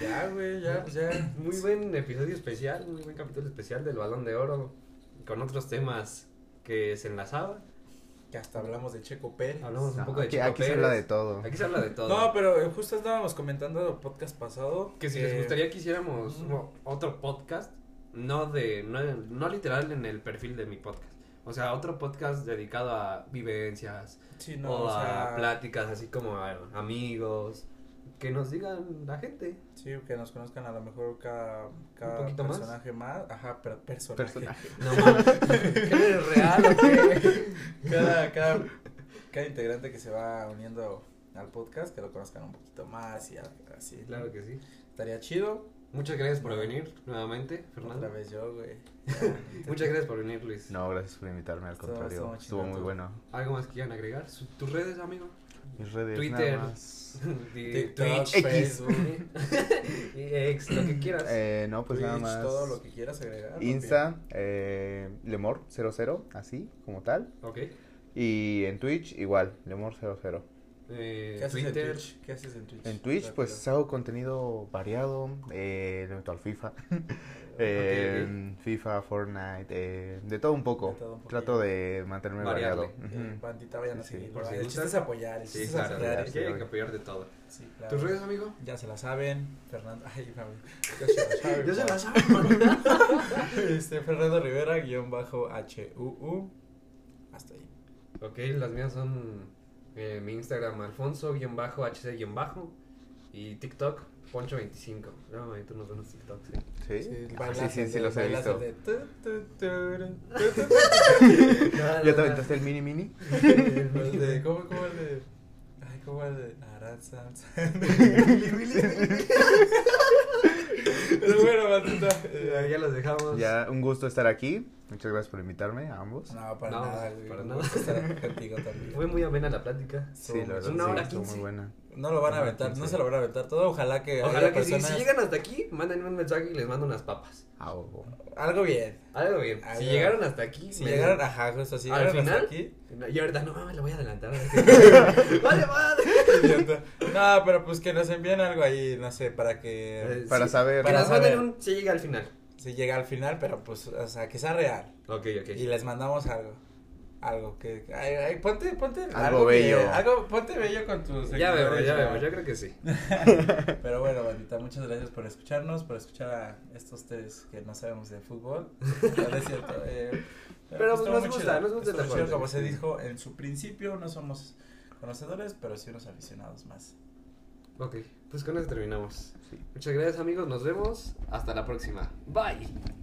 Speaker 3: Ya, güey, ya, pues ya.
Speaker 1: Muy buen episodio especial, muy buen capítulo especial del Balón de Oro, con otros temas que se enlazaban.
Speaker 3: Que hasta hablamos de Checo Pérez.
Speaker 1: Hablamos un
Speaker 2: No,
Speaker 1: poco de
Speaker 2: aquí,
Speaker 1: Chico
Speaker 2: aquí se habla de
Speaker 1: Pérez.
Speaker 2: todo.
Speaker 1: Aquí se habla de todo.
Speaker 3: No, pero eh, justo estábamos comentando el podcast pasado.
Speaker 1: que si les
Speaker 3: eh,
Speaker 1: gustaría que hiciéramos
Speaker 3: ujú.
Speaker 1: o- otro podcast, no de no, no literal en el perfil de mi podcast. O sea, otro podcast dedicado a vivencias
Speaker 3: Sí, no,
Speaker 1: o,
Speaker 3: o
Speaker 1: a
Speaker 3: sea,
Speaker 1: pláticas así como a amigos, que nos digan la gente.
Speaker 3: Sí, que nos conozcan a lo mejor cada, cada
Speaker 1: Un poquito más.
Speaker 3: personaje más. Ajá, pero personaje. Ah,
Speaker 2: Personaje.
Speaker 1: No mames, ¿qué eres real o qué?
Speaker 3: cada, cada, cada integrante que se va uniendo al podcast, que lo conozcan un poquito más y a- así. ¿no?
Speaker 1: Claro que sí.
Speaker 3: Estaría chido.
Speaker 1: Muchas gracias por venir nuevamente, Fernando.
Speaker 3: Otra vez yo, güey.
Speaker 1: Muchas gracias por venir, Luis.
Speaker 2: No, gracias por invitarme, al
Speaker 3: Estuvo-
Speaker 2: contrario.
Speaker 3: estuvo
Speaker 2: Estuvo,
Speaker 3: chingón
Speaker 2: muy
Speaker 3: todo.
Speaker 2: bueno.
Speaker 1: ¿Algo más que quieran agregar? Su- ¿Tus redes, amigo?
Speaker 2: Mis redes
Speaker 1: Twitter.
Speaker 2: nada más.
Speaker 1: De
Speaker 3: TikTok,
Speaker 1: Twitch,
Speaker 2: X.
Speaker 3: Facebook,
Speaker 1: y ex, lo que quieras.
Speaker 2: Eh, no, pues
Speaker 3: Twitch,
Speaker 2: nada más.
Speaker 3: todo lo que quieras agregar.
Speaker 2: Insta, eh, Lemor00, así como tal.
Speaker 1: Ok.
Speaker 2: Y en Twitch igual, Lemor00.
Speaker 1: eh,
Speaker 3: ¿Qué haces en
Speaker 1: Twitter.
Speaker 3: Twitch? ¿Qué haces en Twitch?
Speaker 2: En Twitch,
Speaker 3: Rápido.
Speaker 2: pues hago contenido variado, eh, en cuanto al FIFA, eh, FIFA, Fortnite, eh, de todo un poco.
Speaker 3: De todo un poquillo.
Speaker 2: Trato de mantenerme
Speaker 1: Variarle.
Speaker 2: variado.
Speaker 3: Eh,
Speaker 2: Ujú.
Speaker 3: bandita, vayan a
Speaker 2: Sí,
Speaker 3: seguirlo.
Speaker 1: por si
Speaker 3: el chiste
Speaker 1: gustan.
Speaker 3: es apoyar, el chiste
Speaker 1: Sí,
Speaker 3: es
Speaker 1: claro.
Speaker 3: apoyar,
Speaker 1: hay
Speaker 2: sí,
Speaker 1: que
Speaker 2: claro.
Speaker 1: apoyar de todo.
Speaker 3: Sí, claro.
Speaker 1: ¿Tus redes, amigo?
Speaker 3: Ya se la saben, Fernando. Ay, mami. Ya se la saben.
Speaker 1: Yo se
Speaker 3: pa.
Speaker 1: la saben.
Speaker 3: Este, Fernando Rivera, guión bajo HUU. Hasta ahí.
Speaker 1: ok, las mías son eh, mi Instagram, alfonso-hc- y TikTok, poncho25. No, mami, tú nos ves en TikTok, sí.
Speaker 2: ¿Sí? Ah,
Speaker 3: bailas
Speaker 2: sí, sí,
Speaker 3: el
Speaker 2: sí,
Speaker 3: de-
Speaker 2: los he
Speaker 3: bailas
Speaker 2: visto.
Speaker 3: el de tu, tu, tu, ru, tu, tu, tu. No,
Speaker 2: ¿Ya
Speaker 3: no,
Speaker 2: te
Speaker 3: no.
Speaker 2: aventaste el mini mini?
Speaker 3: El de- Este, ¿Cómo, cómo el de? Ay, ¿cómo el de? Aranza. Pero bueno, bandita.
Speaker 1: Eh,
Speaker 3: eh,
Speaker 1: ya los dejamos.
Speaker 2: Ya, un gusto estar aquí. Muchas gracias por invitarme a ambos.
Speaker 3: No, para
Speaker 1: No,
Speaker 3: nada, güey.
Speaker 1: para
Speaker 3: un
Speaker 1: nada.
Speaker 3: gusto estar contigo también.
Speaker 1: Fue muy amena la plática.
Speaker 2: Sí, la verdad,
Speaker 1: Una
Speaker 2: sí,
Speaker 1: hora
Speaker 2: estuvo
Speaker 1: quince.
Speaker 2: muy buena.
Speaker 3: No lo van
Speaker 2: Una
Speaker 3: a
Speaker 2: hora
Speaker 3: aventar, no
Speaker 2: quince.
Speaker 3: se lo van a aventar todo. Ojalá que
Speaker 1: Ojalá
Speaker 3: haya
Speaker 1: que si,
Speaker 3: personas.
Speaker 1: si llegan hasta aquí, mándenme un mensaje y les mando unas papas.
Speaker 2: Ah, ojo.
Speaker 3: Algo bien.
Speaker 1: Algo bien.
Speaker 3: Algo
Speaker 1: Si
Speaker 3: bien.
Speaker 1: llegaron hasta aquí,
Speaker 3: Si
Speaker 1: me-
Speaker 3: llegaron, ajá, justo si
Speaker 1: al
Speaker 3: llegaron
Speaker 1: final.
Speaker 3: hasta aquí.
Speaker 1: Y ahorita, no mames, le voy a adelantar. vale, vale.
Speaker 3: idiota. No, pero pues que nos envíen algo ahí, no sé, para que
Speaker 1: Eh,
Speaker 2: Para
Speaker 1: sí,
Speaker 2: saber.
Speaker 1: Que
Speaker 3: Para
Speaker 1: nos manden
Speaker 3: saber.
Speaker 1: un. Si llega al final.
Speaker 3: se llegue al final, pero pues, o sea, que sea real.
Speaker 1: Ok, ok.
Speaker 3: Y les mandamos algo. Algo que. ay, ay, ponte, ponte.
Speaker 2: Algo
Speaker 3: que-
Speaker 2: bello.
Speaker 3: algo, ponte bello con tus.
Speaker 1: Ya veo,
Speaker 3: seguidores,
Speaker 1: ya
Speaker 3: ¿no?
Speaker 1: veo, yo creo que sí.
Speaker 3: Pero bueno, bandita, muchas gracias por escucharnos, por escuchar a estos tres que no sabemos de fútbol. No es cierto, eh,
Speaker 1: Pero
Speaker 3: estuvo
Speaker 1: nos
Speaker 3: muy
Speaker 1: gusta,
Speaker 3: chido.
Speaker 1: nos gusta el
Speaker 3: Estuvo chido,
Speaker 1: deporte.
Speaker 3: Como se dijo en su principio, no somos conocedores, pero sí unos aficionados más.
Speaker 1: Ok, pues con eso terminamos.
Speaker 2: Sí.
Speaker 1: Muchas gracias, amigos. Nos vemos. Hasta la próxima. Bye.